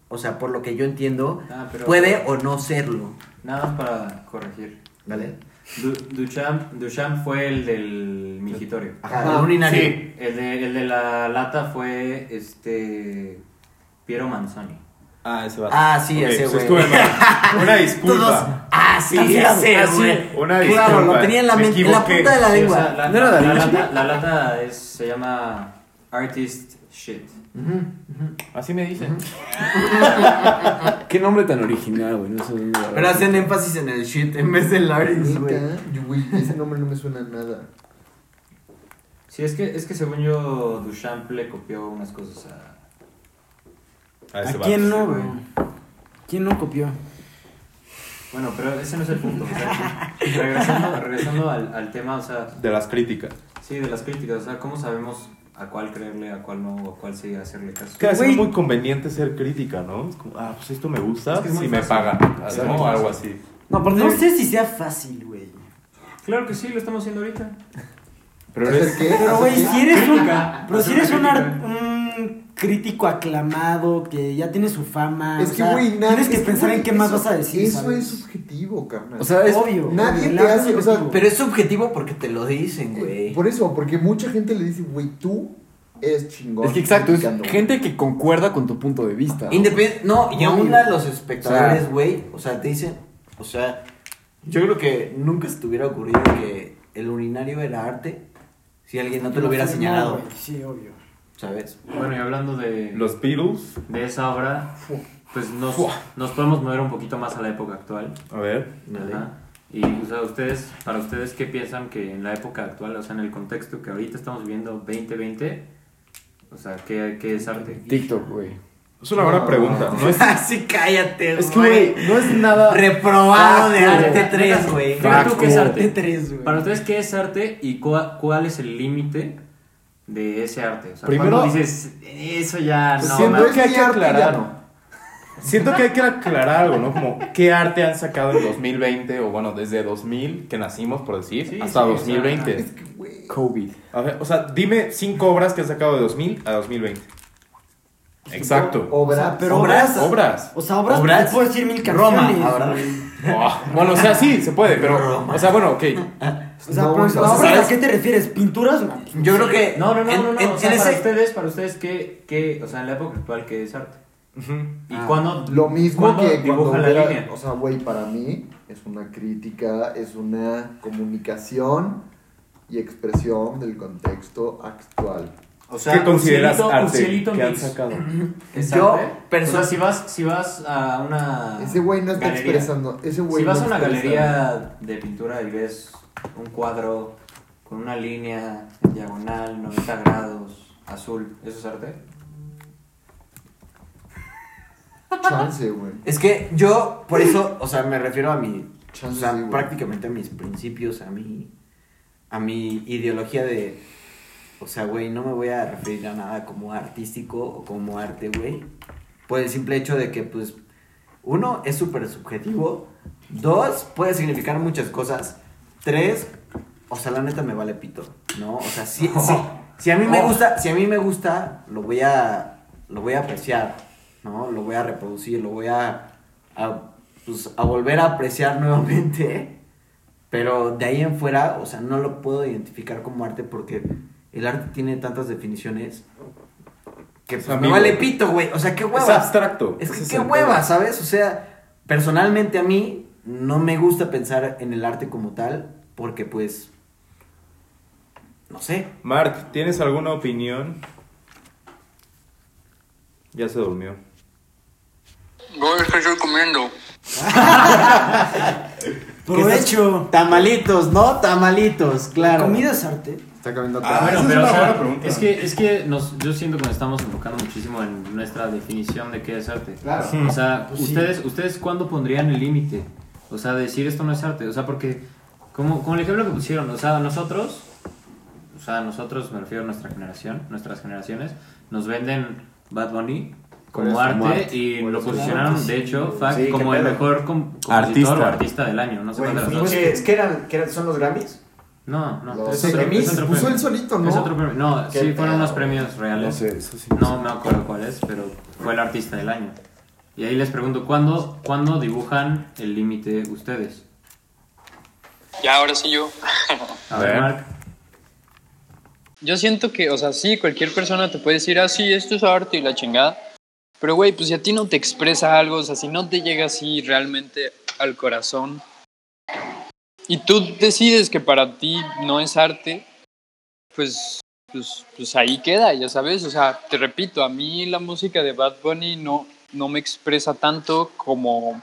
Speaker 4: o sea, por lo que yo entiendo,
Speaker 1: Ah, pero-
Speaker 4: puede o no serlo.
Speaker 1: Nada más para corregir.
Speaker 4: ¿Vale?
Speaker 1: Du- Duchamp, Duchamp fue el del mingitorio.
Speaker 4: Ajá,
Speaker 5: Ajá,
Speaker 4: el urinario.
Speaker 1: Sí, el de, el de la lata fue este Piero Manzoni.
Speaker 2: Ah, ese va.
Speaker 4: Ah, sí, ese güey.
Speaker 2: Una disculpa.
Speaker 4: Todos, ah, Así, así, así.
Speaker 2: Una
Speaker 4: Claro,
Speaker 2: disculpa,
Speaker 4: lo tenía en la,
Speaker 2: me
Speaker 4: mente, en la
Speaker 2: equivoqué.
Speaker 4: punta de la
Speaker 1: Sí, o
Speaker 4: lengua.
Speaker 1: sea, la,
Speaker 4: no era
Speaker 1: la
Speaker 4: David.
Speaker 1: lata, la lata es- se llama Artist Shit.
Speaker 10: Así me dicen.
Speaker 8: Qué nombre tan original, güey. No sé dónde lo
Speaker 4: Pero hacen énfasis en el shit en vez del Lawrence, güey.
Speaker 5: Neta, yo, güey, ese nombre no me suena a nada.
Speaker 1: Sí, es que, es que según yo, Duchamp le copió unas cosas a.
Speaker 2: A
Speaker 7: ¿A
Speaker 2: ese
Speaker 7: quién
Speaker 2: vato.
Speaker 7: no, güey? ¿Quién no copió?
Speaker 1: Bueno, pero ese no es el punto. o sea, que- regresando regresando al, al tema, o sea,
Speaker 2: De las críticas.
Speaker 1: sí, de las críticas, o sea, ¿cómo sabemos a cuál creerle, a cuál no, a cuál sí hacerle caso?
Speaker 2: Es que
Speaker 7: Güey.
Speaker 2: es muy conveniente ser crítica, ¿no? Es como, ah, pues esto me gusta,
Speaker 1: Es que es muy
Speaker 2: si me
Speaker 1: fácil.
Speaker 2: paga.
Speaker 1: Es
Speaker 2: ¿no?
Speaker 1: muy
Speaker 2: O
Speaker 1: fácil.
Speaker 2: algo así.
Speaker 4: No, por
Speaker 7: No
Speaker 4: no
Speaker 7: sé si sea fácil, güey.
Speaker 1: Claro que sí, lo estamos haciendo ahorita.
Speaker 10: Pero
Speaker 5: ¿Hacer
Speaker 10: eres.
Speaker 5: qué?
Speaker 7: Pero, güey,
Speaker 5: ¿Hacer
Speaker 7: si eres un.
Speaker 1: Crítica.
Speaker 7: Pero si
Speaker 1: Hacer
Speaker 7: eres un,
Speaker 1: una
Speaker 7: ar- un crítico aclamado que ya tiene su fama.
Speaker 5: qué? Es
Speaker 7: o
Speaker 5: que,
Speaker 7: sea,
Speaker 5: güey, nada.
Speaker 7: Tienes que
Speaker 5: es que,
Speaker 7: pensar
Speaker 5: güey,
Speaker 7: en qué más
Speaker 5: eso-
Speaker 7: vas a decir.
Speaker 5: Eso
Speaker 7: ¿sabes?
Speaker 5: es subjetivo, carnal.
Speaker 8: O sea, es.
Speaker 7: obvio.
Speaker 5: nadie
Speaker 7: el
Speaker 5: te
Speaker 7: arte
Speaker 5: hace-
Speaker 7: es
Speaker 5: o sea,
Speaker 7: objetivo.
Speaker 4: Pero es subjetivo porque te lo dicen, güey.
Speaker 5: Por eso, porque mucha gente le dice, güey, tú eres chingón.
Speaker 8: Es que exacto, es
Speaker 5: criticando, güey.
Speaker 8: gente que concuerda con tu punto de vista. ¿no?
Speaker 4: Independiente. No, y aún
Speaker 8: Obvio.
Speaker 4: a los espectadores, güey. O sea, te dicen. O sea, yo creo que nunca se te hubiera ocurrido que el urinario era arte si alguien no te lo hubiera
Speaker 7: No,
Speaker 4: señalado,
Speaker 7: güey, Sí, obvio.
Speaker 4: ¿sabes?
Speaker 1: Bueno, y hablando de.
Speaker 2: Los Beatles,
Speaker 1: de esa obra, pues nos, nos podemos mover un poquito más a la época actual.
Speaker 2: a ver,
Speaker 1: Ajá. Y, o sea, ustedes, para ustedes, ¿qué piensan que en la época actual, o sea, en el contexto que ahorita estamos viviendo, 2020, o sea, ¿qué, qué es arte?
Speaker 8: TikTok, güey.
Speaker 2: es una buena pregunta. No
Speaker 7: Pues
Speaker 2: es,
Speaker 4: Así cállate,
Speaker 2: es que, güey, no es nada.
Speaker 4: Reprobado de
Speaker 2: Facto.
Speaker 4: arte 3, güey.
Speaker 1: Pero tú, ¿qué es arte?
Speaker 7: De tres, güey.
Speaker 1: Para ustedes, ¿qué es arte y cua- cuál es el límite de ese arte? O sea,
Speaker 2: Primero-
Speaker 1: cuando dices, eso ya
Speaker 2: Pues
Speaker 1: no,
Speaker 2: siento
Speaker 1: no".
Speaker 5: Entonces,
Speaker 2: que hay
Speaker 5: mi
Speaker 2: que
Speaker 5: arte ya
Speaker 2: aclarar.
Speaker 5: no.
Speaker 2: Siento que hay que aclarar algo, ¿no? Como, ¿qué arte han sacado en 2020? O bueno, desde 2000, que nacimos, por decir,
Speaker 1: Sí,
Speaker 2: hasta
Speaker 1: sí,
Speaker 2: 2020.
Speaker 5: Es que, güey.
Speaker 8: COVID.
Speaker 2: A ver, o sea, dime cinco obras que han sacado de 2000 a 2020. Exacto.
Speaker 7: O
Speaker 5: Obra.
Speaker 7: sea, pero
Speaker 4: Obras.
Speaker 7: obras.
Speaker 2: Obras.
Speaker 7: O sea, obras,
Speaker 4: Obras.
Speaker 7: te puedo decir mil
Speaker 4: Roma,
Speaker 7: canciones.
Speaker 4: ahora.
Speaker 7: güey.
Speaker 2: Oh, Bueno, o sea, sí, se puede, pero. O sea, bueno, ok.
Speaker 7: O sea,
Speaker 5: No,
Speaker 7: pero,
Speaker 5: o sea,
Speaker 7: ¿obras
Speaker 5: ¿sabes?
Speaker 7: ¿a qué te refieres? ¿Pinturas? pues,
Speaker 4: Yo creo que.
Speaker 1: No, no, no,
Speaker 4: pues, en-
Speaker 1: no, no,
Speaker 4: en-
Speaker 1: o sea, para
Speaker 4: en
Speaker 1: este-
Speaker 4: ese-
Speaker 1: ustedes, para ustedes, ¿qué, qué, o sea, en la época actual, ¿qué es arte? ¿Y
Speaker 4: Ah.
Speaker 1: cuándo?
Speaker 5: Lo mismo
Speaker 1: ¿cuándo
Speaker 5: que cuando
Speaker 1: dibuja la
Speaker 5: hubiera-
Speaker 1: línea?
Speaker 5: O sea, güey, para mí es una crítica, es una comunicación y expresión del contexto actual.
Speaker 1: O
Speaker 2: ¿Qué consideras
Speaker 1: un cielito- un
Speaker 2: arte
Speaker 1: cielito
Speaker 2: que han
Speaker 1: mix.
Speaker 2: sacado?
Speaker 1: ¿Es
Speaker 4: Yo,
Speaker 1: arte?
Speaker 4: perso-
Speaker 1: ¿eh? O sea, si vas, si vas a una.
Speaker 5: Ese güey no está
Speaker 1: galería,
Speaker 5: expresando. Ese güey
Speaker 1: Si vas
Speaker 5: no
Speaker 1: a una
Speaker 5: expresa-
Speaker 1: galería de pintura y ves un cuadro con una línea en diagonal, 90 grados, azul, ¿eso es arte?
Speaker 5: Chance, güey.
Speaker 4: Es que yo, por eso, o sea, me refiero a mi. O
Speaker 5: Chance,
Speaker 4: sea,
Speaker 5: sí, güey.
Speaker 4: prácticamente a mis principios, a mi. A mi ideología de. O sea, güey, no me voy a referir a nada como artístico o como arte, güey. Por el simple hecho de que, pues. Uno, es súper subjetivo. Dos, puede significar muchas cosas. Tres, o sea, la neta me vale pito, ¿no? O sea, sí, sí. Si a mí me gusta, si a mí me gusta, lo voy a, lo voy a apreciar, ¿no? Lo voy a reproducir, lo voy a, a, pues, a volver a apreciar nuevamente. Pero de ahí en fuera, o sea, no lo puedo identificar como arte porque el arte tiene tantas definiciones que pues, me
Speaker 2: ambiguo.
Speaker 4: vale pito, güey. O sea, qué
Speaker 2: Es
Speaker 4: hueva.
Speaker 2: abstracto.
Speaker 4: Es que
Speaker 2: Ese
Speaker 4: qué
Speaker 2: el
Speaker 4: hueva,
Speaker 2: pedo.
Speaker 4: ¿sabes? O sea, personalmente a mí no me gusta pensar en el arte como tal, porque pues. No sé.
Speaker 2: Mark, ¿tienes alguna opinión? Ya se durmió.
Speaker 6: Voy a estar comiendo.
Speaker 7: Provecho.
Speaker 4: Tamalitos, ¿no? Tamalitos,
Speaker 7: La
Speaker 4: claro.
Speaker 7: comida es arte.
Speaker 5: Está cambiando
Speaker 2: Ah,
Speaker 5: atrás.
Speaker 2: bueno,
Speaker 5: Esa
Speaker 2: pero-
Speaker 5: es
Speaker 2: una
Speaker 5: una-
Speaker 2: buena pregunta.
Speaker 1: es que, es que nos, yo siento que nos estamos enfocando muchísimo en nuestra definición de qué es arte.
Speaker 5: Claro.
Speaker 1: O sea, ustedes, ustedes cuándo pondrían el límite? O sea, decir esto no es arte. O sea, porque, como, como el ejemplo que pusieron, o sea, nosotros, o sea, nosotros, me refiero a nuestra generación, nuestras generaciones, nos venden Bad Bunny como arte, y lo posicionaron, de hecho, Fact,
Speaker 11: Sí, qué
Speaker 1: como el
Speaker 11: pedo.
Speaker 1: mejor com- compositor
Speaker 2: Artista.
Speaker 1: o artista del año. No sé
Speaker 11: Güey,
Speaker 1: cuál de
Speaker 5: pues
Speaker 1: las dos.
Speaker 11: pinche- es que eran, que eran- son los Grammys.
Speaker 1: No, no,
Speaker 5: Los
Speaker 1: es otro,
Speaker 11: Grammys
Speaker 1: es otro
Speaker 5: Puso
Speaker 1: premio.
Speaker 5: él solito, ¿no?
Speaker 1: Es otro premio. No,
Speaker 11: Qué
Speaker 1: sí, fueron
Speaker 11: pedo.
Speaker 1: unos premios reales.
Speaker 8: eso sí.
Speaker 1: No me acuerdo cuál es, pero fue el artista del año. Y ahí les pregunto, ¿cuándo, ¿cuándo dibujan el límite ustedes?
Speaker 6: Ya, ahora sí yo.
Speaker 1: A
Speaker 2: A
Speaker 1: ver,
Speaker 2: ver.
Speaker 1: Mark.
Speaker 6: Yo siento que, o sea, sí, cualquier persona te puede decir, ah, sí, esto es arte y la chingada. Pero, güey, pues si a ti no te expresa algo, o sea, si no te llega así realmente al corazón, y tú decides que para ti no es arte, pues, pues, pues ahí queda, ya sabes. O sea, te repito, a mí la música de Bad Bunny no, no me expresa tanto como,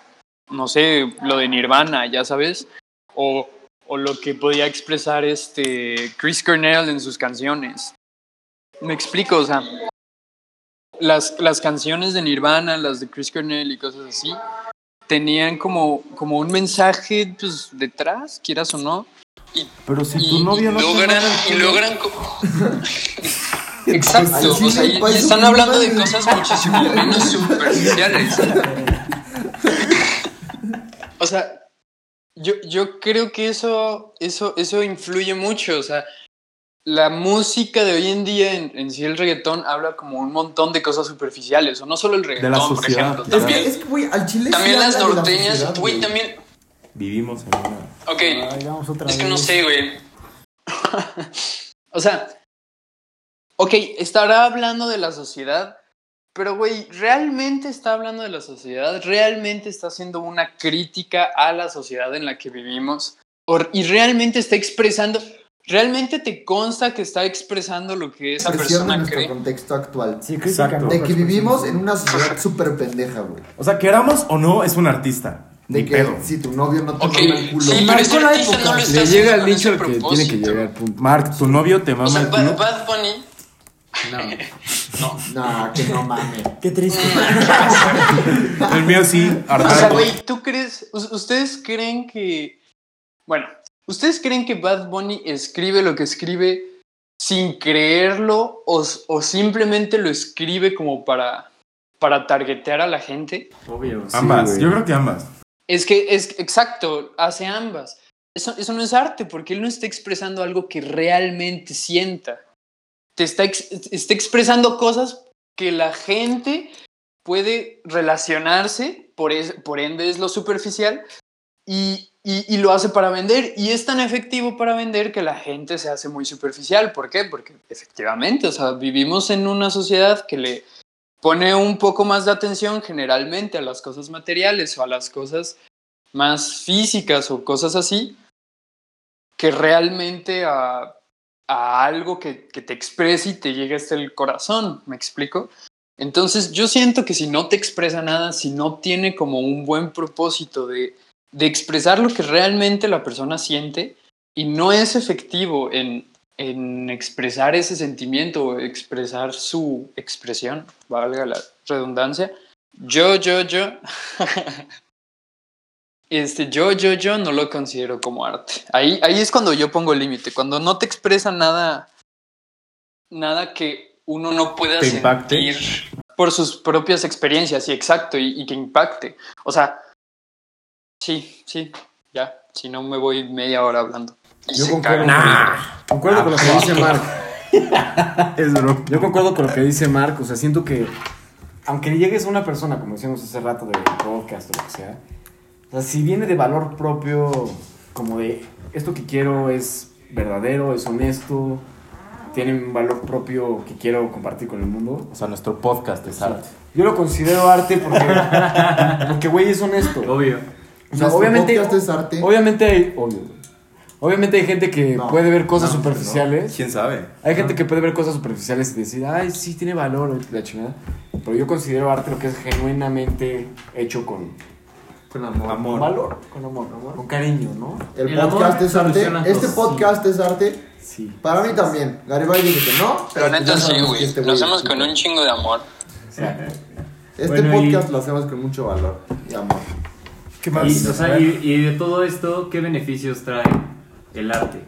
Speaker 6: no sé, lo de Nirvana, ya sabes. O, o lo que podía expresar este Chris Cornell en sus canciones. Me explico, o sea, las, las canciones de Nirvana, las de Chris Cornell y cosas así, tenían como, como un mensaje pues, detrás, quieras o no. Y,
Speaker 2: Pero si
Speaker 6: y-
Speaker 2: tu novio
Speaker 6: y
Speaker 2: no te
Speaker 6: logran,
Speaker 2: manda el
Speaker 6: y
Speaker 2: culo,
Speaker 6: logran co- Exacto,
Speaker 5: Así
Speaker 6: o sea,
Speaker 5: me
Speaker 6: y- y
Speaker 2: pues,
Speaker 5: parece
Speaker 6: están
Speaker 5: que
Speaker 6: hablando de
Speaker 5: no vale.
Speaker 6: cosas muchísimo menos superficiales. O sea, yo, yo creo que eso, eso, eso influye mucho. O sea, la música de hoy en día, en, en sí el reggaetón, habla como un montón de cosas superficiales. O no solo el reggaetón, por
Speaker 2: sociedad,
Speaker 6: ejemplo.
Speaker 2: claro.
Speaker 5: Es
Speaker 6: también-
Speaker 5: que, es que, güey, al chile. sí
Speaker 6: también las
Speaker 5: habla de la
Speaker 6: norteñas,
Speaker 5: sociedad,
Speaker 6: güey,
Speaker 5: güey.
Speaker 6: también.
Speaker 2: Vivimos en una...
Speaker 6: Ok,
Speaker 7: Ay, vamos otra
Speaker 6: es que
Speaker 7: vez.
Speaker 6: no sé, güey. o sea, ok, estará hablando de la sociedad, pero, güey, ¿realmente está hablando de la sociedad? ¿Realmente está haciendo una crítica a la sociedad en la que vivimos? ¿O- ¿Y realmente está expresando, realmente te consta que está expresando lo que esa
Speaker 5: Expresión de
Speaker 6: persona
Speaker 5: nuestro
Speaker 6: cree?
Speaker 5: contexto actual.
Speaker 7: Sí, crítica,
Speaker 2: Exacto.
Speaker 7: ¿no?
Speaker 5: De que vivimos en una sociedad súper pendeja, güey.
Speaker 2: O sea, queramos o no, es un artista.
Speaker 5: De
Speaker 2: Ni
Speaker 5: que
Speaker 2: pedo.
Speaker 5: si tu novio no te
Speaker 6: Ok,
Speaker 5: mama el culo.
Speaker 6: sí, pero ese
Speaker 7: Marcó la
Speaker 6: artista
Speaker 7: época.
Speaker 6: no lo
Speaker 7: Le
Speaker 6: está
Speaker 8: Le
Speaker 6: haciendo
Speaker 8: llega el
Speaker 6: con
Speaker 8: dicho
Speaker 6: ese
Speaker 8: que tiene que
Speaker 6: propósito.
Speaker 8: llegar. punto.
Speaker 2: Mark, tu novio te mama
Speaker 6: O sea,
Speaker 2: el
Speaker 6: Ba-
Speaker 2: culo.
Speaker 6: Bad Bunny
Speaker 5: Nah, que no mames.
Speaker 7: Qué triste.
Speaker 2: El mío sí,
Speaker 6: O sea,
Speaker 2: hartado.
Speaker 6: güey, ¿tú crees? us- ¿Ustedes creen que. Bueno, ¿ustedes creen que Bad Bunny escribe lo que escribe sin creerlo o, s- o simplemente lo escribe como para, para targetear a la gente?
Speaker 1: Obvio.
Speaker 2: Ambas,
Speaker 8: güey.
Speaker 2: yo creo que ambas.
Speaker 6: Es que, es exacto, hace ambas. Eso, eso no es arte, porque él no está expresando algo que realmente sienta. Te está, ex- está expresando cosas que la gente puede relacionarse, por, es- por ende es lo superficial, y, y- y lo hace para vender. Y es tan efectivo para vender que la gente se hace muy superficial. ¿Por qué? Porque efectivamente, o sea, vivimos en una sociedad que le pone un poco más de atención generalmente a las cosas materiales o a las cosas más físicas o cosas así, que realmente a, a algo que, que te exprese y te llegue hasta el corazón, ¿me explico? Entonces yo siento que si no te expresa nada, si no tiene como un buen propósito de, de expresar lo que realmente la persona siente y no es efectivo en, en expresar ese sentimiento o expresar su expresión, valga la redundancia, yo, yo, yo, este, yo, yo, yo no lo considero como arte. Ahí, ahí es cuando yo pongo el límite, cuando no te expresa nada, nada que uno no pueda
Speaker 2: Te impacte.
Speaker 6: sentir por sus propias experiencias, sí, exacto, y, y que impacte. O sea, sí, sí, ya, si no me voy media hora hablando. Y
Speaker 8: Yo
Speaker 6: se
Speaker 8: concuerdo,
Speaker 6: cagan.
Speaker 8: concuerdo con lo que dice Mark.
Speaker 2: Es broma.
Speaker 8: Yo concuerdo con lo que dice Mark, o sea, siento que aunque le llegues a una persona, como decíamos hace rato, de podcast o lo que sea, o sea, si viene de valor propio, como de esto que quiero es verdadero, es honesto, tiene un valor propio que quiero compartir con el mundo,
Speaker 2: O sea, nuestro podcast es arte.
Speaker 8: yo lo considero arte porque, porque güey, es honesto.
Speaker 1: Obvio.
Speaker 8: O sea,
Speaker 5: Nuestro
Speaker 8: obviamente,
Speaker 5: Este podcast es arte.
Speaker 8: obviamente hay, obvio, güey. obviamente hay gente que
Speaker 5: No,
Speaker 8: puede ver cosas
Speaker 5: no,
Speaker 8: superficiales.
Speaker 2: ¿Quién sabe?
Speaker 8: Hay gente que puede ver cosas superficiales y decir, ay, sí, tiene valor la chingada. Pero yo considero arte lo que es genuinamente hecho con,
Speaker 5: Con amor.
Speaker 8: con
Speaker 2: Amor.
Speaker 8: valor, con amor, con cariño, ¿no?
Speaker 5: El
Speaker 1: El amor
Speaker 5: podcast es arte.
Speaker 1: soluciona
Speaker 5: Este
Speaker 1: todo.
Speaker 5: podcast es arte.
Speaker 8: Sí.
Speaker 5: Para mí también. Garibaldi dice que no.
Speaker 6: Pero neta
Speaker 5: pues ya
Speaker 6: sí,
Speaker 5: sabemos que
Speaker 6: güey.
Speaker 5: este
Speaker 6: Lo hacemos
Speaker 5: es
Speaker 6: con
Speaker 5: chido.
Speaker 6: un chingo de amor.
Speaker 5: Este
Speaker 1: Bueno, y-
Speaker 5: podcast lo hacemos con mucho valor y amor.
Speaker 1: Y, o sea, y- y de todo esto, ¿qué beneficios trae el arte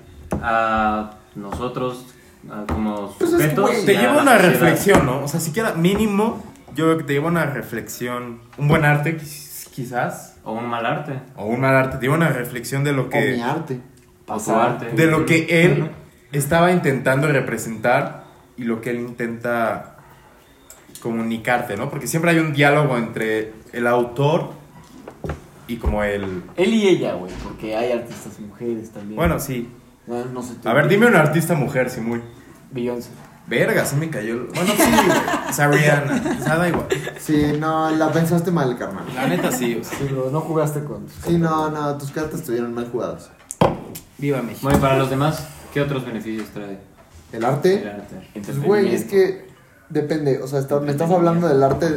Speaker 1: a nosotros a como
Speaker 5: Pues es que,
Speaker 1: sujetos?
Speaker 5: güey,
Speaker 1: y
Speaker 2: Te
Speaker 1: a
Speaker 2: lleva
Speaker 1: la
Speaker 2: una
Speaker 1: sociedad?
Speaker 2: reflexión, ¿no? O sea, siquiera mínimo, yo creo que te lleva una reflexión. Un buen arte, quiz- quizás.
Speaker 1: O un mal arte.
Speaker 2: O un mal arte, te lleva una reflexión de lo
Speaker 5: O mi
Speaker 2: que.
Speaker 5: arte.
Speaker 1: O tu arte.
Speaker 2: De lo que él estaba intentando representar y lo que él intenta comunicarte, ¿no? Porque siempre hay un diálogo entre el autor y como el.
Speaker 4: Él y ella, güey, porque hay artistas mujeres también.
Speaker 2: Bueno, sí.
Speaker 4: No, no sé tú.
Speaker 2: A ver, dime un artista mujer, si muy.
Speaker 4: Beyoncé.
Speaker 2: Verga, se me cayó. el- Bueno, sí, güey. O sea, Rihanna. O sea, da igual.
Speaker 5: Sí, no, la pensaste mal, carnal.
Speaker 2: La neta sí, o sea.
Speaker 4: Sí, bro, no jugaste con...
Speaker 5: Sí, no, no, tus cartas estuvieron mal jugadas.
Speaker 2: Viva México.
Speaker 1: Bueno, y para los demás, ¿qué otros beneficios trae
Speaker 5: El arte.
Speaker 1: el arte?
Speaker 5: Pues, güey, es que depende. O sea, está- me estás hablando del arte.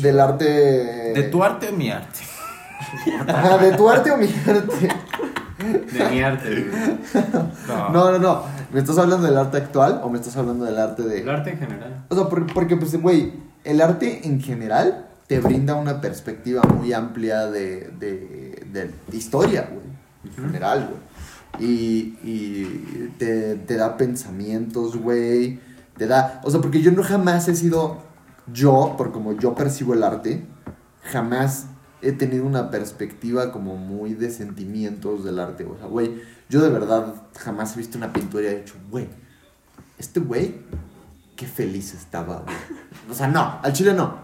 Speaker 5: Del arte.
Speaker 2: ¿De tu arte o mi arte?
Speaker 5: Ajá, de tu arte o mi arte.
Speaker 1: De mi arte, güey. Ah.
Speaker 5: No, no, no. ¿Me estás hablando del arte actual o me estás hablando del arte
Speaker 1: El
Speaker 5: de.?
Speaker 1: arte en general.
Speaker 5: O sea, por- porque, pues, güey, el arte en general te brinda una perspectiva muy amplia de, de, de historia, güey. En general, güey. Y, y te, te da pensamientos, güey. Te da. O sea, porque yo no jamás he sido. Yo, por como yo percibo el arte, jamás he tenido una perspectiva como muy de sentimientos del arte. O sea, güey, yo de verdad jamás he visto una pintura y he dicho, güey, este güey, qué feliz estaba, güey. O sea, no, al chile no.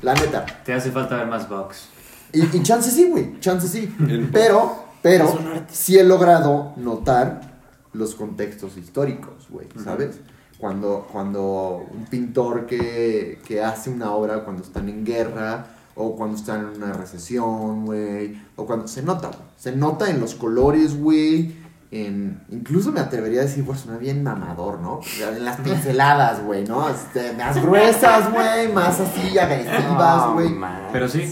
Speaker 5: La neta.
Speaker 1: Te hace falta ver más box.
Speaker 5: Y, y chance sí, güey, chance sí. Pero, pero, sí he logrado notar los contextos históricos, güey, ¿sabes? Cuando, cuando un pintor que, que hace una obra cuando están en guerra o cuando están en una recesión, güey, o cuando se nota, güey. se nota en los colores, güey, en incluso me atrevería a decir, pues suena bien mamador, ¿no? O sea, En las pinceladas, güey, ¿no? Este, más gruesas, güey, más así agresivas, güey.
Speaker 1: Pero sí,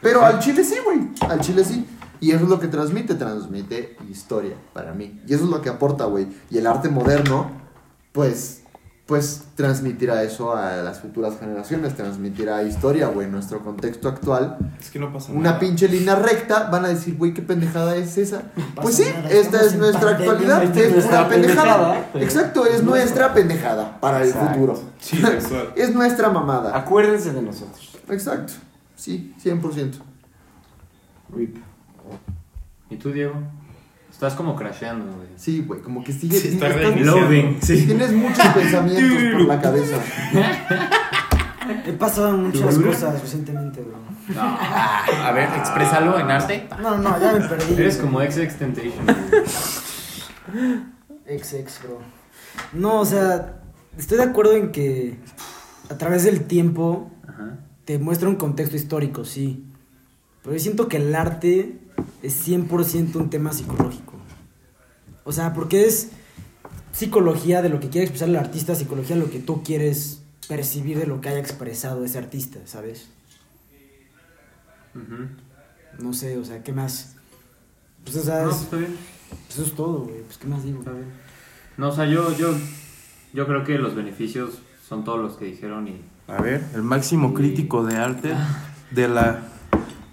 Speaker 5: Pero al chile sí, güey. Al chile sí. Y eso es lo que transmite, transmite historia para mí. Y eso es lo que aporta, güey. Y el arte moderno, pues, pues transmitirá eso a las futuras generaciones, transmitirá historia, güey, nuestro contexto actual.
Speaker 2: Es que no pasa
Speaker 5: Una
Speaker 2: nada.
Speaker 5: pinche línea recta, van a decir, güey, qué pendejada es esa. Pues sí,
Speaker 7: nada,
Speaker 5: esta
Speaker 7: estamos
Speaker 5: es
Speaker 7: en
Speaker 5: nuestra
Speaker 7: pandemia,
Speaker 5: actualidad,
Speaker 7: esta
Speaker 5: es
Speaker 7: nuestra
Speaker 5: una pendejada.
Speaker 7: pendejada, pero-
Speaker 5: Exacto, es nuestra pendejada para el futuro.
Speaker 2: Sí, sexual.
Speaker 5: Es nuestra mamada.
Speaker 11: Acuérdense de nosotros.
Speaker 5: Exacto. Sí, 100%.
Speaker 11: RIP.
Speaker 1: ¿y tú, Diego? Estás como crasheando, güey.
Speaker 5: Sí, güey, como que sigue.
Speaker 2: Sí, está
Speaker 5: estás-
Speaker 2: reiniciando.
Speaker 1: Loading, sí.
Speaker 5: Tienes muchos pensamientos por la cabeza.
Speaker 7: He pasado muchas cosas recientemente, güey.
Speaker 8: A ver, exprésalo en arte.
Speaker 7: No, no, ya me perdí.
Speaker 1: Eres
Speaker 7: güey.
Speaker 1: como ex Ah, extentation. güey.
Speaker 7: Ex, ex, bro. No, o sea, estoy de acuerdo en que a través del tiempo
Speaker 1: Ajá.
Speaker 7: te muestra un contexto histórico, sí. Pero yo siento que el arte es 100% un tema psicológico. O sea, porque es psicología de lo que quiere expresar el artista, psicología de lo que tú quieres percibir de lo que haya expresado ese artista, ¿sabes?
Speaker 1: Ujú.
Speaker 7: No sé, o sea, ¿qué más? Pues, o sea,
Speaker 1: No,
Speaker 7: es-
Speaker 1: está bien.
Speaker 7: pues eso es todo, güey. Pues, ¿qué más digo?
Speaker 1: No, o sea, yo, yo, yo creo que los beneficios son todos los que dijeron y
Speaker 2: A ver, el máximo crítico de arte de la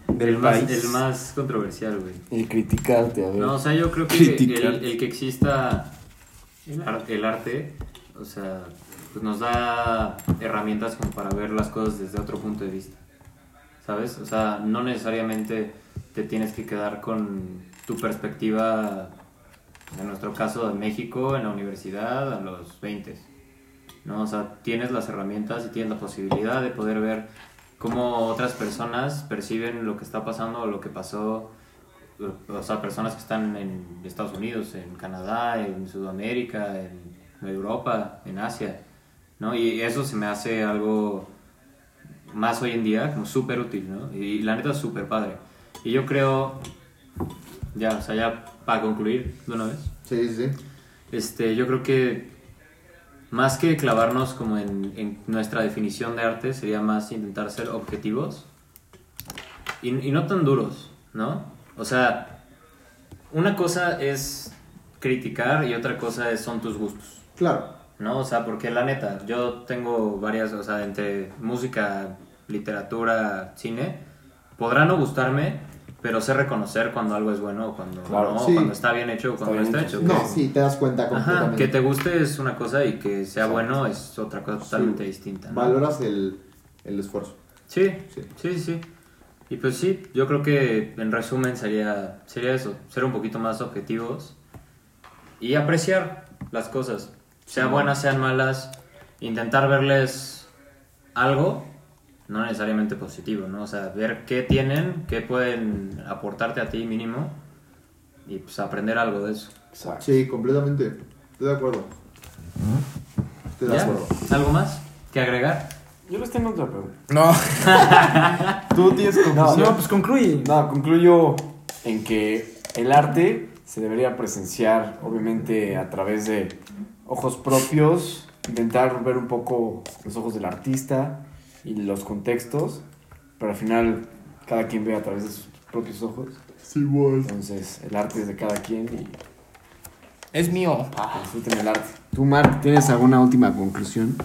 Speaker 2: del
Speaker 1: el más,
Speaker 2: país.
Speaker 1: el más controversial, güey.
Speaker 8: Y criticarte, a ver.
Speaker 1: No, o sea, yo creo que
Speaker 2: Criticar.
Speaker 1: el, el que exista el, ar- el arte, o sea, pues nos da herramientas como para ver las cosas desde otro punto de vista. ¿Sabes? O sea, no necesariamente te tienes que quedar con tu perspectiva, en nuestro caso de México, en la universidad, a los 20. ¿no? O sea, tienes las herramientas y tienes la posibilidad de poder ver cómo otras personas perciben lo que está pasando o lo que pasó. eh, O sea, personas que están en Estados Unidos, en Canadá, en Sudamérica, en Europa, en Asia, ¿no? Y eso se me hace algo más hoy en día como súper útil, ¿no? Y la neta es súper padre. Y yo creo, ya, o sea, ya para concluir de una vez,
Speaker 5: Sí, sí, sí.
Speaker 1: este, yo creo que más que clavarnos como en, en nuestra definición de arte, sería más intentar ser objetivos y, y no tan duros, ¿no? O sea, una cosa es criticar y otra cosa es- son tus gustos,
Speaker 5: Claro.
Speaker 1: ¿no? O sea, porque la neta, yo tengo varias, o sea, entre música, literatura, cine, podrá no gustarme, pero sé reconocer cuando algo es bueno o cuando
Speaker 8: Claro,
Speaker 1: no,
Speaker 5: sí.
Speaker 1: cuando está bien hecho o cuando no está hecho.
Speaker 5: No, sí, te das cuenta
Speaker 1: Ajá,
Speaker 5: completamente.
Speaker 1: que te guste es una cosa y que sea bueno es otra cosa totalmente distinta. ¿no?
Speaker 5: Valoras el, el esfuerzo.
Speaker 1: Sí,
Speaker 5: Sí.
Speaker 1: sí, sí, sí. Y pues sí, yo creo que en resumen sería, sería eso, ser un poquito más objetivos y apreciar las cosas, sean buenas, sean malas, intentar verles algo, no necesariamente positivo, ¿no? O sea, ver qué tienen, qué pueden aportarte a ti mínimo y pues aprender algo de eso.
Speaker 8: Exacto.
Speaker 5: Sí, completamente. Estoy de acuerdo. Estoy de
Speaker 1: ¿Ya?
Speaker 5: acuerdo.
Speaker 1: ¿Algo más que agregar?
Speaker 8: Yo les tengo otra pregunta.
Speaker 2: No,
Speaker 8: Tú tienes conclusión.
Speaker 7: No, pues concluye.
Speaker 8: No, concluyo en que el arte se debería presenciar, obviamente, a través de ojos propios, intentar ver un poco los ojos del artista y los contextos, pero al final cada quien ve a través de sus propios ojos. Entonces, el arte es de cada quien y
Speaker 12: Es mío.
Speaker 8: disfruten el arte.
Speaker 11: Tú, Mark, ¿tienes alguna última conclusión?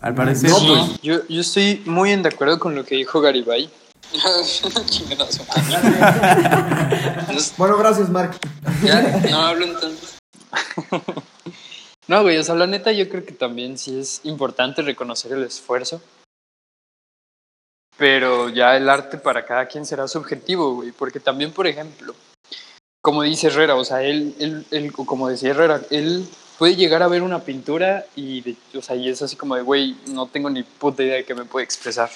Speaker 2: Al parecer,
Speaker 6: No,
Speaker 2: pues,
Speaker 6: pues, yo, yo estoy muy en de acuerdo con lo que dijo Garibay. Chingadas.
Speaker 5: Bueno, gracias, Mark.
Speaker 6: Ya, no hablo entonces. No, güey, o sea, la neta yo creo que también sí es importante reconocer el esfuerzo. Pero ya el arte para cada quien será subjetivo, güey. Porque también, por ejemplo, como dice Herrera, o sea, él, él, él- o como decía Herrera, él puede llegar a ver una pintura y, de- o sea, y es así como de, güey, no tengo ni puta idea de qué me puede expresar.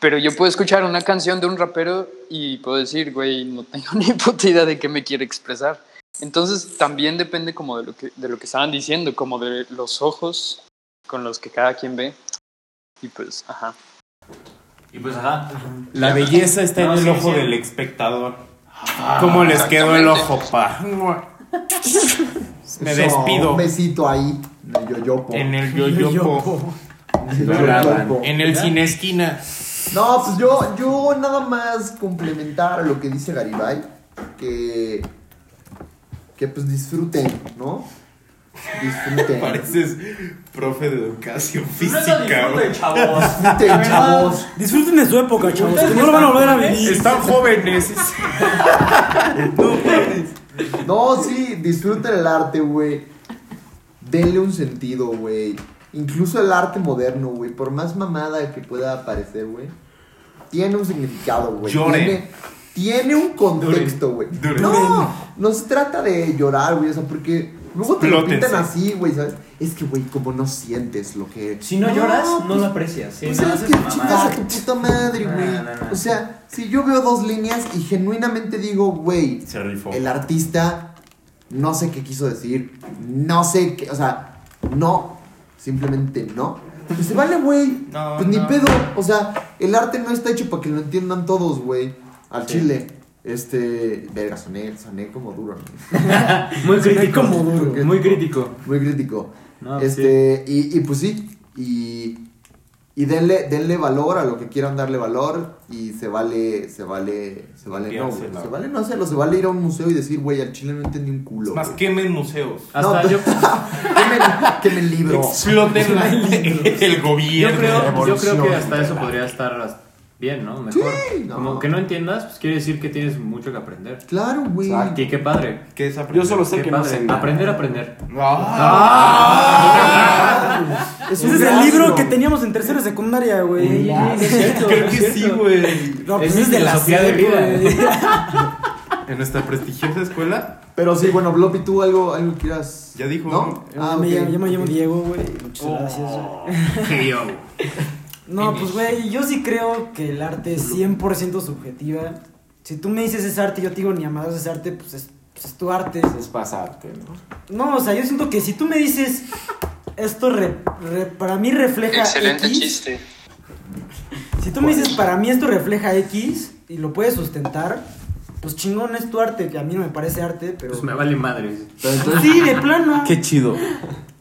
Speaker 6: Pero yo puedo escuchar una canción de un rapero y puedo decir, güey, no tengo ni puta idea de qué me quiere expresar. Entonces también depende como de lo que, de lo que estaban diciendo, como de los ojos con los que cada quien ve. Y pues, ajá.
Speaker 1: Y pues, ajá.
Speaker 2: la belleza está
Speaker 1: No,
Speaker 2: en el
Speaker 1: sí,
Speaker 2: ojo
Speaker 1: sí.
Speaker 2: del espectador. ¿Cómo les quedó el ojo, pa? Me
Speaker 5: Eso,
Speaker 2: despido.
Speaker 5: Un besito ahí. En el yoyopo.
Speaker 2: En el yoyopo.
Speaker 5: En el
Speaker 8: Doraban.
Speaker 5: yoyopo.
Speaker 2: En el cine esquina.
Speaker 5: No, pues yo, yo nada más complementar a lo que dice Garibay, que, que pues disfruten, ¿no? Disfruten.
Speaker 2: Pareces profe de educación
Speaker 1: No
Speaker 2: física,
Speaker 1: lo disfruten,
Speaker 2: güey.
Speaker 1: chavos.
Speaker 5: Disfruten, chavos.
Speaker 7: Disfruten de su época, chavos. Que no lo van a volver a vivir.
Speaker 2: Están jóvenes.
Speaker 5: No, sí, disfruten el arte, güey. Denle un sentido, güey. Incluso el arte moderno, güey, por más mamada que pueda parecer, güey, tiene un significado, güey.
Speaker 2: Lloren.
Speaker 5: Tiene, tiene un contexto, güey.
Speaker 2: Duren.
Speaker 5: No, no se trata de llorar, güey, o sea, porque luego te lo
Speaker 2: Explótense.
Speaker 5: pintan así, güey, ¿sabes? Es que, güey, como no sientes lo que...
Speaker 1: Si no lloras, no
Speaker 5: pues,
Speaker 1: lo aprecias. Si
Speaker 5: pues,
Speaker 1: no
Speaker 5: ¿sabes
Speaker 1: haces
Speaker 5: qué?
Speaker 1: mamadas.
Speaker 5: Chingas a tu puta madre,
Speaker 1: No,
Speaker 5: güey.
Speaker 1: no, no.
Speaker 5: O sea, si yo veo dos líneas y genuinamente digo, güey,
Speaker 2: Se rifó.
Speaker 5: el artista no sé qué quiso decir, no sé qué, o sea, no, simplemente no. Pues se vale, güey.
Speaker 2: No,
Speaker 5: pues ni
Speaker 2: no.
Speaker 5: pedo. O sea, el arte no está hecho para que lo entiendan todos, güey. Al chile. Este. Verga, soné, soné como duro. ¿no?
Speaker 1: Muy crítico.
Speaker 5: como duro.
Speaker 1: Muy crítico.
Speaker 5: Muy crítico.
Speaker 1: No, pues
Speaker 5: este. Y, y pues sí. Y. Y denle, denle valor a lo que quieran darle valor. Y se vale. Se vale. Se vale no, güey.
Speaker 2: Piénsela.
Speaker 5: Se vale no hacerlo. Se vale ir a un museo y decir, güey, al chile no entendí un culo.
Speaker 2: Es más,
Speaker 5: güey.
Speaker 2: quemen museos.
Speaker 1: Hasta
Speaker 5: No,
Speaker 1: yo,
Speaker 5: Quemen- quemen libros.
Speaker 2: Exploten la- el
Speaker 1: yo,
Speaker 2: gobierno.
Speaker 1: creo, yo creo que
Speaker 5: Revolución,
Speaker 1: hasta eso podría estar as- bien, ¿no? Mejor.
Speaker 5: Sí, no.
Speaker 1: Como que no entiendas, pues quiere decir que tienes mucho que aprender.
Speaker 5: Claro, güey.
Speaker 1: Y qué padre.
Speaker 2: ¿Qué es aprender?
Speaker 8: Yo solo sé
Speaker 1: Qué
Speaker 8: que no
Speaker 1: padre.
Speaker 8: sé nada.
Speaker 1: Aprender a aprender.
Speaker 2: ¡Ah!
Speaker 1: Ah.
Speaker 5: Es
Speaker 7: Ese es el
Speaker 5: gran
Speaker 7: libro
Speaker 5: libro.
Speaker 7: que teníamos en tercera secundaria, güey.
Speaker 2: Creo que sí, güey.
Speaker 7: No, pues
Speaker 1: Es mi
Speaker 7: es de la
Speaker 1: filosofía de
Speaker 7: SEP,
Speaker 1: vida.
Speaker 7: güey.
Speaker 2: En nuestra prestigiosa escuela
Speaker 5: Pero sí, bueno, Bloppy, tú algo, algo quieras.
Speaker 2: ya dijo
Speaker 5: ¿No?
Speaker 7: Ah, me
Speaker 5: ok,
Speaker 7: llamo- yo me llamo
Speaker 5: ok.
Speaker 7: Diego, güey. Muchas
Speaker 1: Oh.
Speaker 7: gracias. güey. No, pues, güey, yo sí creo que el arte es 100% subjetiva. Si tú me dices es arte, yo te digo ni amados es arte, pues es, pues es tu arte.
Speaker 8: Es pasarte, ¿no?
Speaker 7: No, o sea, yo siento que si tú me dices esto re- re- para mí refleja
Speaker 6: Excelente
Speaker 7: X,
Speaker 6: chiste.
Speaker 7: Si tú me dices, para mí esto refleja X y lo puedes sustentar, pues chingón es tu arte, que a mí no me parece arte, pero...
Speaker 1: Pues me vale madre.
Speaker 7: Sí, de plano.
Speaker 2: Qué chido.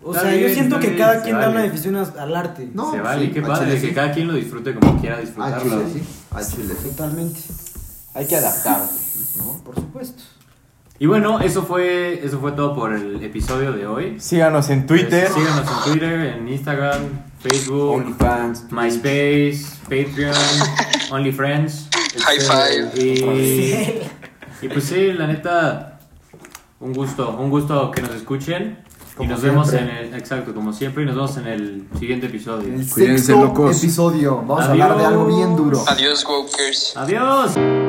Speaker 7: O
Speaker 1: Está
Speaker 7: sea, yo
Speaker 1: bien,
Speaker 7: siento
Speaker 1: está
Speaker 7: que
Speaker 1: bien,
Speaker 7: cada
Speaker 1: se
Speaker 7: quien da
Speaker 1: vale.
Speaker 7: una definición a- al arte.
Speaker 5: No,
Speaker 1: Se vale,
Speaker 5: sí,
Speaker 1: qué
Speaker 5: a
Speaker 1: padre.
Speaker 5: Chile
Speaker 1: que
Speaker 5: sí.
Speaker 1: cada quien lo disfrute como quiera
Speaker 5: A
Speaker 1: disfrutarlo.
Speaker 5: Chile sí. A Chile sí.
Speaker 7: Totalmente,
Speaker 8: Hay que adaptarte, ¿no?
Speaker 7: por supuesto.
Speaker 1: Y bueno, eso fue, eso fue todo por el episodio de hoy.
Speaker 2: Síganos en Twitter.
Speaker 1: Eh, Síganos en Twitter, en Instagram, Facebook,
Speaker 8: OnlyFans.
Speaker 1: MySpace, Patreon, OnlyFriends. este,
Speaker 6: High five.
Speaker 1: Y, y pues sí, la neta, un gusto, un gusto que nos escuchen. y nos vemos en el, exacto, como siempre, y nos vemos en el siguiente episodio.
Speaker 5: El
Speaker 11: Cuídense,
Speaker 5: sexto
Speaker 11: locos.
Speaker 5: episodio. Vamos a hablar de algo bien duro.
Speaker 6: Adiós, Wokers.
Speaker 1: Adiós.